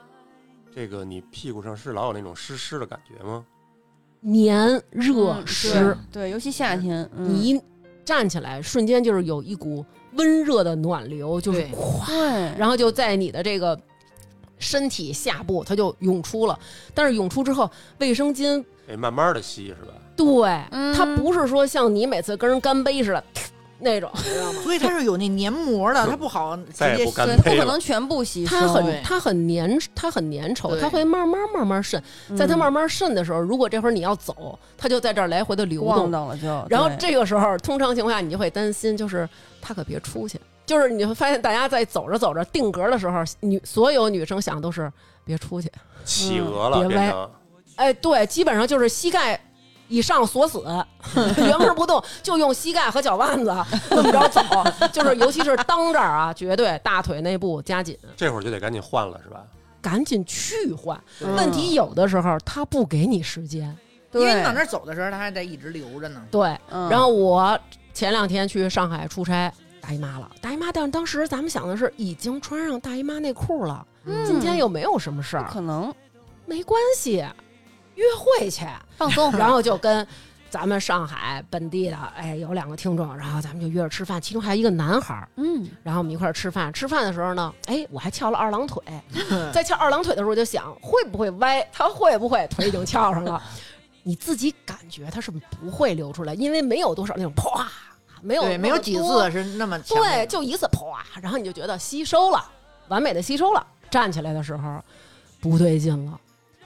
Speaker 2: 这个你屁股上是老有那种湿湿的感觉吗？
Speaker 1: 黏热
Speaker 3: 嗯
Speaker 1: 湿，，
Speaker 3: 对对，尤其夏天，嗯
Speaker 1: 你一站起来，瞬间就是有一股温热的暖流，就是
Speaker 4: 对
Speaker 1: 咵，
Speaker 3: 对，
Speaker 1: 然后就在你的这个身体下部，它就涌出了。但是涌出之后，卫生巾
Speaker 2: 得慢慢的吸是吧？
Speaker 1: 对、
Speaker 3: 嗯
Speaker 1: 它不是说像你每次跟人干杯似的那种，你知道吗？
Speaker 4: 所以它是有那黏膜的，它不好直
Speaker 2: 再也
Speaker 4: 接
Speaker 2: 不干
Speaker 3: 对，不
Speaker 2: 杯
Speaker 3: 可
Speaker 2: 了。
Speaker 3: 能全部吸收，
Speaker 1: 它
Speaker 4: 对
Speaker 1: 很它很粘，它很粘稠，
Speaker 4: 对
Speaker 1: 它会慢慢慢慢渗。在它
Speaker 3: 嗯
Speaker 1: 慢慢渗的时候，如果这会儿你要走，它就在这儿来回的流
Speaker 3: 逛
Speaker 1: 动。
Speaker 3: 到了就，
Speaker 1: 然后
Speaker 3: 哦对
Speaker 1: 这个时候，通常情况下你就会担心，就是他可别出去。就是你会发现，大家在走着走着定格的时候，女所有女生想都是别出去。
Speaker 2: 企鹅了，
Speaker 1: 别
Speaker 2: 变
Speaker 1: 歪
Speaker 2: 成
Speaker 1: 哎，对，基本上就是膝盖以上锁死，原封不动，就用膝盖和脚腕子这么着走。就是尤其是裆这儿啊，绝对大腿内部加紧，
Speaker 2: 这会儿就得赶紧换了是吧？
Speaker 1: 赶紧去换。
Speaker 3: 嗯
Speaker 1: 问题有的时候他不给你时间，
Speaker 4: 嗯因为
Speaker 3: 对
Speaker 4: 你往那儿走的时候，它还得一直流着呢。
Speaker 1: 对。
Speaker 3: 嗯
Speaker 1: 然后我前两天去上海出差，大姨妈了。大姨妈，但是当时咱们想的是已经穿上大姨妈内裤了，今天又没有什么事
Speaker 3: 不
Speaker 1: 儿，
Speaker 3: 可能
Speaker 1: 没关系，约会去。
Speaker 3: 放松，
Speaker 1: 然后就跟咱们上海本地的，哎，有两个听众，然后咱们就约着吃饭，其中还有一个男孩儿，
Speaker 3: 嗯，
Speaker 1: 然后我们一块儿吃饭。吃饭的时候呢，哎，我还翘了二郎 腿，在翘二郎腿的时候，我就想会不会歪，他会不会腿已经翘上了？ 你自己感觉它是不会流出来，因为没有多少那种啪，没有
Speaker 4: 对，没有几
Speaker 1: 那么多
Speaker 4: 次是那么强烈
Speaker 1: 对，
Speaker 4: 的。
Speaker 1: 就一次啪，然后你就觉得吸收了，完美的吸收了。站起来的时候不对劲了，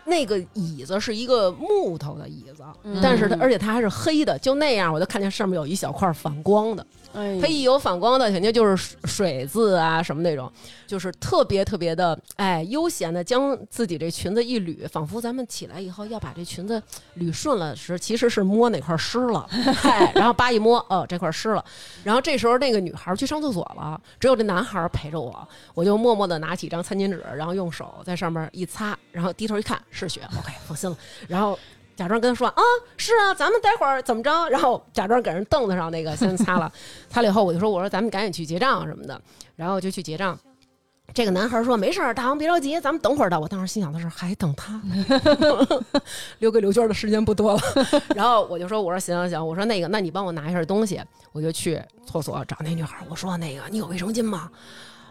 Speaker 1: 那个椅子是一个木头的椅子，
Speaker 3: 嗯
Speaker 1: 但是它而且它还是黑的，就那样我就看见上面有一小块反光的，
Speaker 3: 哎
Speaker 1: 它一有反光的肯定就是水水渍啊什么那种，就是特别特别的哎悠闲的将自己这裙子一捋，仿佛咱们起来以后要把这裙子捋顺了时，其实是摸哪块湿 了，嗨，哎然后扒一摸，哦这块湿了，然后这时候那个女孩去上厕所了，只有这男孩陪着我，我就默默的拿起一张餐巾纸，然后用手在上面一擦，然后低头一看是血，OK 放心了，然后。假装跟他说啊，是啊，咱们待会儿怎么着？然后假装给人凳子上那个先擦了，擦了以后，我就说我说咱们赶紧去结账什么的，然后就去结账。这个男孩说没事儿，大王别着急，咱们等会儿到。我当时心想的是还等他， 留给刘娟的时间不多了。 然后我就说我说行行行，我说那个那你帮我拿一下东西，我就去厕所找那女孩，我说那个你有卫生巾吗？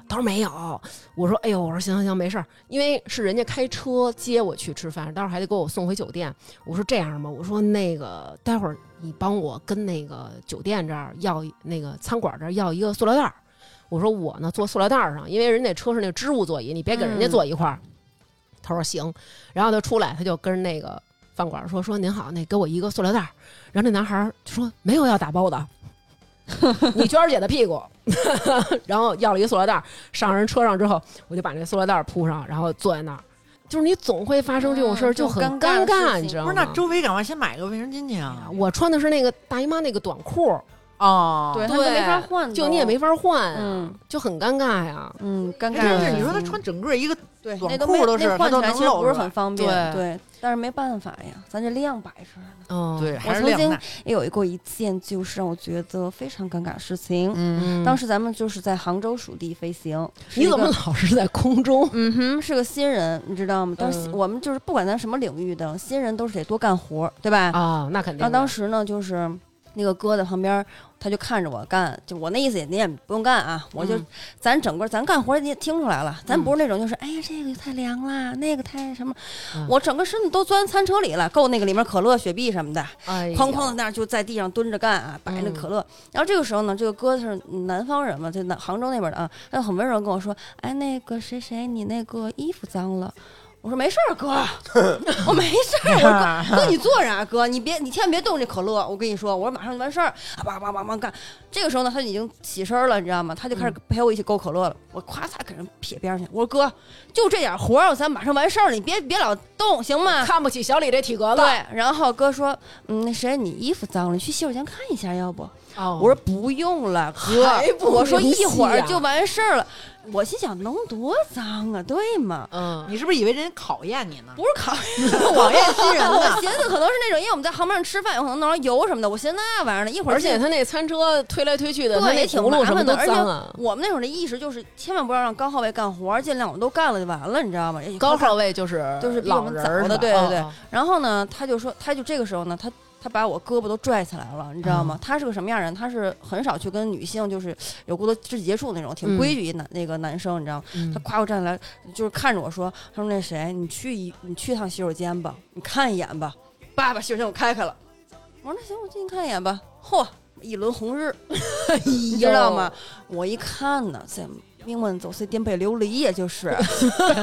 Speaker 1: 他说没有，我说哎呦，我说行行行，没事儿，因为是人家开车接我去吃饭，待会儿还得给我送回酒店。我说这样吧，我说那个待会儿你帮我跟那个酒店这儿要一那个餐馆这儿要一个塑料袋儿。我说我呢坐塑料袋儿上，因为人那车是那织物座椅，你别给人家坐一块儿。他说行，然后他出来，他就跟那个饭馆说说您好，那给我一个塑料袋儿。然后那男孩儿就说没有要打包的，你娟儿姐的屁股， 然后要了一塑料袋儿，上人车上之后，我就把那塑料袋儿铺上，然后坐在那儿。就是你总会发生这种事儿，
Speaker 3: 嗯
Speaker 1: 就很
Speaker 3: 这种尴尬的
Speaker 1: 尴
Speaker 3: 事
Speaker 1: 尬，
Speaker 3: 情
Speaker 1: 你知道
Speaker 4: 不
Speaker 1: 吗？哎
Speaker 4: 是，那周围赶快先买个卫生巾去啊！
Speaker 1: 我穿的是那个大姨妈那个短裤，
Speaker 4: 哦，
Speaker 3: 对，啊他们没法换，
Speaker 1: 就你也没。法换呀，
Speaker 3: 嗯
Speaker 1: 就很尴尬呀。
Speaker 3: 嗯，尴尬。
Speaker 4: 还哎真是，你说他穿整个一个
Speaker 3: 对
Speaker 4: 短
Speaker 3: 那都
Speaker 4: 裤
Speaker 3: 没
Speaker 4: 都是
Speaker 3: 那换
Speaker 4: 他
Speaker 3: 起
Speaker 4: 都
Speaker 3: 来
Speaker 4: 能
Speaker 3: 其实
Speaker 4: 露
Speaker 3: 不是
Speaker 4: 出来
Speaker 3: 很方便，
Speaker 1: 对
Speaker 3: 对，但是没办法呀，咱这量摆着呢。
Speaker 1: 嗯，
Speaker 4: 对，
Speaker 3: 我
Speaker 4: 还是
Speaker 3: 曾
Speaker 4: 量
Speaker 3: 经
Speaker 4: 大。
Speaker 3: 也有过一件，就是让我觉得非常尴尬的事情。
Speaker 4: 嗯，
Speaker 1: 嗯，
Speaker 3: 当时咱们就是在杭州属地飞行，是
Speaker 1: 你
Speaker 3: 一
Speaker 1: 怎么
Speaker 3: 个
Speaker 1: 老是在空中？
Speaker 3: 嗯哼，是个新人，你知道吗？当时
Speaker 1: 嗯
Speaker 3: 我们就是不管咱什么领域的新人，都是得多干活，对吧？
Speaker 1: 啊，那肯定的。
Speaker 3: 然后当时呢，就是那个哥在旁边，他就看着我干，就我那意思也你也不用干啊，我就、
Speaker 4: 嗯
Speaker 3: 咱整个咱干活你也听出来了，咱不是那种就是、哎呀这个太凉了，那个太什么，
Speaker 1: 嗯
Speaker 3: 我整个身子都钻餐车里了，够那个里面可乐、雪碧什么的，
Speaker 1: 哎呦
Speaker 3: 哐哐的那儿就在地上蹲着干啊，摆那可乐。然后这个时候呢，这个哥是南方人嘛，就南杭州那边的啊，他就很温柔地跟我说：“哎，那个谁谁，你那个衣服脏了。”我说没事儿，哥，我没事儿，我说哥，哥你坐着啊，哥，你别，你千万别动这可乐，我跟你说，我说马上就完事儿，啊，叭叭叭叭干。这个时候呢，他已经起身了，你知道吗？他就开始陪我一起勾可乐了。我咵嚓给人撇边上去，我说哥，就这点活儿，咱马上完事儿了，你别别老动，行吗？
Speaker 1: 看不起小李这体格子。
Speaker 3: 对，然后哥说，嗯，那谁，你衣服脏了，你去洗手间看一下，要不？
Speaker 1: 哦，
Speaker 3: 我说不用了，哥
Speaker 1: 还，不
Speaker 3: 我说
Speaker 1: 明
Speaker 3: 一会
Speaker 1: 细
Speaker 3: 儿
Speaker 1: 啊
Speaker 3: 就完事儿了。我心想能多脏啊，对吗？
Speaker 1: 嗯，
Speaker 4: 你是不是以为人家考验你呢？
Speaker 3: 不是考验
Speaker 4: 考验新人
Speaker 3: 啊我
Speaker 1: 啊
Speaker 4: 呢？
Speaker 3: 寻思可能是那种，因为我们在航班上吃饭，有可能弄点油什么的。我寻思那玩意儿呢，一会儿
Speaker 1: 而且
Speaker 3: 进
Speaker 1: 他那餐车推来推去的，他
Speaker 3: 对
Speaker 1: 那
Speaker 3: 也挺
Speaker 1: 轱辘
Speaker 3: 麻
Speaker 1: 什么
Speaker 3: 烦
Speaker 1: 都
Speaker 3: 的，而且
Speaker 1: 脏啊。
Speaker 3: 我们那会儿的意识就是千万不要让高号位干活，尽量我们都干了就完了，你知道吗？也
Speaker 1: 高号位就是
Speaker 3: 就是比我
Speaker 1: 老
Speaker 3: 们
Speaker 1: 人
Speaker 3: 早
Speaker 1: 儿是
Speaker 3: 的
Speaker 1: 吧
Speaker 3: 对对对
Speaker 4: 嗯
Speaker 1: 哦
Speaker 3: 然后呢，他就说，他就这个时候呢，他他把我胳膊都拽起来了，你知道吗？他是个什么样人？他是很少去跟女性就是有过多肢体接触那种，挺规矩一男、那个男生，你知道吗？他
Speaker 1: 嗯
Speaker 3: 夸我站起来，就是看着我说，他说那谁，你去一你去趟洗手间吧，你看一眼吧。爸爸洗手间我开开了，我说那行，我进去看一眼吧。嚯，一轮红 日，你知道吗？我一看呢，这命运走碎，颠沛流离，也就是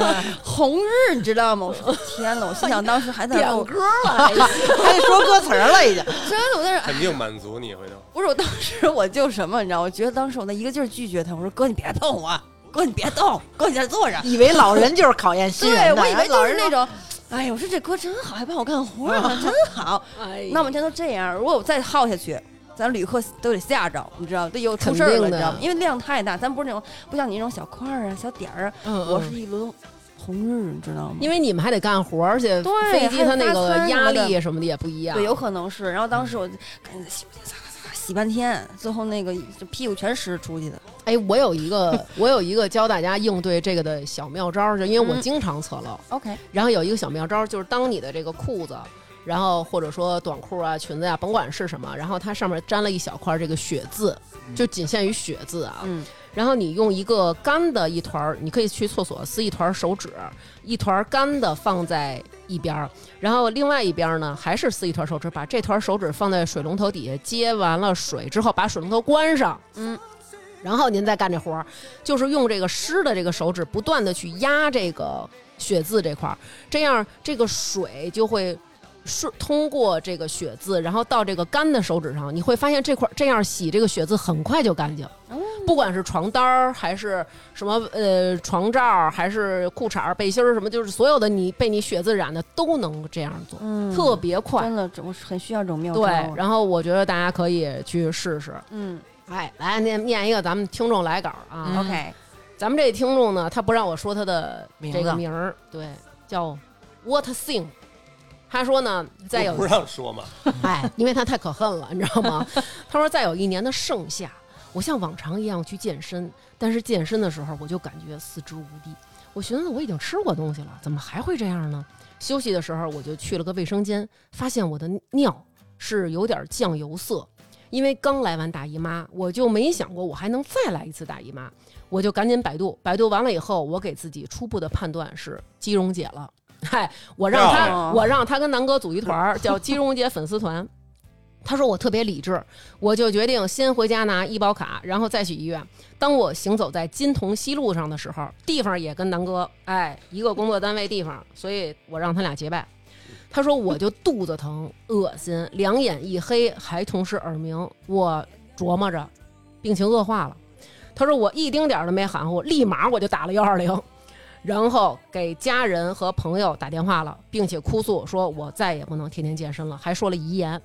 Speaker 3: 红日，你知道吗？我说天哪！我心想当时还在
Speaker 1: 点
Speaker 3: 问我
Speaker 1: 歌了，哎呀
Speaker 4: 嗯还得说歌词儿了已经。
Speaker 3: 真的，我在那
Speaker 2: 肯定满足你回头。
Speaker 3: 不是我当时我就什么，你知道？我觉得当时我在一个劲儿拒绝他，我说哥你别动我，哥你别动，哥你在这坐着。
Speaker 4: 以为老人就是考验新
Speaker 3: 对
Speaker 4: 人的，
Speaker 3: 我以为
Speaker 4: 然后老
Speaker 3: 就
Speaker 4: 人
Speaker 3: 是那
Speaker 4: 说
Speaker 3: 种，哎呀，我说这哥真好，还帮我干活呢， 真好。
Speaker 1: 哎呀
Speaker 3: 那我每天都这样，如果我再耗下去。咱旅客都得吓着，你知道，得有出事
Speaker 1: 肯
Speaker 3: 儿
Speaker 1: 定
Speaker 3: 了，
Speaker 1: 的
Speaker 3: 你知道吗？因为量太大，咱不是那种不像你那种小块儿啊、小点儿啊，
Speaker 1: 嗯
Speaker 3: 我是
Speaker 1: 嗯
Speaker 3: 一轮红日，你知道吗？
Speaker 1: 因为你们还得干活，而且
Speaker 3: 对
Speaker 1: 飞机
Speaker 3: 还有
Speaker 1: 它那
Speaker 3: 发
Speaker 1: 个
Speaker 3: 餐什
Speaker 1: 压
Speaker 3: 么的
Speaker 1: 力什么的也不一样。
Speaker 3: 对，有可能是。然后当时我就赶紧在洗手间擦擦擦，洗半天，最后那个就屁股全湿出去的。
Speaker 1: 哎，我有一个， 我有一个教大家应对这个的小妙招儿，就因为我
Speaker 3: 嗯
Speaker 1: 经常侧漏，
Speaker 3: OK，
Speaker 1: 然后有一个小妙招儿，就是当你的这个裤子，然后或者说短裤啊、裙子啊，甭管是什么，然后它上面沾了一小块这个血渍，就仅限于血渍啊。
Speaker 3: 嗯
Speaker 1: 然后你用一个干的一团儿，你可以去厕所撕一团儿手指，一团儿干的放在一边儿，然后另外一边儿呢还是撕一团儿手指，把这团儿手指放在水龙头底下接完了水之后，把水龙头关上，
Speaker 3: 嗯，
Speaker 1: 然后您再干这活儿，就是用这个湿的这个手指不断的去压这个血渍这块儿，这样这个水就会。顺通过这个血渍，然后到这个干的手指上，你会发现这块儿这样洗这个血渍很快就干净。
Speaker 3: 哦
Speaker 1: 不管是床单儿还是什么呃床罩儿，还是裤衩儿、背心儿什么，就是所有的你被你血渍染的都能这样做，
Speaker 3: 嗯
Speaker 1: 特别快。
Speaker 3: 真的，我是很需要这种妙招
Speaker 1: 对
Speaker 3: 啊。，
Speaker 1: 然后我觉得大家可以去试试。
Speaker 3: 嗯
Speaker 1: 哎，来念念一个咱们听众来稿啊，
Speaker 4: 嗯
Speaker 3: ，OK，
Speaker 1: 咱们这听众呢，他不让我说他的这
Speaker 4: 名
Speaker 1: 个
Speaker 4: 字
Speaker 1: 名儿，对，叫 What Thing。他说呢，再有
Speaker 2: 不让说嘛，
Speaker 1: 哎，因为他太可恨了，你知道吗？他说，在有一年的盛夏，我像往常一样去健身，但是健身的时候我就感觉四肢无力。我寻思我已经吃过东西了，怎么还会这样呢？休息的时候我就去了个卫生间，发现我的尿是有点酱油色。因为刚来完大姨妈，我就没想过我还能再来一次大姨妈，我就赶紧百度。百度完了以后，我给自己初步的判断是肌溶解了。 嗨，我让
Speaker 2: 漂
Speaker 1: 他，
Speaker 3: 亮
Speaker 1: 我让他跟南哥组一团儿，叫肌溶解粉丝团。他说我特别理智，我就决定先回家拿医保卡，然后再去医院。当我行走在金同西路上的时候，地方也跟南哥哎一个工作单位地方，所以我让他俩结拜。他说我就肚子疼、恶心、两眼一黑，还同时耳鸣。我琢磨着病情恶化了。他说我一丁点儿都没含糊，立马我就打了幺二零，然后给家人和朋友打电话了，并且哭诉说我再也不能天天健身了，还说了遗言。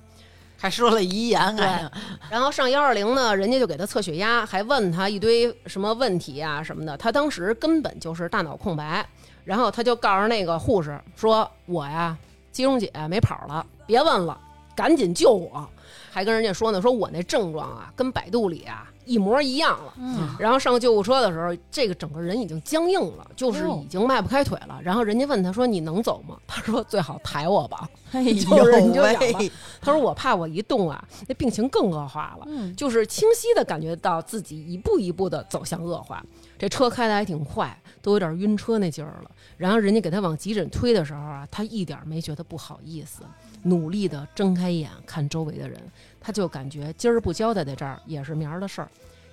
Speaker 4: 还说了遗 言，
Speaker 1: 对
Speaker 4: 哎呀，
Speaker 1: 然后上幺二零呢，人家就给他测血压，还问他一堆什么问题啊什么的。他当时根本就是大脑空白，然后他就告诉那个护士说：“我呀，金荣姐没跑了，别问了，赶紧救我。”还跟人家说呢，说我那症状啊，跟百度里啊一模一样了。
Speaker 3: 嗯，
Speaker 1: 然后上救护车的时候，这个整个人已经僵硬了，就是
Speaker 4: 哦
Speaker 1: 已经迈不开腿了。然后人家问他说：“你能走吗？”他说：“最好抬我吧。”
Speaker 4: 哎
Speaker 1: 就是你就想吧
Speaker 4: 呦喂
Speaker 1: 他说：“我怕我一动啊，那病情更恶化了。”
Speaker 3: 嗯
Speaker 1: 就是清晰的感觉到自己一步一步的走向恶化。这车开的还挺快，都有点晕车那劲儿了。然后人家给他往急诊推的时候啊，他一点儿没觉得不好意思，努力的睁开眼看周围的人，他就感觉今儿不交代在这儿也是明儿的事儿，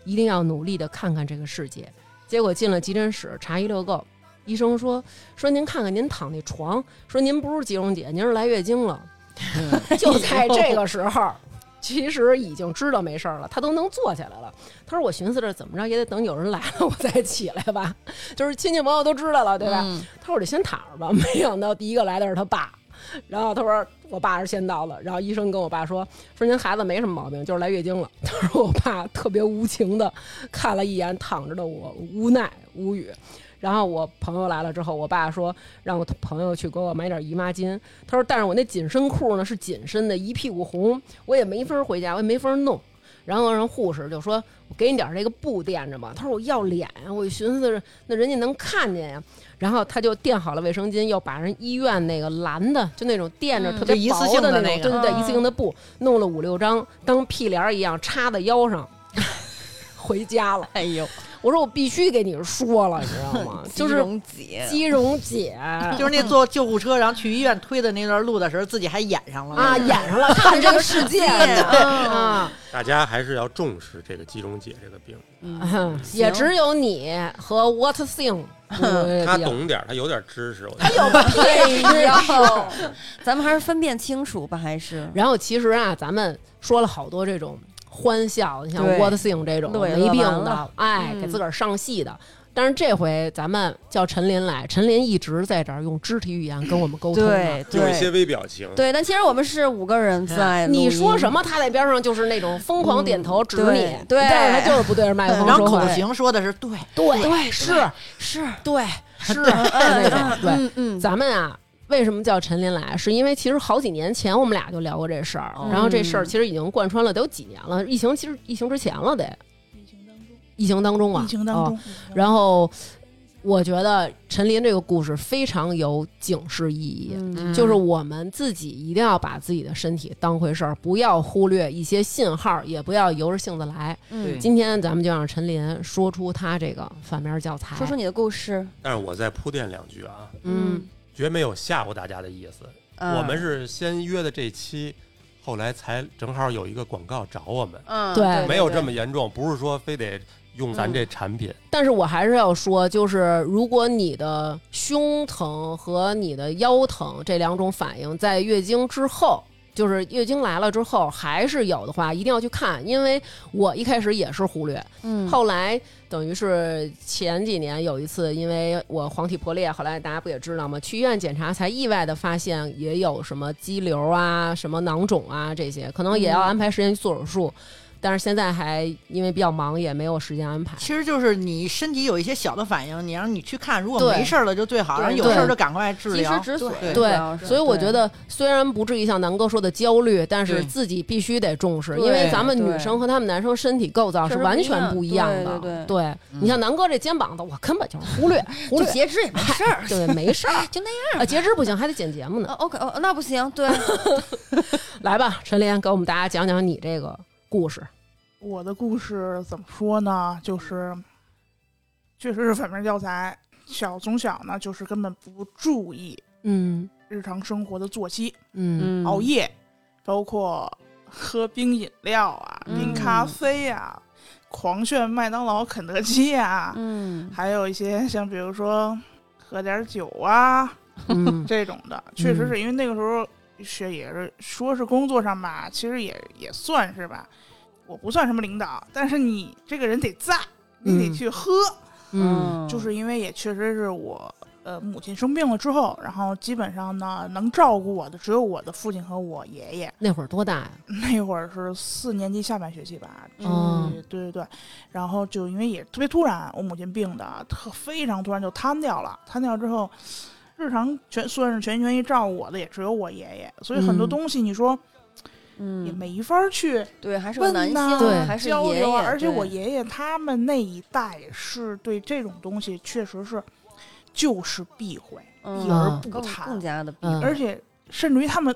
Speaker 1: 一定要努力的看看这个世界。结果进了急诊室查一溜够，医生说说您看看您躺那床，说您不是吉荣姐，您是来月经了。就在这个时候，其实已经知道没事儿了，他都能坐起来了。他说：“我寻思着怎么着也得等有人来了我再起来吧，就是亲戚朋友都知道了，对吧？”
Speaker 4: 嗯
Speaker 1: 他说：“我就先躺着吧。” 没想到第一个来的是他爸，然后他说：“我爸是先到的。”然后医生跟我爸说：“说您孩子没什么毛病，就是来月经了。”他 说：“我爸特别无情的看了一眼躺着的我，无奈无语。”然后我朋友来了之后，我爸说让我朋友去给我买点姨妈巾。他说，但是我那紧身裤呢是紧身的，一屁股红，我也没法回家，我也没法弄。然后人护士就说：“我给你点这个布垫着吧。”他说：“我要脸呀！”我就寻思着那人家能看见呀。然后他就垫好了卫生巾，又把人医院那个蓝的，就那种垫着
Speaker 4: 嗯
Speaker 1: 特别
Speaker 4: 就一次
Speaker 1: 薄
Speaker 4: 性的
Speaker 1: 的
Speaker 4: 那个
Speaker 1: 种，对对对，
Speaker 3: 嗯
Speaker 1: 一次性的布，弄了五六张，当屁帘儿一样插在腰上， 回家了。
Speaker 4: 哎呦，
Speaker 1: 我说我必须给你说了，你知 道吗？就是
Speaker 3: 姐，
Speaker 1: 姬蓉姐啊
Speaker 4: 就是那坐救护车然后去医院推的那段路的时候，自己还演上了
Speaker 1: 啊，演上了，看这个世界啊，
Speaker 2: 大家还是要重视这个肌溶解这个病，
Speaker 1: 嗯也只有你和 What Thing
Speaker 2: 他懂点儿，他有点知识，我觉得
Speaker 1: 哎
Speaker 3: 对呀， 咱们还是分辨清楚吧，还是
Speaker 1: 然后其实啊，咱们说了好多这种欢笑，你像
Speaker 3: 对
Speaker 1: What Thing 这种
Speaker 3: 乐也
Speaker 1: 没病
Speaker 3: 乐完
Speaker 1: 的
Speaker 3: 了，
Speaker 1: 哎，
Speaker 3: 嗯
Speaker 1: 给自个儿上戏的。但是这回咱们叫陈琳来，陈琳一直在这儿用肢体语言跟我们沟通呢。
Speaker 2: 有一些微表情。
Speaker 3: 对，但其实我们是五个人在录音，
Speaker 1: 哎你说什么，他在边上就是那种疯狂点头指你，
Speaker 3: 对对
Speaker 1: 但是他就是不对着麦克
Speaker 4: 然
Speaker 1: 风
Speaker 4: 后
Speaker 1: 说话
Speaker 4: 口。型说的是对，
Speaker 1: 对
Speaker 3: 对
Speaker 1: 是
Speaker 3: 是，
Speaker 1: 对，是那种对。
Speaker 3: 嗯嗯，
Speaker 1: 咱们啊，为什么叫陈林来？是因为其实好几年前我们俩就聊过这事儿，然后这事儿其实已经贯穿了得有几年了，疫情其实疫情之前了得，
Speaker 5: 疫情当中，
Speaker 1: 疫情当中啊，
Speaker 5: 疫情当
Speaker 1: 哦
Speaker 5: 中，嗯
Speaker 1: 然后我觉得陈林这个故事非常有警示意义。
Speaker 3: 嗯
Speaker 1: 就是我们自己一定要把自己的身体当回事儿，不要忽略一些信号，也不要由着性子来。
Speaker 3: 嗯，
Speaker 1: 今天咱们就让陈林说出他这个反面教材。
Speaker 3: 说说你的故事，
Speaker 2: 但是我再铺垫两句啊，
Speaker 1: 嗯，
Speaker 2: 绝没有吓唬大家的意思。
Speaker 3: 嗯，
Speaker 2: 我们是先约的这期，后来才正好有一个广告找我们，
Speaker 3: 嗯，
Speaker 1: 对
Speaker 3: 对，嗯
Speaker 2: 没有这么严重，不是说非得用咱这产品。
Speaker 1: 但是我还是要说，就是如果你的胸疼和你的腰疼这两种反应在月经之后，就是月经来了之后还是有的话，一定要去看，因为我一开始也是忽略，
Speaker 3: 嗯，
Speaker 1: 后来等于是前几年有一次，因为我黄体破裂，后来大家不也知道吗？去医院检查才意外的发现也有什么肌瘤啊、什么囊肿啊这些，可能也要
Speaker 3: 嗯
Speaker 1: 安排时间去做手术。但是现在还因为比较忙，也没有时间安排。
Speaker 4: 其实就是你身体有一些小的反应，你让你去看，如果
Speaker 1: 对
Speaker 4: 没事儿了就最好，
Speaker 3: 对
Speaker 4: 然后有事儿就赶快治
Speaker 3: 及
Speaker 4: 疗
Speaker 3: 时。止损，
Speaker 4: 对
Speaker 3: 主
Speaker 1: 对嗯
Speaker 3: 要是
Speaker 1: 所以我觉，得，虽然不至于像南哥说的焦虑，但是
Speaker 4: 对
Speaker 1: 自己必须得重视，
Speaker 3: 对
Speaker 1: 因为咱们
Speaker 3: 对
Speaker 1: 女生和他们男生身体构造是完全不一样
Speaker 3: 确
Speaker 1: 的。
Speaker 3: 实不一样对对对
Speaker 1: 你像南哥这肩膀的，我根本就是忽略， 忽
Speaker 3: 就
Speaker 1: 略，
Speaker 3: 截肢也没事儿，。
Speaker 1: 对，没事儿
Speaker 3: 就那
Speaker 1: 啊，截肢不行，还得剪节目呢
Speaker 3: 样。。哦，OK，哦，那不行，对，
Speaker 1: 来吧，陈琳，给我们大家讲讲你这个故事。
Speaker 5: 我的故事怎么说呢？就是确实是反面教材。小从小呢，就是根本不注意
Speaker 1: 嗯
Speaker 5: 日常生活的作息，
Speaker 1: 嗯
Speaker 5: 熬夜，包括喝冰饮料啊、
Speaker 1: 嗯
Speaker 5: 冰咖啡啊、狂炫麦当劳、肯德基啊，
Speaker 3: 嗯，
Speaker 5: 还有一些像比如说喝点酒啊
Speaker 1: 嗯
Speaker 5: 这种的，确实是因为那个时候学也是说是工作上吧，其实也也算是吧，我不算什么领导，但是你这个人得在，你得
Speaker 1: 嗯
Speaker 5: 去喝。
Speaker 1: 嗯
Speaker 5: 就是因为也确实是我呃母亲生病了之后，然后基本上呢能照顾我的只有我的父亲和我爷爷。
Speaker 1: 那会儿多大呀？
Speaker 5: 那会儿是四年级下半学期吧，
Speaker 3: 嗯
Speaker 1: 哦
Speaker 5: 对对对，然后就因为也特别突然，我母亲病的特非常突然就瘫掉了，瘫掉之后，日常全算是全心全意照顾我的也只有我爷爷，所以很多
Speaker 1: 嗯
Speaker 5: 东西你说也
Speaker 3: 嗯，
Speaker 5: 没法儿去
Speaker 3: 对，还是个
Speaker 5: 问
Speaker 3: 男
Speaker 5: 呐
Speaker 3: 性，
Speaker 1: 对
Speaker 3: 还是
Speaker 5: 交
Speaker 3: 爷
Speaker 5: 流
Speaker 3: 爷，
Speaker 5: 啊，而且
Speaker 3: 对
Speaker 5: 我爷爷他们那一代是对这种东西确实是就是避讳，
Speaker 3: 嗯
Speaker 5: 一而
Speaker 1: 嗯
Speaker 5: 不
Speaker 3: 更
Speaker 5: 谈
Speaker 3: 更，加的，
Speaker 1: 嗯，
Speaker 5: 而且甚至于他们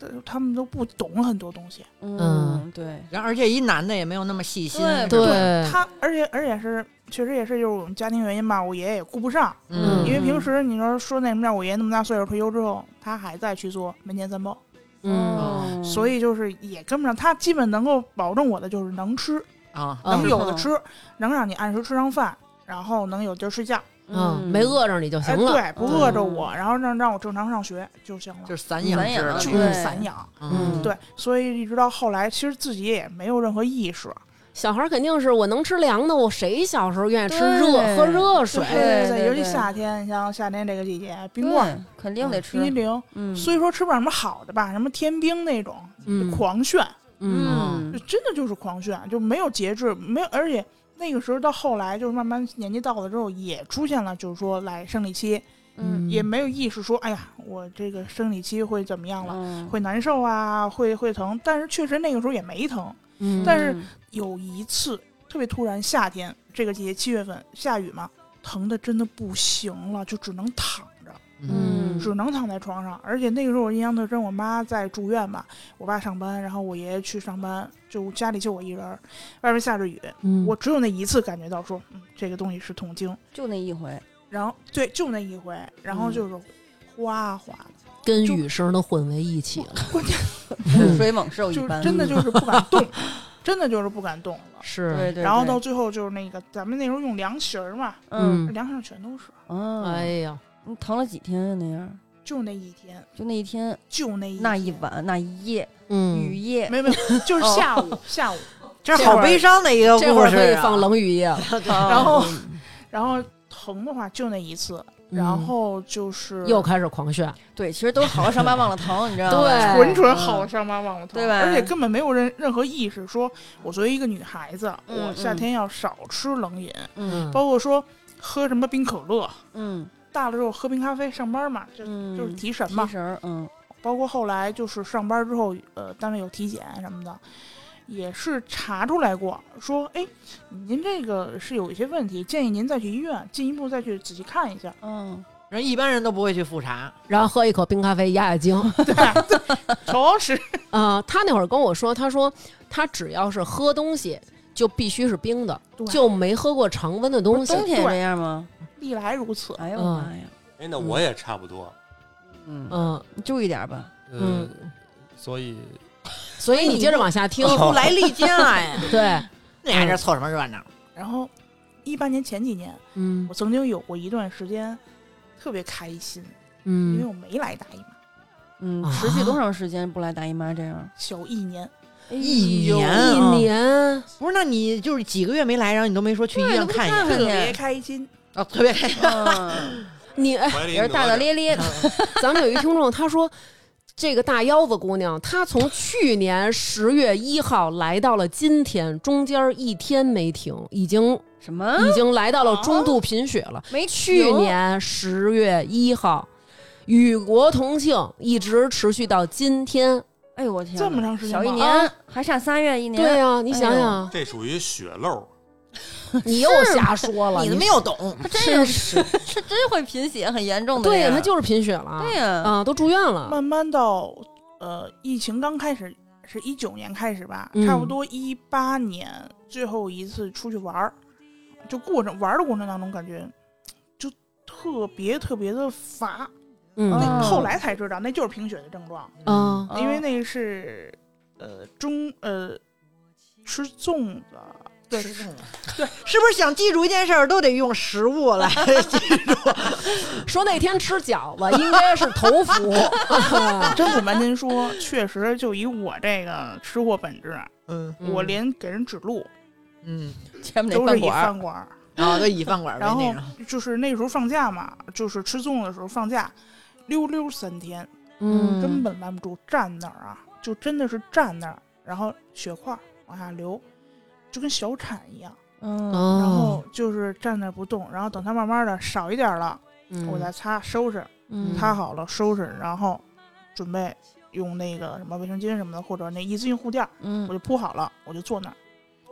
Speaker 5: 呃他们都不懂很多东西，
Speaker 1: 嗯
Speaker 3: 嗯，对，
Speaker 4: 然后而且一男的也没有那么细心，
Speaker 3: 对
Speaker 1: 对，
Speaker 5: 他而且而且是确实也是就是我们家庭原因吧，我爷爷也顾不上，
Speaker 1: 嗯
Speaker 5: 因为平时你说说那什么样，我爷爷那么大岁数退休之后，他还在去做门前三包，
Speaker 1: 嗯
Speaker 3: 哦
Speaker 5: 所以就是也跟不上，他基本能够保证我的就是能吃，
Speaker 4: 啊，
Speaker 5: 能
Speaker 1: 嗯
Speaker 5: 有的吃，能让你按时吃上饭，然后能有地儿睡觉。哎
Speaker 1: 嗯，没饿着你就行了。
Speaker 5: 哎、对，不饿着我，然后让让我正常上学就行了，
Speaker 4: 就
Speaker 5: 就是
Speaker 4: 散养
Speaker 3: 散
Speaker 4: 式
Speaker 3: 养
Speaker 4: 的，
Speaker 3: 是
Speaker 5: 是
Speaker 3: 对
Speaker 5: 散养。
Speaker 1: 嗯
Speaker 5: 对，所以一直到后来，其实自己也没有任何意识，
Speaker 1: 小孩儿肯定是我能吃凉的，我谁小时候愿意吃热
Speaker 3: 对
Speaker 1: 喝热水
Speaker 3: 对
Speaker 5: 对？
Speaker 3: 对
Speaker 5: 尤其
Speaker 3: 对
Speaker 5: 夏天，你像夏天这个季节，冰棍儿、
Speaker 3: 对，肯定得吃
Speaker 5: 冰激，凌，
Speaker 3: 嗯，
Speaker 5: 虽说吃不上什么好的吧，什么天冰那种，
Speaker 1: 嗯
Speaker 5: 狂炫，
Speaker 1: 嗯
Speaker 5: 就真的就是狂炫，就没有节制，没有，而且那个时候到后来，就是慢慢年纪到了之后，也出现了就是说来生理期，
Speaker 3: 嗯
Speaker 5: 也没有意识说，哎呀，我这个生理期会怎么样了。
Speaker 3: 嗯，
Speaker 5: 会难受啊，会会疼，但是确实那个时候也没疼。
Speaker 1: 嗯，
Speaker 5: 但是有一次特别突然，夏天这个季节七月份下雨嘛，疼的真的不行了，就只能躺着，
Speaker 1: 嗯
Speaker 5: 只能躺在床上。而且那个时候我印象特深，我妈在住院嘛，我爸上班，然后我爷爷去上班，就家里就我一人儿，外面下着雨，
Speaker 1: 嗯
Speaker 5: 我只有那一次感觉到说，嗯，这个东西是痛经。
Speaker 3: 就那 一回，
Speaker 5: 然后对，就那一回，然
Speaker 3: 嗯
Speaker 5: 后就是哗哗的，
Speaker 1: 跟
Speaker 5: 就
Speaker 1: 雨声都混为一起了，
Speaker 5: 关键
Speaker 3: 洪水猛哦兽一
Speaker 5: 嗯就是
Speaker 3: 般，
Speaker 5: 真的就是不敢动，真的就是不敢动了。
Speaker 3: 对
Speaker 1: 是，
Speaker 3: 对对，
Speaker 5: 然后到最后就是那个咱们那时候用凉席儿嘛，
Speaker 3: 嗯，
Speaker 5: 凉席上全都是，
Speaker 3: 嗯，
Speaker 1: 哎，呀，
Speaker 3: 你疼了几天啊？那样
Speaker 5: 就那一天，
Speaker 3: 就那一天
Speaker 5: 就那一
Speaker 3: 那
Speaker 5: 一
Speaker 3: 一晚哦那一夜雨
Speaker 1: 嗯，
Speaker 3: 夜，
Speaker 5: 没有没有，就是下午下午，
Speaker 4: 这好悲伤的一个故事、
Speaker 1: 这
Speaker 4: 啊。
Speaker 1: 会儿可以 放冷雨夜了，
Speaker 3: 然
Speaker 5: 然后然后疼的话就那一次，然
Speaker 1: 嗯
Speaker 5: 后就是
Speaker 1: 又开始狂炫，
Speaker 3: 对，其实都是好了伤疤忘了疼，你知道吗？
Speaker 1: 对
Speaker 5: 纯纯
Speaker 3: 嗯
Speaker 5: 好伤疤忘了疼，
Speaker 3: 对吧
Speaker 5: 而且根本没有任任何意识，说我作为一个女孩子，
Speaker 3: 嗯
Speaker 5: 我夏
Speaker 3: 嗯
Speaker 5: 天要少吃冷饮，
Speaker 3: 嗯
Speaker 5: 包括说喝什么冰可乐，
Speaker 3: 嗯
Speaker 5: 大了之后喝冰咖啡，上班嘛，就
Speaker 3: 嗯，
Speaker 5: 就是提神嘛
Speaker 3: 提，神儿，嗯
Speaker 5: 包括后来就是上班之后，呃，单位有体检什么的，也是查出来过，说，哎，您这个是有一些问题，建议您再去医院进一步再去仔细看一 下。
Speaker 3: 嗯，
Speaker 4: 人一般人都不会去复查，
Speaker 1: 然后喝一口冰咖啡压压惊。
Speaker 5: 着实，
Speaker 1: 啊、他那会儿跟我说，他说他只要是喝东西就必须是冰的
Speaker 5: 对，
Speaker 1: 就没喝过常温的东西。
Speaker 3: 冬天也这样吗？
Speaker 5: 历来如此。
Speaker 3: 哎呦我的妈呀，
Speaker 2: 哎，那我也差不多，
Speaker 3: 嗯，
Speaker 1: 嗯
Speaker 3: 注意点儿吧，
Speaker 2: 呃
Speaker 1: 嗯，，
Speaker 2: 所以
Speaker 1: 所以你接着往下听，
Speaker 4: 一不来例假呀，
Speaker 1: 对，
Speaker 4: 那还这凑什么 热闹？
Speaker 5: 然后，一八年前几年，
Speaker 1: 嗯
Speaker 5: 我曾经有过一段时间特别开心，因为
Speaker 1: 嗯，
Speaker 5: 我没来大姨妈，
Speaker 3: 嗯
Speaker 1: 啊，
Speaker 3: 持续多长时间不来大姨妈这样？
Speaker 5: 小一年，
Speaker 3: 哎
Speaker 4: 一
Speaker 3: 呦
Speaker 4: 年
Speaker 1: 嗯一
Speaker 4: 啊
Speaker 1: 年，
Speaker 4: 不是，那你就是几个月没来，然后你都没说去医院看一
Speaker 3: 对
Speaker 4: 眼
Speaker 3: 都
Speaker 1: 嗯
Speaker 3: 不看
Speaker 5: 特别开心。
Speaker 4: 啊？特别开心，
Speaker 3: 嗯，
Speaker 1: 你哎，
Speaker 2: 怀 里
Speaker 3: 也是大大咧咧的，
Speaker 1: 咱们有一听众，他说。这个大腰子姑娘，她从去年十月一号来到了今天，中间一天没停，已经
Speaker 3: 什么
Speaker 1: 已经来到了中度贫血了。
Speaker 3: 没
Speaker 1: 去
Speaker 3: 停
Speaker 1: 年十月一号，与国同庆，一直持续到今天。
Speaker 3: 哎呦我天哪，
Speaker 5: 这么长时间
Speaker 3: 小
Speaker 5: 吗
Speaker 3: 一年
Speaker 1: 啊
Speaker 3: 还差仨月一年，
Speaker 1: 对呀、你想
Speaker 3: 哎呦
Speaker 1: 想，
Speaker 2: 这属于血漏，
Speaker 1: 你又瞎说了，
Speaker 4: 你怎么又懂？
Speaker 3: 他
Speaker 1: 真
Speaker 3: 真是，他真会贫血，很严重的
Speaker 1: 对
Speaker 3: 呀。
Speaker 1: 呀，他就是贫血了，
Speaker 3: 对呀、
Speaker 1: 啊，都住院了。
Speaker 5: 慢慢到呃，疫情刚开始是一九年开始吧，
Speaker 1: 嗯
Speaker 5: 差不多一八年最后一次出去玩儿，就过程玩儿的过程当中，感觉就特别特别的乏。
Speaker 1: 嗯
Speaker 3: 啊
Speaker 5: 后来才知道那就是贫血的症状，
Speaker 1: 嗯
Speaker 5: 因为那是呃中呃吃粽子对
Speaker 4: 吃动物。对，是不是想记住一件事儿都得用食物来记住？
Speaker 1: 说那天吃饺子应该是头伏，
Speaker 5: 真不瞒您说，确实就以我这个吃货本质啊，
Speaker 4: 嗯
Speaker 1: 嗯
Speaker 5: 我连给人指路
Speaker 4: 嗯，
Speaker 3: 前面
Speaker 5: 都
Speaker 3: 那
Speaker 5: 是
Speaker 3: 饭
Speaker 5: 以
Speaker 3: 馆儿，
Speaker 5: 饭馆儿。
Speaker 4: 然后就以饭馆为
Speaker 5: 然
Speaker 4: 那
Speaker 5: 后
Speaker 4: 种。
Speaker 5: 就是那时候放假嘛，就是吃粽子的时候放假，溜溜三天，
Speaker 1: 嗯，
Speaker 5: 根本拦不住，站那儿啊，就真的是站那儿，然后血块儿往下流，就跟小铲一样。
Speaker 3: 嗯，
Speaker 5: 然
Speaker 1: 哦
Speaker 5: 后，就是站那儿不动，然后等它慢慢的少一点儿了，
Speaker 1: 嗯
Speaker 5: 我再擦收拾，
Speaker 1: 嗯
Speaker 5: 擦好了收拾，然后准备用那个什么卫生巾什么的，或者那一次性护垫儿，
Speaker 3: 嗯
Speaker 5: 我就铺好了，我就坐那儿。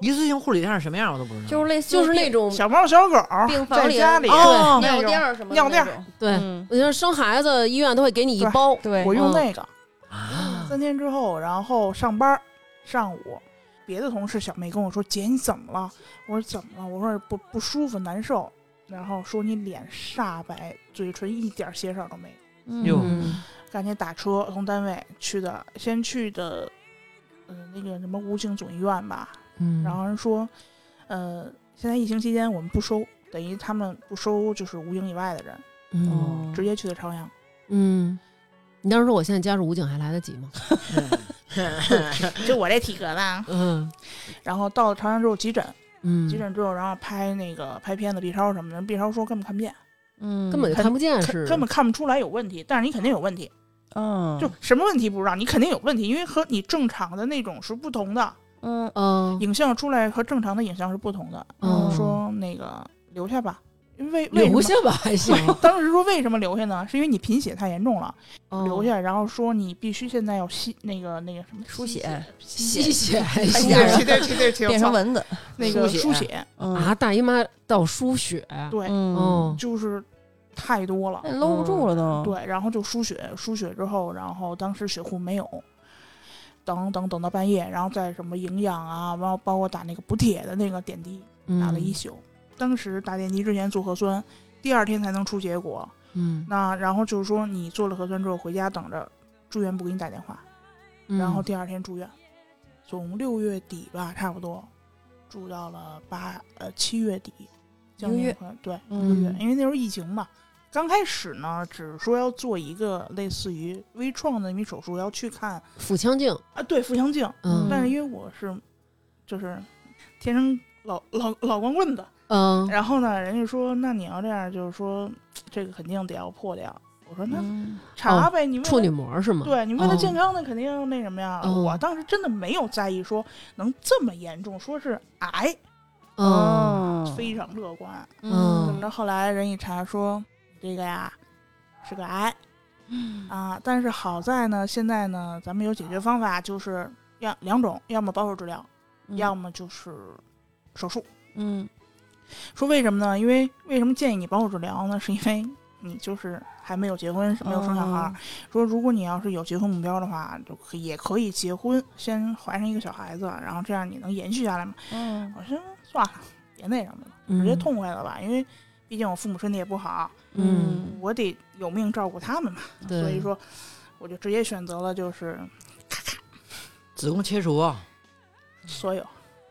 Speaker 4: 一次性护理垫是什么样我都不知道。
Speaker 3: 就是类似于
Speaker 1: 就是那种
Speaker 5: 小猫小狗儿
Speaker 3: 嗯病
Speaker 5: 在
Speaker 3: 房里
Speaker 5: 家里，
Speaker 4: 哦
Speaker 5: 那
Speaker 3: 尿
Speaker 5: 种
Speaker 3: 垫儿什么的
Speaker 5: 哎尿
Speaker 3: 那
Speaker 5: 垫儿
Speaker 3: 种
Speaker 1: 对，
Speaker 3: 嗯
Speaker 1: 我觉得生孩子医院都会给你一
Speaker 5: 对
Speaker 1: 包，
Speaker 3: 对
Speaker 5: 我用
Speaker 1: 嗯
Speaker 5: 那个
Speaker 4: 啊，
Speaker 5: 三天之后，然后上班儿，上午。别的同事小妹跟我说：“姐，你怎么了？”我说：“怎么了？”我说：“不不舒服，难受。”然后说：“你脸煞白，嘴唇一点儿血色都没有。”
Speaker 4: 哟
Speaker 1: 嗯
Speaker 5: 赶紧打车从单位去的，先去的，呃，那个什么武警总医院吧。
Speaker 1: 嗯
Speaker 5: 然后人说，呃，现在疫情期间我们不收，等于他们不收就是武警以外的人，
Speaker 1: 嗯
Speaker 5: 哦直接去的朝阳。
Speaker 1: 嗯，你当时说我现在加入武警还来得及吗？
Speaker 5: 就我这体格吧。
Speaker 1: 嗯
Speaker 5: 然后到了朝阳之后急诊，
Speaker 1: 嗯，
Speaker 5: 急诊之后，然后拍那个拍片子、B 超什么的，B 超说根本看不见，
Speaker 3: 嗯，
Speaker 1: 根本就看不见是
Speaker 5: 根根本看不出来有问题，但是你肯定有问题，
Speaker 3: 嗯，
Speaker 5: 就什么问题不知道，你肯定有问题，因为和你正常的那种是不同的，
Speaker 3: 嗯
Speaker 1: 嗯
Speaker 5: 影像出来和正常的影像是不同的。
Speaker 1: 嗯
Speaker 5: 说那个留下吧，因为为什
Speaker 1: 留
Speaker 5: 么
Speaker 1: 下吧还行，
Speaker 5: 当时说为什么留下呢？是因为你贫血太严重了，
Speaker 1: 哦
Speaker 5: 留下，然后说你必须现在要吸那个那个什么
Speaker 3: 输血，
Speaker 1: 吸血还
Speaker 5: 哎
Speaker 1: 行
Speaker 5: 对不起对不起对不起，
Speaker 3: 变成
Speaker 5: 我操
Speaker 3: 蚊子，
Speaker 5: 那个
Speaker 4: 输血
Speaker 5: 输血，
Speaker 3: 嗯
Speaker 1: 啊！大姨妈到输血，
Speaker 5: 对，
Speaker 3: 嗯
Speaker 1: 哦，
Speaker 5: 就是太多了
Speaker 3: 那，搂不住了都，
Speaker 5: 嗯对，然后就输血，输血之后，然后当时血库没有。等等等到半夜，然后再什么营养啊，然后包括打那个补铁的那个点滴，打了
Speaker 1: 嗯
Speaker 5: 一宿。当时打点滴之前做核酸，第二天才能出结果。
Speaker 1: 嗯，
Speaker 5: 那然后就是说你做了核酸之后回家等着住院部给你打电话，
Speaker 1: 嗯
Speaker 5: 然后第二天住院，从六月底吧差不多住到了八呃七月底，将
Speaker 3: 一个
Speaker 5: 近
Speaker 3: 月
Speaker 5: 快对一个
Speaker 3: 嗯
Speaker 5: 月，因为那时候疫情嘛。刚开始呢，只是说要做一个类似于微创的那么一手术，要去看
Speaker 1: 嗯腹腔镜，
Speaker 5: 啊，对腹腔镜。
Speaker 1: 嗯
Speaker 5: 但是因为我是就是天生老老老光棍子，
Speaker 1: 嗯
Speaker 5: 然后呢，人家说那你要这样，就是说这个肯定得要破掉。我说那
Speaker 3: 嗯
Speaker 5: 查呗，你为了
Speaker 1: 哦处女膜是吗？
Speaker 5: 对你为了
Speaker 1: 哦
Speaker 5: 健康，那肯定要那什么呀。
Speaker 1: 哦
Speaker 5: 我当时真的没有在意说能这么严重，说是癌，哦
Speaker 1: 嗯，
Speaker 3: 哦
Speaker 5: 非常乐观。怎么
Speaker 1: 嗯
Speaker 5: 着？后来人一查说你这个呀是个癌
Speaker 3: 嗯
Speaker 5: 啊，但是好在呢，现在呢咱们有解决方法，就是要两种，要么保守治疗，要么就是手术。
Speaker 3: 嗯
Speaker 5: 说为什么呢？因为为什么建议你帮我治疗呢？是因为你就是还没有结婚，没有生小孩
Speaker 1: 哦
Speaker 5: 儿。说如果你要是有结婚目标的话，就可以也可以结婚，先怀上一个小孩子，然后这样你能延续下来嘛。
Speaker 3: 嗯
Speaker 5: 我说算了，别那什么了，
Speaker 1: 嗯
Speaker 5: 直接痛快了吧，因为毕竟我父母身体也不好，
Speaker 1: 嗯
Speaker 5: 我得有命照顾他们嘛。
Speaker 1: 对，
Speaker 5: 所以说，我就直接选择了就是
Speaker 4: 子宫切除，啊
Speaker 5: 所有嗯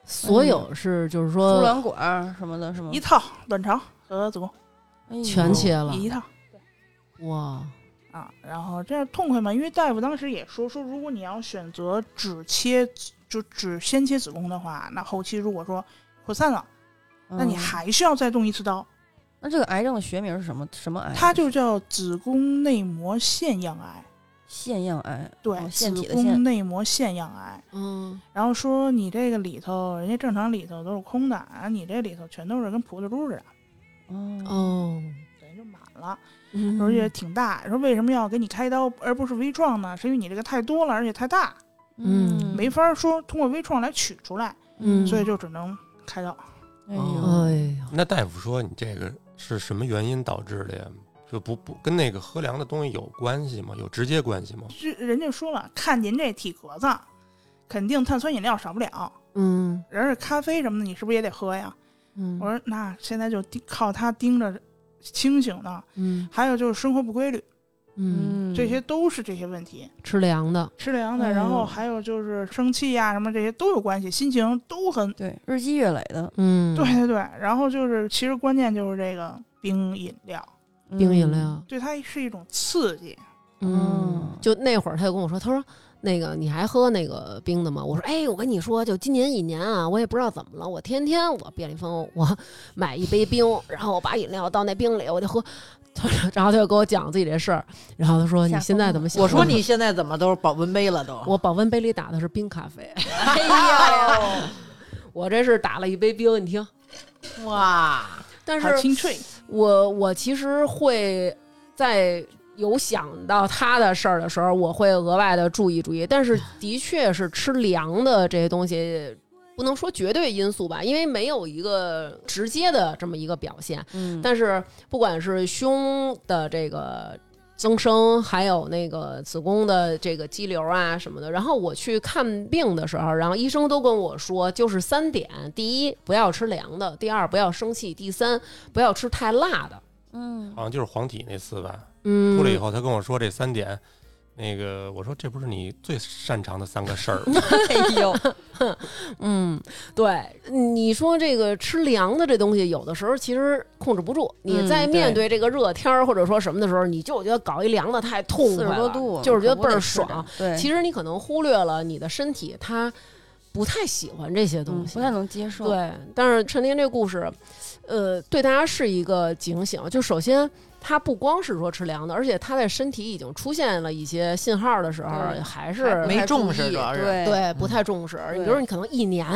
Speaker 1: 所有是就是
Speaker 3: 输
Speaker 1: 说
Speaker 3: 卵管儿什么的，
Speaker 1: 嗯
Speaker 3: 是吗
Speaker 5: 一？套卵巢和子宫
Speaker 3: 哎呦
Speaker 1: 全切了，
Speaker 5: 一套。
Speaker 1: 哇，
Speaker 5: 啊，然后这样痛快嘛，因为大夫当时也说说，如果你要选择只切就只先切子宫的话，那后期如果说扩散了，那你
Speaker 3: 嗯
Speaker 5: 还需要再动一次刀，
Speaker 3: 那这个癌症的学名哎是什么？什么癌？
Speaker 5: 它就叫子宫内膜腺样癌，
Speaker 3: 腺样癌，
Speaker 5: 对，
Speaker 3: 哦腺体
Speaker 5: 子
Speaker 3: 的腺
Speaker 5: 宫，内膜腺样癌。
Speaker 1: 嗯
Speaker 5: 然后说你这个里头，人家正常里头都是空的，啊，你这里头全都是跟葡萄珠似的，
Speaker 3: 哦，
Speaker 1: 哦，
Speaker 5: 等于就满了，
Speaker 1: 嗯
Speaker 5: 而且挺大。说为什么要给你开刀，而不是微创呢？是因为你这个太多了，而且太大，
Speaker 1: 嗯
Speaker 5: 没法说通过微创来取出来。
Speaker 1: 嗯
Speaker 5: 所以就只能开刀。
Speaker 3: 哎
Speaker 1: 哎
Speaker 3: 呦，
Speaker 1: 呀，
Speaker 2: 那大夫说你这个是什么原因导致的呀？就不不跟那个喝凉的东西有关系吗？有直接关系吗？
Speaker 5: 这人家说了，看您这体格子，肯定碳酸饮料少不了。
Speaker 1: 嗯
Speaker 5: 人是咖啡什么的，你是不是也得喝呀？
Speaker 1: 嗯，
Speaker 5: 我说那现在就盯靠他盯着清醒呢。
Speaker 1: 嗯
Speaker 5: 还有就是生活不规律，
Speaker 1: 嗯，哦
Speaker 5: 这些都是这些问题。
Speaker 1: 吃凉的，
Speaker 5: 吃凉的，
Speaker 3: 哎呦
Speaker 5: 然后还有就是生气呀、什么这些都有关系，心情都很
Speaker 3: 对日积月累的
Speaker 1: 嗯，
Speaker 5: 对，对对。然后就是其实关键就是这个冰饮料，
Speaker 1: 冰饮，料，
Speaker 5: 对它是一种刺激。
Speaker 1: 嗯
Speaker 3: 嗯，
Speaker 1: 就那会儿他就跟我说，他说那个你还喝那个冰的吗？我说哎，我跟你说，就今年一年啊，我也不知道怎么了，我天天我便利蜂我买一杯冰，然后我把饮料倒那冰里，我就喝。他说然后他就给我讲自己这事儿，然后他说
Speaker 3: 吓疯
Speaker 1: 你现在
Speaker 3: 了
Speaker 1: 怎么想？
Speaker 4: 我说你现在怎么都是保温杯了都？
Speaker 1: 我保温杯里打的是冰咖啡，
Speaker 3: 哎呦，
Speaker 1: 我这是打了一杯冰，你听。
Speaker 4: 哇，
Speaker 1: 但
Speaker 5: 好
Speaker 1: 是
Speaker 5: 清脆，
Speaker 1: 我我其实会在有想到他的事儿的时候，我会额外的注意注意。但是的确是吃凉的这些东西，不能说绝对因素吧，因为没有一个直接的这么一个表现。
Speaker 3: 嗯
Speaker 1: 但是不管是胸的这个增生，还有那个子宫的这个肌瘤啊什么的，然后我去看病的时候，然后医生都跟我说，就是三点：第一，不要吃凉的；第二，不要生气；第三，不要吃太辣的。
Speaker 3: 嗯
Speaker 2: 好像就是黄体那次吧。
Speaker 1: 嗯，
Speaker 2: 出来以后，他跟我说这三点，那个我说这不是你最擅长的三个 事儿吗？
Speaker 3: 哎呦，
Speaker 1: 嗯，对，你说这个吃凉的这东西，有的时候其实控制不住。你
Speaker 3: 嗯
Speaker 1: 在面
Speaker 3: 对
Speaker 1: 对这个热天儿或者说什么的时候，你就觉得搞一凉的太痛
Speaker 3: 四
Speaker 1: 快
Speaker 3: 十多
Speaker 1: 了，
Speaker 3: 度，
Speaker 1: 啊
Speaker 3: 啊
Speaker 1: 就是觉得
Speaker 3: 可不
Speaker 1: 倍儿
Speaker 3: 得吃
Speaker 1: 爽啊
Speaker 3: 点。。对，
Speaker 1: 其实你可能忽略了你的身体，它不太喜欢这些东
Speaker 3: 嗯
Speaker 1: 西，
Speaker 3: 不太能接受。，
Speaker 1: 对，但是陈琳这故事，呃，对大家是一个警醒。就首先，它不光是说吃凉的，而且它在身体已经出现了一些信号的时候，
Speaker 3: 对
Speaker 1: 还是
Speaker 4: 没重视主要是
Speaker 3: 对，
Speaker 1: 对不太重视。
Speaker 3: 嗯
Speaker 1: 你
Speaker 3: 对
Speaker 1: 比如你可能一年。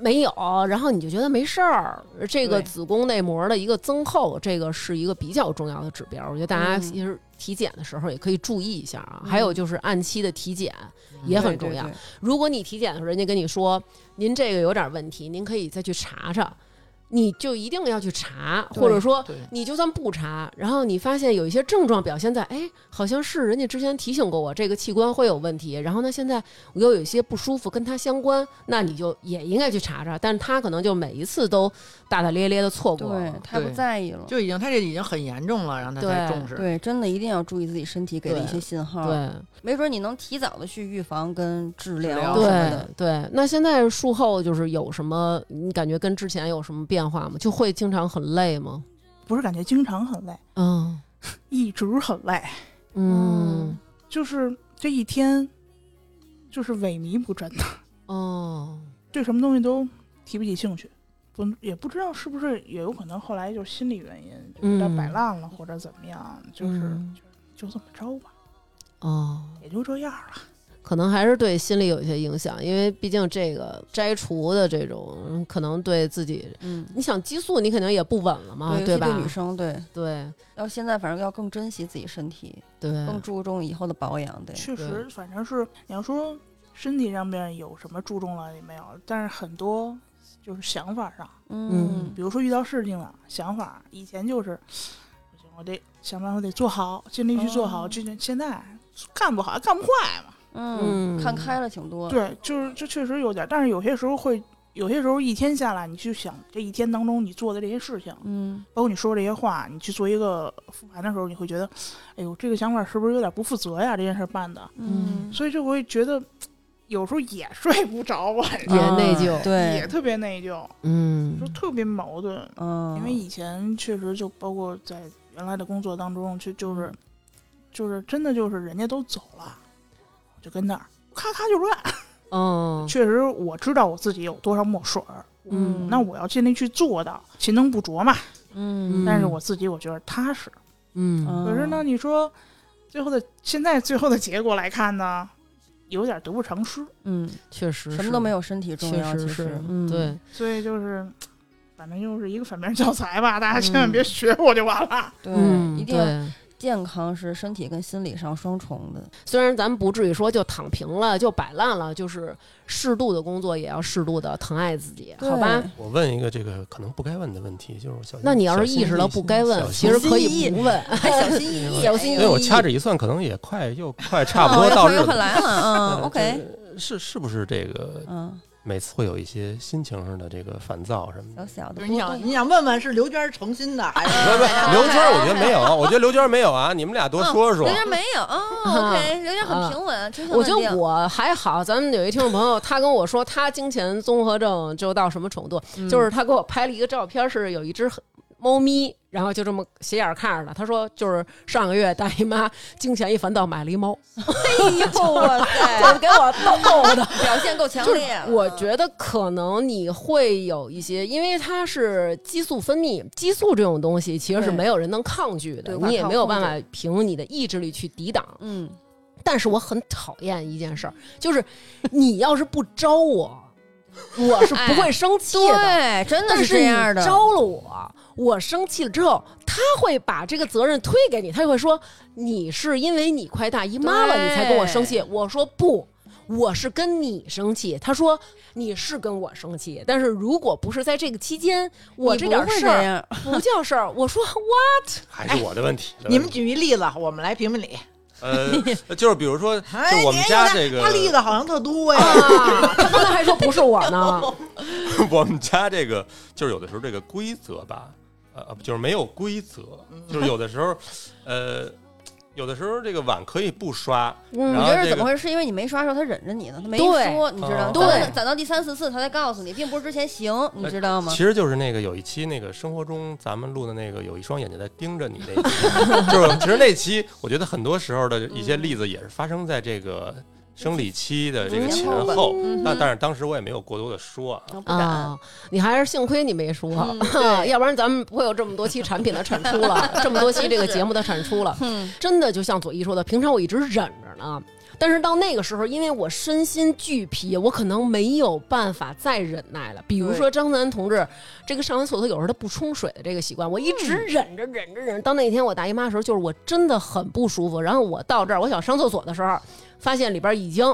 Speaker 1: 没有，然后你就觉得没事儿。这个
Speaker 3: 对
Speaker 1: 子宫内膜的一个增厚，这个是一个比较重要的指标。我觉得大家
Speaker 3: 嗯
Speaker 1: 其实体检的时候也可以注意一下啊。还有就是按期的体检，
Speaker 4: 嗯
Speaker 1: 也很重要
Speaker 3: 对。对
Speaker 1: 如果你体检的时候，人家跟你说您这个有点问题，您可以再去查查，你就一定要去查，
Speaker 3: 对
Speaker 1: 或者说
Speaker 4: 对
Speaker 1: 你就算不查，然后你发现有一些症状表现在，哎，好像是人家之前提醒过我这个器官会有问题，然后呢现在我又有一些不舒服跟它相关，那你就也应该去查查，但是他可能就每一次都大大咧咧的错过
Speaker 3: 对
Speaker 1: 了，
Speaker 3: 太不
Speaker 4: 对
Speaker 3: 在意了。
Speaker 4: 就已经他这已经很严重了，然后他才
Speaker 1: 对
Speaker 4: 重视。
Speaker 3: 对，真的一定要注意自己身体给的
Speaker 1: 对
Speaker 3: 一些信号。，啊
Speaker 1: 对
Speaker 3: 没准你能提早的去预防跟治疗
Speaker 4: 治疗
Speaker 3: 什么
Speaker 4: 什
Speaker 1: 对
Speaker 3: 的。
Speaker 1: 对，那现在术后就是有什么？你感觉跟之前有什么变化吗？就会经常很累吗？
Speaker 5: 不是感觉经常很累，
Speaker 1: 嗯
Speaker 5: 一直很累，
Speaker 1: 嗯
Speaker 5: 就是这一天就是萎靡不振的，
Speaker 1: 哦
Speaker 5: 对什么东西都提不起兴趣。不也不知道是不是也有可能后来就是心理原因，就是他
Speaker 1: 嗯
Speaker 5: 摆烂了或者怎么样，就是、
Speaker 1: 嗯
Speaker 5: 就就这么着吧，
Speaker 1: 哦，
Speaker 5: 也就这样了。
Speaker 1: 可能还是对心理有一些影响，因为毕竟这个摘除的这种，嗯可能对自己，
Speaker 3: 嗯，
Speaker 1: 你想激素你肯定也不稳了嘛，
Speaker 3: 尤
Speaker 1: 啊对
Speaker 3: 其
Speaker 1: 吧？
Speaker 3: 对女生，对，
Speaker 1: 对
Speaker 3: 要现在反正要更珍惜自己身体，
Speaker 1: 对，
Speaker 3: 更注重以后的保养。对，
Speaker 5: 确
Speaker 1: 对
Speaker 5: 实，反正是你要说身体上面有什么注重了也没有，但是很多就是想法上，
Speaker 1: 嗯
Speaker 3: 嗯，
Speaker 5: 比如说遇到事情了，想法以前就是不行，我得想办法得做好，尽力去做好。
Speaker 3: 哦
Speaker 5: 这这现在干不好干不坏嘛，
Speaker 1: 嗯
Speaker 3: 看开了挺多。
Speaker 5: 对，就是这确实有点，但是有些时候会。有些时候一天下来，你去想这一天当中你做的这些事情，
Speaker 3: 嗯，
Speaker 5: 包括你说这些话，你去做一个复盘的时候，你会觉得，哎呦，这个想法是不是有点不负责呀？这件事办的，
Speaker 1: 嗯
Speaker 3: 嗯，
Speaker 5: 所以就会觉得有时候也睡不着晚上，
Speaker 1: 也内疚，
Speaker 5: 也
Speaker 3: 嗯对，
Speaker 5: 特别内疚，
Speaker 1: 嗯
Speaker 5: 就特别矛盾。
Speaker 3: 嗯，
Speaker 5: 因为以前确实就包括在原来的工作当中，就就是
Speaker 3: 嗯
Speaker 5: 就是真的就是人家都走了，我就跟那儿咔咔就乱。
Speaker 1: 嗯
Speaker 5: 确实我知道我自己有多少墨水儿，
Speaker 1: 嗯
Speaker 5: 那我要尽力去做到，勤能补拙嘛。
Speaker 3: 嗯，
Speaker 5: 但是我自己我觉得踏实。
Speaker 1: 嗯
Speaker 5: 可是呢，，你说最后的现在最后的结果来看呢，有点得不偿失。
Speaker 3: 嗯，
Speaker 1: 确实
Speaker 3: 什么都没
Speaker 1: 有，
Speaker 3: 有身体重
Speaker 1: 确
Speaker 3: 要，
Speaker 1: 实
Speaker 3: 其
Speaker 1: 是
Speaker 3: 实，嗯，
Speaker 1: 对，
Speaker 5: 所以就是，反正又是一个反面教材吧，大家千万别学我就完了。
Speaker 3: 对，
Speaker 1: 嗯
Speaker 3: 一定要
Speaker 1: 对。
Speaker 3: 健康是身体跟心理上双重的。
Speaker 1: 虽然咱们不至于说就躺平了，就摆烂了，就是适度的工作也要适度的疼爱自己，好吧？
Speaker 3: 对？
Speaker 2: 我问一个这个可能不该问的问题，就是小心。
Speaker 1: 那你要
Speaker 2: 小
Speaker 1: 是
Speaker 2: 心
Speaker 1: 意识了
Speaker 2: 翼翼
Speaker 1: 不该问，
Speaker 2: 小
Speaker 1: 其
Speaker 2: 心
Speaker 1: 实
Speaker 2: 翼翼
Speaker 1: 可以不问。
Speaker 3: 小心翼哎翼，小心翼翼。哦
Speaker 2: 因为哎我掐指一算，可能也
Speaker 1: 哦
Speaker 2: 快又快差不多到日
Speaker 3: 又快
Speaker 2: 子了。
Speaker 3: 来了，嗯
Speaker 2: 呃
Speaker 3: ，OK，
Speaker 2: 这是是不是这个
Speaker 3: 嗯，
Speaker 2: 每次会有一些心情上的这个烦躁什么 的。
Speaker 3: 小小的
Speaker 4: 你
Speaker 3: 波
Speaker 4: 想
Speaker 3: 动。
Speaker 4: 你想问问是刘娟诚心的哎还是？
Speaker 2: 不是不是刘娟儿，我觉得没有，我觉得刘娟儿没有啊，你们俩多
Speaker 1: 嗯
Speaker 2: 说说
Speaker 3: 刘。娟没有哦，OK，刘娟很平稳，挺
Speaker 1: 啊我觉得我还好，咱们有一听众朋友，他跟我说他经前综合症就到什么程度，
Speaker 3: 嗯
Speaker 1: 就是他给我拍了一个照片，是有一只猫咪，然后就这么斜眼看着他。他说就是上个月大姨妈经前一烦躁买了一猫，
Speaker 3: 呦我
Speaker 1: 哎
Speaker 3: 塞，给我逗逗的， 表现够强
Speaker 1: 就是
Speaker 3: 烈。
Speaker 1: 我
Speaker 3: 得
Speaker 1: 觉得可能你会有一些，因为它是激素分泌，激素这种东西其实是
Speaker 3: 对
Speaker 1: 没有人能抗拒
Speaker 3: 对
Speaker 1: 的，
Speaker 3: 无法
Speaker 1: 你也没有办
Speaker 3: 抗
Speaker 1: 法凭你的意志力去抵挡。
Speaker 3: 嗯，
Speaker 1: 但是我很讨厌一件事儿，就是你要是不招 我，我是不会生气的。
Speaker 3: 哎对，真的
Speaker 1: 但
Speaker 3: 这样的
Speaker 1: 你。招了我，我生气了之后，他会把这个责任推给你，他就会说你是因为你快大姨妈了，
Speaker 3: 对
Speaker 1: 你才跟我生气。我说不，我是跟你生气。他说你是跟我生气，但是如果不是在这个期间，我
Speaker 3: 你
Speaker 1: 这
Speaker 3: 不
Speaker 1: 点
Speaker 3: 会
Speaker 1: 事
Speaker 3: 这
Speaker 1: 儿
Speaker 3: 样，
Speaker 1: 不叫事儿。我说 what？
Speaker 2: 还是我的问
Speaker 1: 哎
Speaker 2: 题。
Speaker 4: 你们举一例子，我们来评评理。
Speaker 2: 呃，就是比如说，
Speaker 4: 哎，
Speaker 2: 就我们家这
Speaker 4: 你
Speaker 2: 个
Speaker 4: 看他例子好像特多呀。
Speaker 1: 啊，他刚才还说不是我呢，
Speaker 2: 我们家这个就是有的时候这个规则吧，呃，呃就是没有规则，
Speaker 3: 嗯
Speaker 2: 就是有的时候，呃，有的时候这个碗可以不刷，
Speaker 1: 嗯
Speaker 2: 然
Speaker 3: 我
Speaker 2: 后
Speaker 3: 觉得
Speaker 2: 这
Speaker 3: 是
Speaker 2: 个
Speaker 3: 怎么回事？是因为你没刷的时候，他忍着你呢，他没
Speaker 1: 对
Speaker 3: 说，你知道吗？
Speaker 2: 哦
Speaker 3: 攒到
Speaker 1: 对
Speaker 3: 攒到第三四次，他才告诉你，并不是之前行，
Speaker 2: 哎
Speaker 3: 你知道吗？
Speaker 2: 其实就是那个有一期那个生活中咱们录的那个有一双眼睛在盯着你那一期， 就是其实那期我觉得很多时候的一些例子也是发生在这个生理期的这个前后，
Speaker 3: 嗯
Speaker 2: 但但是当时我也没有过多的说啊，
Speaker 3: 我不敢。
Speaker 1: 啊，你还是幸亏你没说，
Speaker 3: 嗯
Speaker 1: 要不然咱们不会有这么多期产品的产出 了，这么多期这个节目的产出了。
Speaker 3: 嗯，
Speaker 1: 真的就像左一说的，平常我一直忍着呢，但是到那个时候，因为我身心俱疲，我可能没有办法再忍耐了。比如说张楠同志这个上完厕所有时候他不冲水的这个习惯，我一直
Speaker 3: 嗯
Speaker 1: 忍着忍着忍着，到那天我大姨妈的时候，就是我真的很不舒服。然后我到这儿，我想上厕所的时候，发现里边已经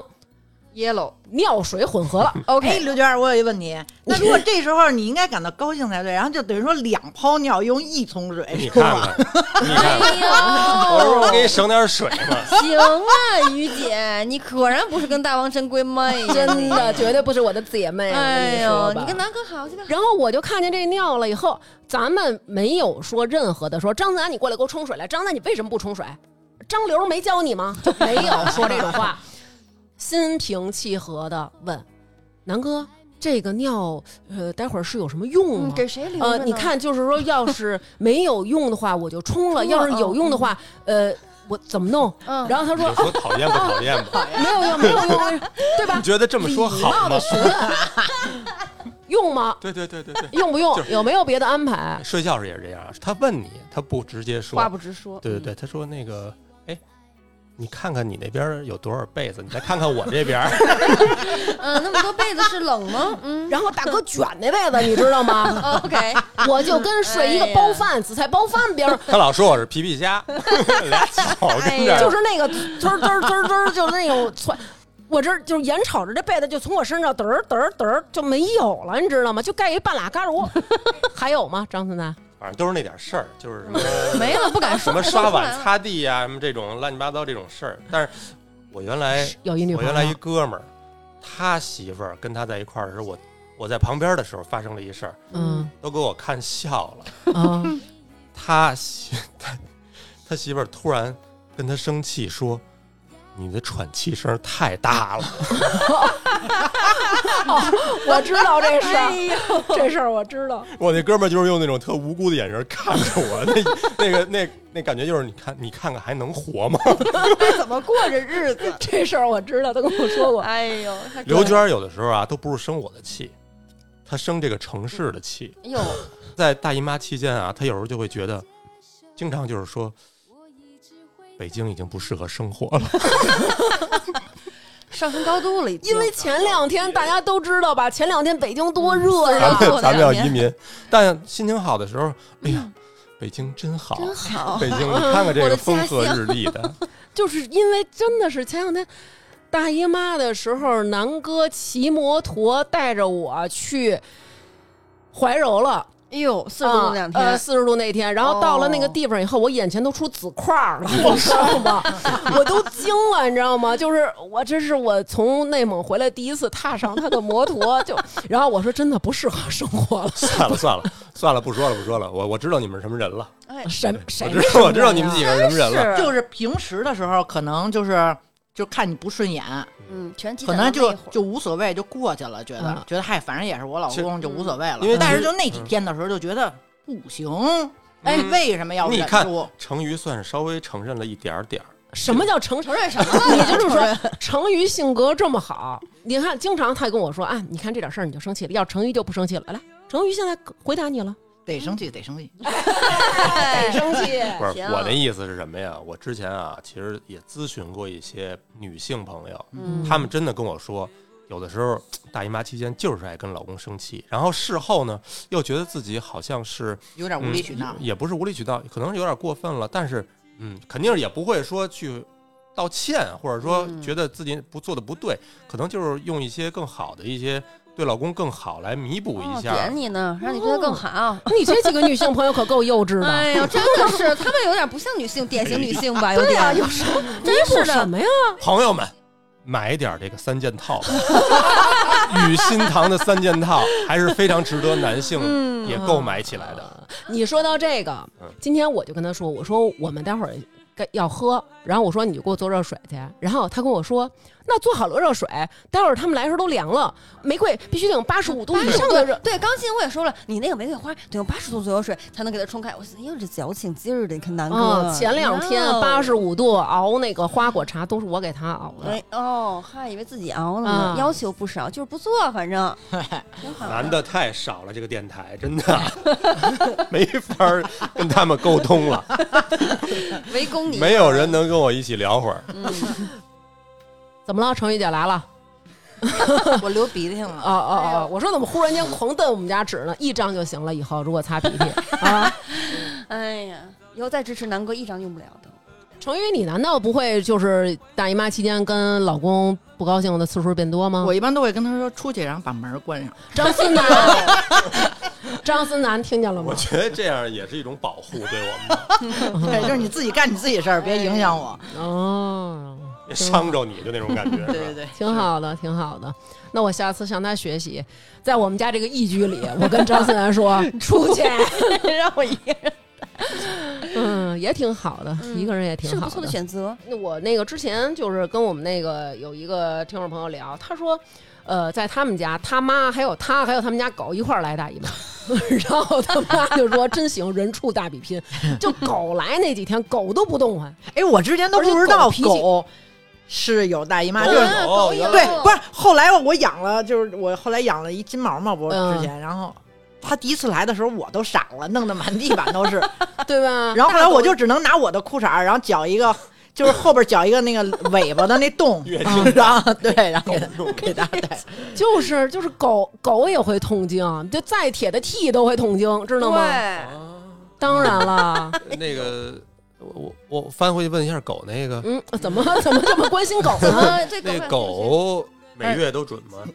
Speaker 3: yellow
Speaker 1: 尿水混合了。
Speaker 4: 哎，
Speaker 3: OK，
Speaker 4: 刘娟儿，我有一问题，那如果这时候你应该感到高兴才对，然后就等于说两泡尿用一冲水，
Speaker 2: 你
Speaker 4: 是
Speaker 2: 看
Speaker 4: 吧？
Speaker 2: 看，你看看，
Speaker 3: 嗯
Speaker 2: 我
Speaker 3: 哎
Speaker 2: 说我
Speaker 3: 呦，
Speaker 2: 给你省点水嘛，
Speaker 3: 行啊，于姐，你果然不是跟大王真闺蜜，
Speaker 1: 真的，绝对不是我的姐妹。我跟
Speaker 3: 哎
Speaker 1: 你说
Speaker 3: 呦，
Speaker 1: 吧
Speaker 3: 你跟南哥好去吧。
Speaker 1: 然后我就看见这尿了以后，咱们没有说任何的说张子安，你过来给我冲水来。张子安，你为什么不冲水？张刘没教你吗？就没有说这种话， 心平气和的问南哥，这个尿呃，待会儿是有什么用吗？
Speaker 3: 嗯给谁留着
Speaker 1: 呃，
Speaker 3: 呢
Speaker 1: 你，看，就是说，要是没有用的话，我就冲
Speaker 3: 冲
Speaker 1: 了；
Speaker 3: 了
Speaker 1: 要是有用的话，呃，我怎么弄？
Speaker 3: 嗯，
Speaker 1: 然后他
Speaker 2: 你
Speaker 1: 说啊
Speaker 2: 就说讨厌不讨厌 吧？
Speaker 1: 没有用，没有用，对吧
Speaker 2: 你？觉得这么说好吗？
Speaker 1: 用吗？
Speaker 2: 对对对对对，
Speaker 1: 用不用
Speaker 2: 就？
Speaker 1: 有没有别的安排？
Speaker 2: 睡觉时也是这样，他问你，他不直接说，
Speaker 3: 话不直说，
Speaker 2: 对对
Speaker 1: 嗯
Speaker 2: 对，他说那个，哎，你看看你那边儿有多少被子，你再看看我这 边儿，
Speaker 3: 嗯，那么多被子是冷 吗？嗯哦
Speaker 1: 然后大哥卷那被子，你知道吗？
Speaker 3: ，OK，
Speaker 1: 我就跟睡一个包饭、紫菜包饭边儿，
Speaker 2: 他老说我是皮皮虾， 俩草跟这儿，
Speaker 1: 哎就是那个滋儿滋儿滋儿滋儿，就是那种窜。我这儿就是眼瞅着这被子就从我身上嘚儿嘚儿嘚儿就没有了，你知道吗？就盖一半拉嘎噜， 还有吗？张思楠，
Speaker 2: 反正都是那点事儿，就是什么
Speaker 1: 嗯
Speaker 3: 没了，不敢
Speaker 2: 什
Speaker 3: 说，
Speaker 2: 么刷
Speaker 3: 说
Speaker 2: 碗、
Speaker 3: 不出来了
Speaker 2: 擦地啊呀、什么这种乱七八糟这种事儿。但是我原来
Speaker 1: 有一女
Speaker 2: 哎我
Speaker 1: 朋
Speaker 2: 原来一
Speaker 1: 友，
Speaker 2: 哥们儿，他媳妇儿跟他在一块儿的时候，我我在旁边的时候发生了一事儿，
Speaker 1: 嗯
Speaker 2: 都给我看笑了。
Speaker 1: 啊，
Speaker 2: 他媳他他媳妇儿突然跟他生气说：“你的喘气声太大了。”
Speaker 1: 我知道这事儿，这事儿我知道。
Speaker 2: 我那哥们儿就是用那种特无辜的眼神看着我，那那个那那感觉就是你看你看看还能活吗？
Speaker 3: 怎么过着日子？
Speaker 1: 这事儿我知道，他跟我说过。
Speaker 3: 哎呦，他
Speaker 2: 刘娟儿有的时候啊都不是生我的气，她生这个城市的气。
Speaker 3: 哎呦，
Speaker 2: 在大姨妈期间啊，她有时候就会觉得，经常就是说，北京已经不适合生活了。
Speaker 3: 上升高度了，已经
Speaker 1: 因为前两天大家都知道吧，前两天北京多热
Speaker 3: 对
Speaker 1: 呀、
Speaker 2: 咱
Speaker 3: 啊
Speaker 2: 们咱们要
Speaker 3: 过两年
Speaker 2: 移民，但心情好的时候，哎呀，北京真好，
Speaker 3: 真好
Speaker 2: 北京你看看这
Speaker 3: 我的
Speaker 2: 个
Speaker 3: 家
Speaker 2: 风和
Speaker 3: 乡
Speaker 2: 日丽的，
Speaker 1: 就是因为真的是前两天大姨妈的时候，南哥骑摩托带着我去怀柔了。
Speaker 3: 哎呦，四十度那两天，
Speaker 1: 呃，四十度那天，然后到了那个地方以后，我眼前都出紫块儿了，
Speaker 3: 哦
Speaker 1: 你知道吗？ 我都惊了，你知道吗？就是我这是我从内蒙回来第一次踏上他的摩托，就然后我说真的不适合 生活了，
Speaker 2: 算了算了算了，不说了不说了，我我知道你们是什么人 了，
Speaker 3: 哎，
Speaker 1: 谁谁
Speaker 2: 我知道我知道你们几个是什么人了，
Speaker 3: 是，
Speaker 4: 就是平时的时候可能就是就看你不顺眼，
Speaker 3: 嗯，全集
Speaker 4: 可
Speaker 3: 散到那
Speaker 4: 能就
Speaker 3: 一会儿
Speaker 4: 就无所谓，就过去了，觉得、
Speaker 1: 嗯
Speaker 4: 觉得嗨，反正也是我老
Speaker 2: 其实
Speaker 4: 公，就无所谓了。
Speaker 2: 因为嗯
Speaker 4: 但
Speaker 2: 其
Speaker 4: 是
Speaker 2: 实
Speaker 4: 就那几天的时候，就觉得不行，
Speaker 2: 哎
Speaker 4: 你为什么要
Speaker 2: 你
Speaker 4: 忍
Speaker 2: 看
Speaker 4: 住？
Speaker 2: 成瑜算是稍微承认了一点儿点儿，
Speaker 1: 什么叫成
Speaker 3: 承认什么 了？
Speaker 1: 你就是说，成瑜性格这么好，你看，经常他跟我说啊，你看这点事儿你就生气了，要成瑜就不生气了。来，成瑜现在回答你了，
Speaker 4: 得生气，得生气。
Speaker 3: 哎
Speaker 1: 生气。
Speaker 2: 不是
Speaker 3: 行
Speaker 2: 我那意思是什么呀？我之前啊，其实也咨询过一些女性朋友，
Speaker 3: 嗯
Speaker 2: 她们真的跟我说，有的时候大姨妈期间就是爱跟老公生气，然后事后呢又觉得自己好像是
Speaker 4: 有点无理取闹
Speaker 2: 嗯，也不是无理取闹，可能是有点过分了，但是嗯，肯定也不会说去道歉，或者说
Speaker 3: 嗯
Speaker 2: 觉得自己不做的不对，可能就是用一些更好的一些对老公更好来弥补一
Speaker 3: 哦
Speaker 2: 下。哦
Speaker 3: 点你呢，让你对他更好。
Speaker 1: 你这几个女性朋友可够幼稚的。
Speaker 3: 哎 呦，真的是，他们有点不像女性，典型女性 吧？啊有
Speaker 1: 对
Speaker 3: 点
Speaker 1: 呀、有时候
Speaker 3: 真是
Speaker 1: 是
Speaker 3: 的
Speaker 1: 什，么呀？
Speaker 2: 朋友们，买点这个三件套吧， 雨欣堂的三件套还是非常值得男性
Speaker 3: 嗯
Speaker 2: 也购买起来的。
Speaker 1: 你说到这个
Speaker 2: 嗯，
Speaker 1: 今天我就跟他说，我说我们待会儿该要喝，然后我说你就给我做热水去，然后他跟我说，那做好了热水，待会儿他们来的时候都凉了，玫瑰必须得用八十五度以上的热。
Speaker 3: 对，刚进我也说了，你那个玫瑰花得用八十度左右水才能给它冲开。我思，哟，这矫情劲儿的，你看南哥
Speaker 1: 嗯，。前两天
Speaker 3: 哟
Speaker 1: 八十。五度熬那个花果茶都是我给他熬的。
Speaker 3: 哎哦，还以为自己熬了呢
Speaker 1: 啊，
Speaker 3: 要求不少，就是不做，反 正挺
Speaker 4: 嗯
Speaker 3: 好。
Speaker 2: 男的太少了，这个电台真的 没法儿跟他们沟通 了，
Speaker 3: 围攻你，
Speaker 2: 没有人能跟我一起聊会儿。
Speaker 3: 嗯
Speaker 1: 怎么了，程宇姐来了？
Speaker 2: 嗯
Speaker 4: 我流鼻涕了
Speaker 1: 哦。哦哦！我说怎么忽然间狂瞪我们家纸呢？一张就行了，以后如果擦鼻涕啊，
Speaker 3: 哎呀，以后再支持南哥一张用不了的。
Speaker 1: 程宇，你难道不会就是大姨妈期间跟老公不高兴的次数变多吗
Speaker 4: 我？一般都会跟他说出去，然后把门关上。
Speaker 1: 张思楠，张思楠听见了
Speaker 2: 我
Speaker 1: 吗？
Speaker 2: 觉得这样也是一种保护，对我们
Speaker 4: 对，就是你自己干你自己事儿，别影响我。
Speaker 1: 哎哦，
Speaker 2: 别伤着你，就那种感觉。
Speaker 4: 对对对，
Speaker 1: 挺好的，挺好的。那我下次向他学习，在我们家这个义居里，我跟张思楠 说出去，
Speaker 3: 让我一个人
Speaker 1: 嗯，也挺好的，
Speaker 3: 嗯
Speaker 1: 一个人也
Speaker 3: 是
Speaker 1: 挺
Speaker 3: 个
Speaker 1: 好
Speaker 3: 不错的选择。
Speaker 1: 那我那个之前就是跟我们那个有一个听众朋友聊，他说，呃，在他们家，他妈还有他还有他们家狗一块儿来大姨妈， 然后他妈就说真行，人畜大比拼，就狗来那几天狗都不动弹，
Speaker 4: 哎，我之前都不知
Speaker 1: 而
Speaker 4: 道
Speaker 1: 且狗脾气
Speaker 4: 狗是有大姨妈，
Speaker 3: 哦
Speaker 2: 狗
Speaker 4: 就是
Speaker 1: 嗯
Speaker 2: 有狗有
Speaker 4: 对，不是后来我养了，就是我后来养了一金毛嘛，不是
Speaker 1: 嗯
Speaker 4: 之前，然后它第一次来的时候我都傻了，弄得满地板都是，
Speaker 1: 对吧？
Speaker 4: 然后后来我就只能拿我的裤衩儿，然后绞一个，就是后边绞一个那个尾巴的那洞
Speaker 2: 月，
Speaker 4: 嗯然后对，然后给它给它戴。
Speaker 1: 就是就是狗狗也会痛经，就再铁的 T 都会痛经，知道吗？
Speaker 3: 对，
Speaker 1: 当然了，
Speaker 2: 那个我我我翻回去问一下狗那个，
Speaker 1: 嗯，怎么怎么这么关心狗呢？
Speaker 3: 啊，这
Speaker 2: 那
Speaker 3: 狗
Speaker 2: 狗每月都准吗？哦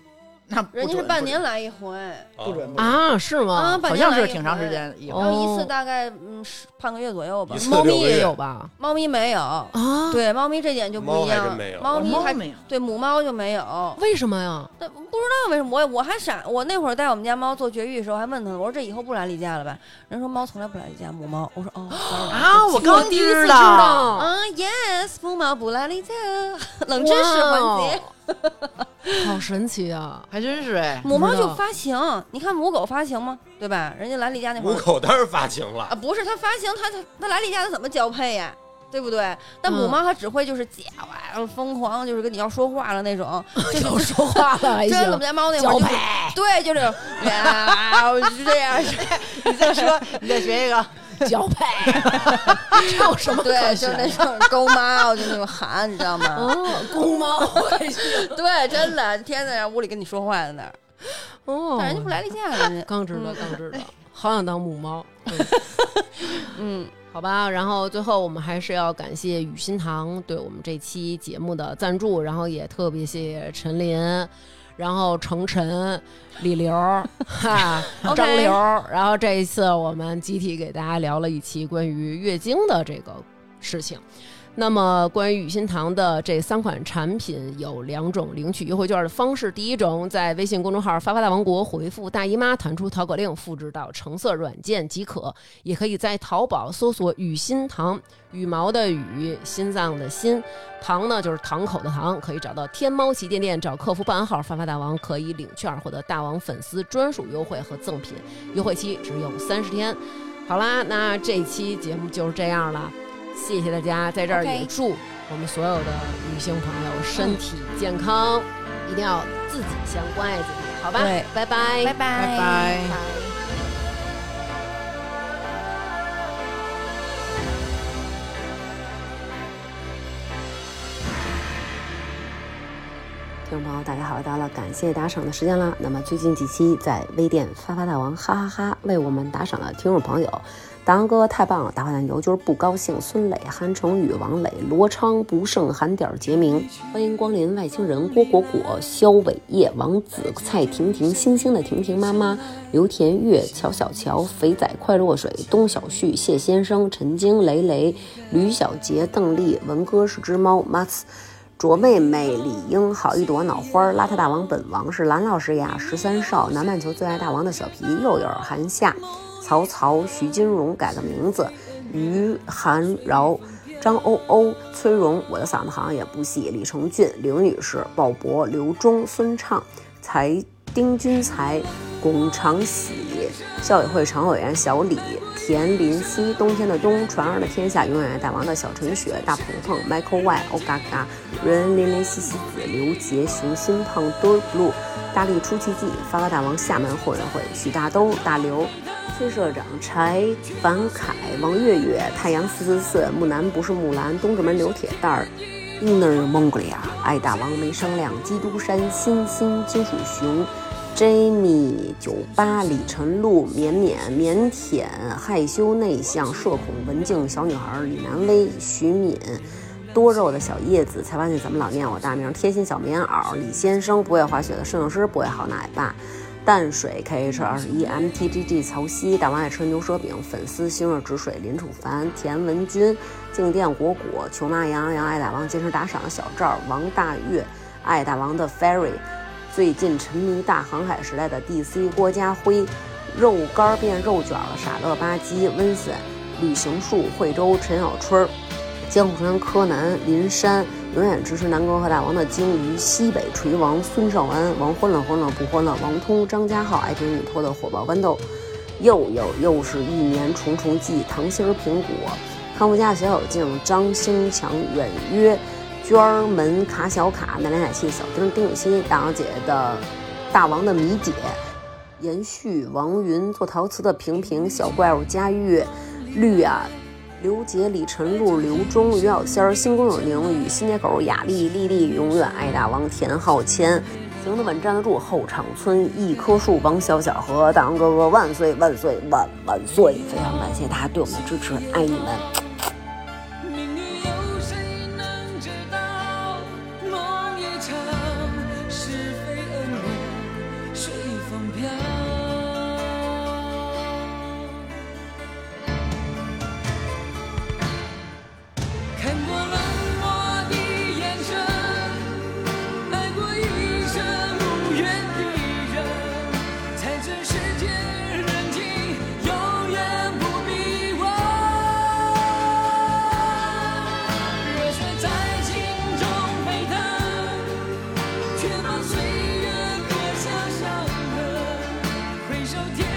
Speaker 4: 那不
Speaker 3: 人家是
Speaker 4: 准
Speaker 3: 半，年来一回，
Speaker 4: 不准不准，
Speaker 1: 啊，是
Speaker 3: 啊
Speaker 1: 吗？
Speaker 4: 好像是挺长时间以后
Speaker 1: 哦。
Speaker 3: 然后一次大概嗯十半个月左右吧
Speaker 2: 一。次
Speaker 1: 猫咪
Speaker 2: 六个月
Speaker 1: 也有吧？
Speaker 3: 猫咪没有，
Speaker 1: 哦啊，
Speaker 3: 对，猫咪这点就不一
Speaker 2: 猫还
Speaker 3: 样
Speaker 2: 真没有，
Speaker 3: 猫咪还
Speaker 4: 没有，
Speaker 3: 对母猫就没有。
Speaker 1: 为什么呀？
Speaker 3: 但不知道为什么，我我还傻，我那会儿带我们家猫做绝育的时候还问他呢，我说这以后不来例假了吧？人说猫从来不来例假，母猫。我说 哦 sorry
Speaker 4: 啊，我
Speaker 1: 我
Speaker 4: 刚
Speaker 1: 第一次
Speaker 4: 知
Speaker 1: 知
Speaker 4: 道。
Speaker 1: 道，
Speaker 3: 啊，yes，母猫不来例假， 冷知识环节。
Speaker 1: 节，哦 好神 奇啊！
Speaker 4: 还真是哎，
Speaker 3: 母猫
Speaker 1: 不知
Speaker 3: 就
Speaker 1: 道
Speaker 3: 发情，你看母狗发情吗？对吧？人家来例假那会
Speaker 2: 母
Speaker 3: 儿
Speaker 2: 狗当然发情了
Speaker 3: 啊，。不是它发情，它它它来例假它怎么交配呀？对不对？但
Speaker 1: 嗯
Speaker 3: 母猫它只会就是叫啊，疯狂，就是跟你要说话了那种。
Speaker 1: 又说话了，还
Speaker 3: 真的，我
Speaker 1: 行
Speaker 3: 们，家猫那会儿就
Speaker 1: 交
Speaker 3: 是
Speaker 1: 配，
Speaker 3: 对，就这种，呀，我就这样，
Speaker 4: 你再说，你再学一个，
Speaker 1: 交配，这有什么可
Speaker 3: 对，就
Speaker 1: 学
Speaker 3: 是那
Speaker 1: 的？
Speaker 3: 种勾妈，我就那种喊，你知道吗？
Speaker 1: 哦，公猫回去
Speaker 3: 对，真的，天天在屋里跟你说话在那儿，
Speaker 1: 哦
Speaker 3: 但人家不来例假了，人家，
Speaker 1: 刚知道，刚知道，好想当母猫。
Speaker 3: 嗯，
Speaker 1: 好吧，然后最后我们还是要感谢雨欣堂对我们这期节目的赞助，然后也特别谢谢陈琳，然后程晨、李刘、 哈
Speaker 3: OK
Speaker 1: 张刘，然后这一次我们集体给大家聊了一期关于月经的这个事情。那么，关于雨欣堂的这三款产品有两种领取优惠券的方式。第一种，在微信公众号“发发大王国”回复“大姨妈”，弹出淘口令，复制到橙色软件即可。也可以在淘宝搜索“雨欣堂”，羽毛的羽，心脏的心，堂呢就是堂口的堂，可以找到天猫旗舰店，找客服报暗号“发发大王”，可以领券获得大王粉丝专属优惠和赠品，优惠期只有三十天。好啦，那这期节目就是这样了。谢谢大家，在这儿
Speaker 3: OK
Speaker 1: 也祝我们所有的女性朋友身体健康，一定要自己先关爱自己，好吧？
Speaker 3: 对
Speaker 1: 拜拜，
Speaker 3: 拜拜
Speaker 4: 拜拜
Speaker 7: 听众朋友，大家好，又到了感谢打赏的时间啦。那么最近几期在微店发发大王哈哈哈为我们打赏的听众朋友，大王哥太棒了，大坏蛋尤军不高兴，孙磊、韩成宇、王磊、罗昌、不胜、韩点儿、杰明，欢迎光临外星人郭果果、肖伟业、王子、蔡婷婷、星星的婷婷妈妈、刘田月、乔小乔、肥仔快落水、东小旭、谢先生、陈晶、雷雷、吕小杰、邓丽、文哥是只猫、m a t 卓妹妹、李英、好一朵脑花、儿、邋遢大王、本王是蓝老师呀、十三少、南半球最爱大王的小皮、又有韩夏、曹操、徐金荣改个名字、于韩饶、张欧欧、崔荣，我的嗓子好像也不细。李成俊、刘女士、鲍勃、刘忠、孙畅、才丁君才、龚长喜、校委会常委员小李、田林夕、冬天的冬、传儿的天下、永远爱大王的小陈雪、大鹏鹏、Michael Y、欧嘎嘎、人林林西西子、刘杰、熊心胖墩、blue、大力出奇迹、发发大王、厦门后援会、许大兜、大刘。崔社长、柴凡凯、王月月、太阳四四四、木南不是木兰、东直门刘铁蛋儿、Inner Mongolia、爱大王没商量、基督山、欣欣、金属熊、Jamie 九八、李晨露、绵绵、腼腆、害羞内向、社恐、文静小女孩、李南薇、徐敏。多肉的小叶子才发现怎么老念我大名，贴心小棉袄，李先生不会滑雪的摄影师，不会好奶爸，淡水 KH 二十一 MTGG 曹曦，大王爱吃牛舌饼，粉丝星月止水林楚凡、田文军、静电果果、球妈杨洋洋爱大王坚持打赏的小赵、王大月、爱大王的 Ferry，最近沉迷大航海时代的 DC 郭家辉，肉干变肉卷了傻乐吧唧、温森、旅行树、惠州陈小春儿。江湖川、柯南、林山，永远支持南哥和大王的鲸鱼、西北锤王、孙少安、王欢乐欢乐不欢乐、王通、张家浩、爱情与托的火爆豌豆，又有又是一年重重记、糖心儿苹果、康复家的小小静、张兴强、远约、娟儿门、卡小卡、奶奶奶气、小丁、丁禹兮、大王姐的大王的米姐。延续王云做陶瓷的平平小怪物佳玉绿啊，刘杰、李晨露、刘忠、于小仙儿、新工友宁与新街口雅丽、丽丽永远爱大王、田浩谦。行得稳，站得住。后场村一棵树，王小小和大王哥哥万岁万岁万万岁！非常感谢大家对我们的支持，爱你们。
Speaker 8: 命运有谁能知道？梦一场，是非恩怨随风飘。看过冷漠的眼神，爱过一生无缘的人，才知世间人情永远不必问。热血在心中沸腾，却把岁月刻下伤痕。回首天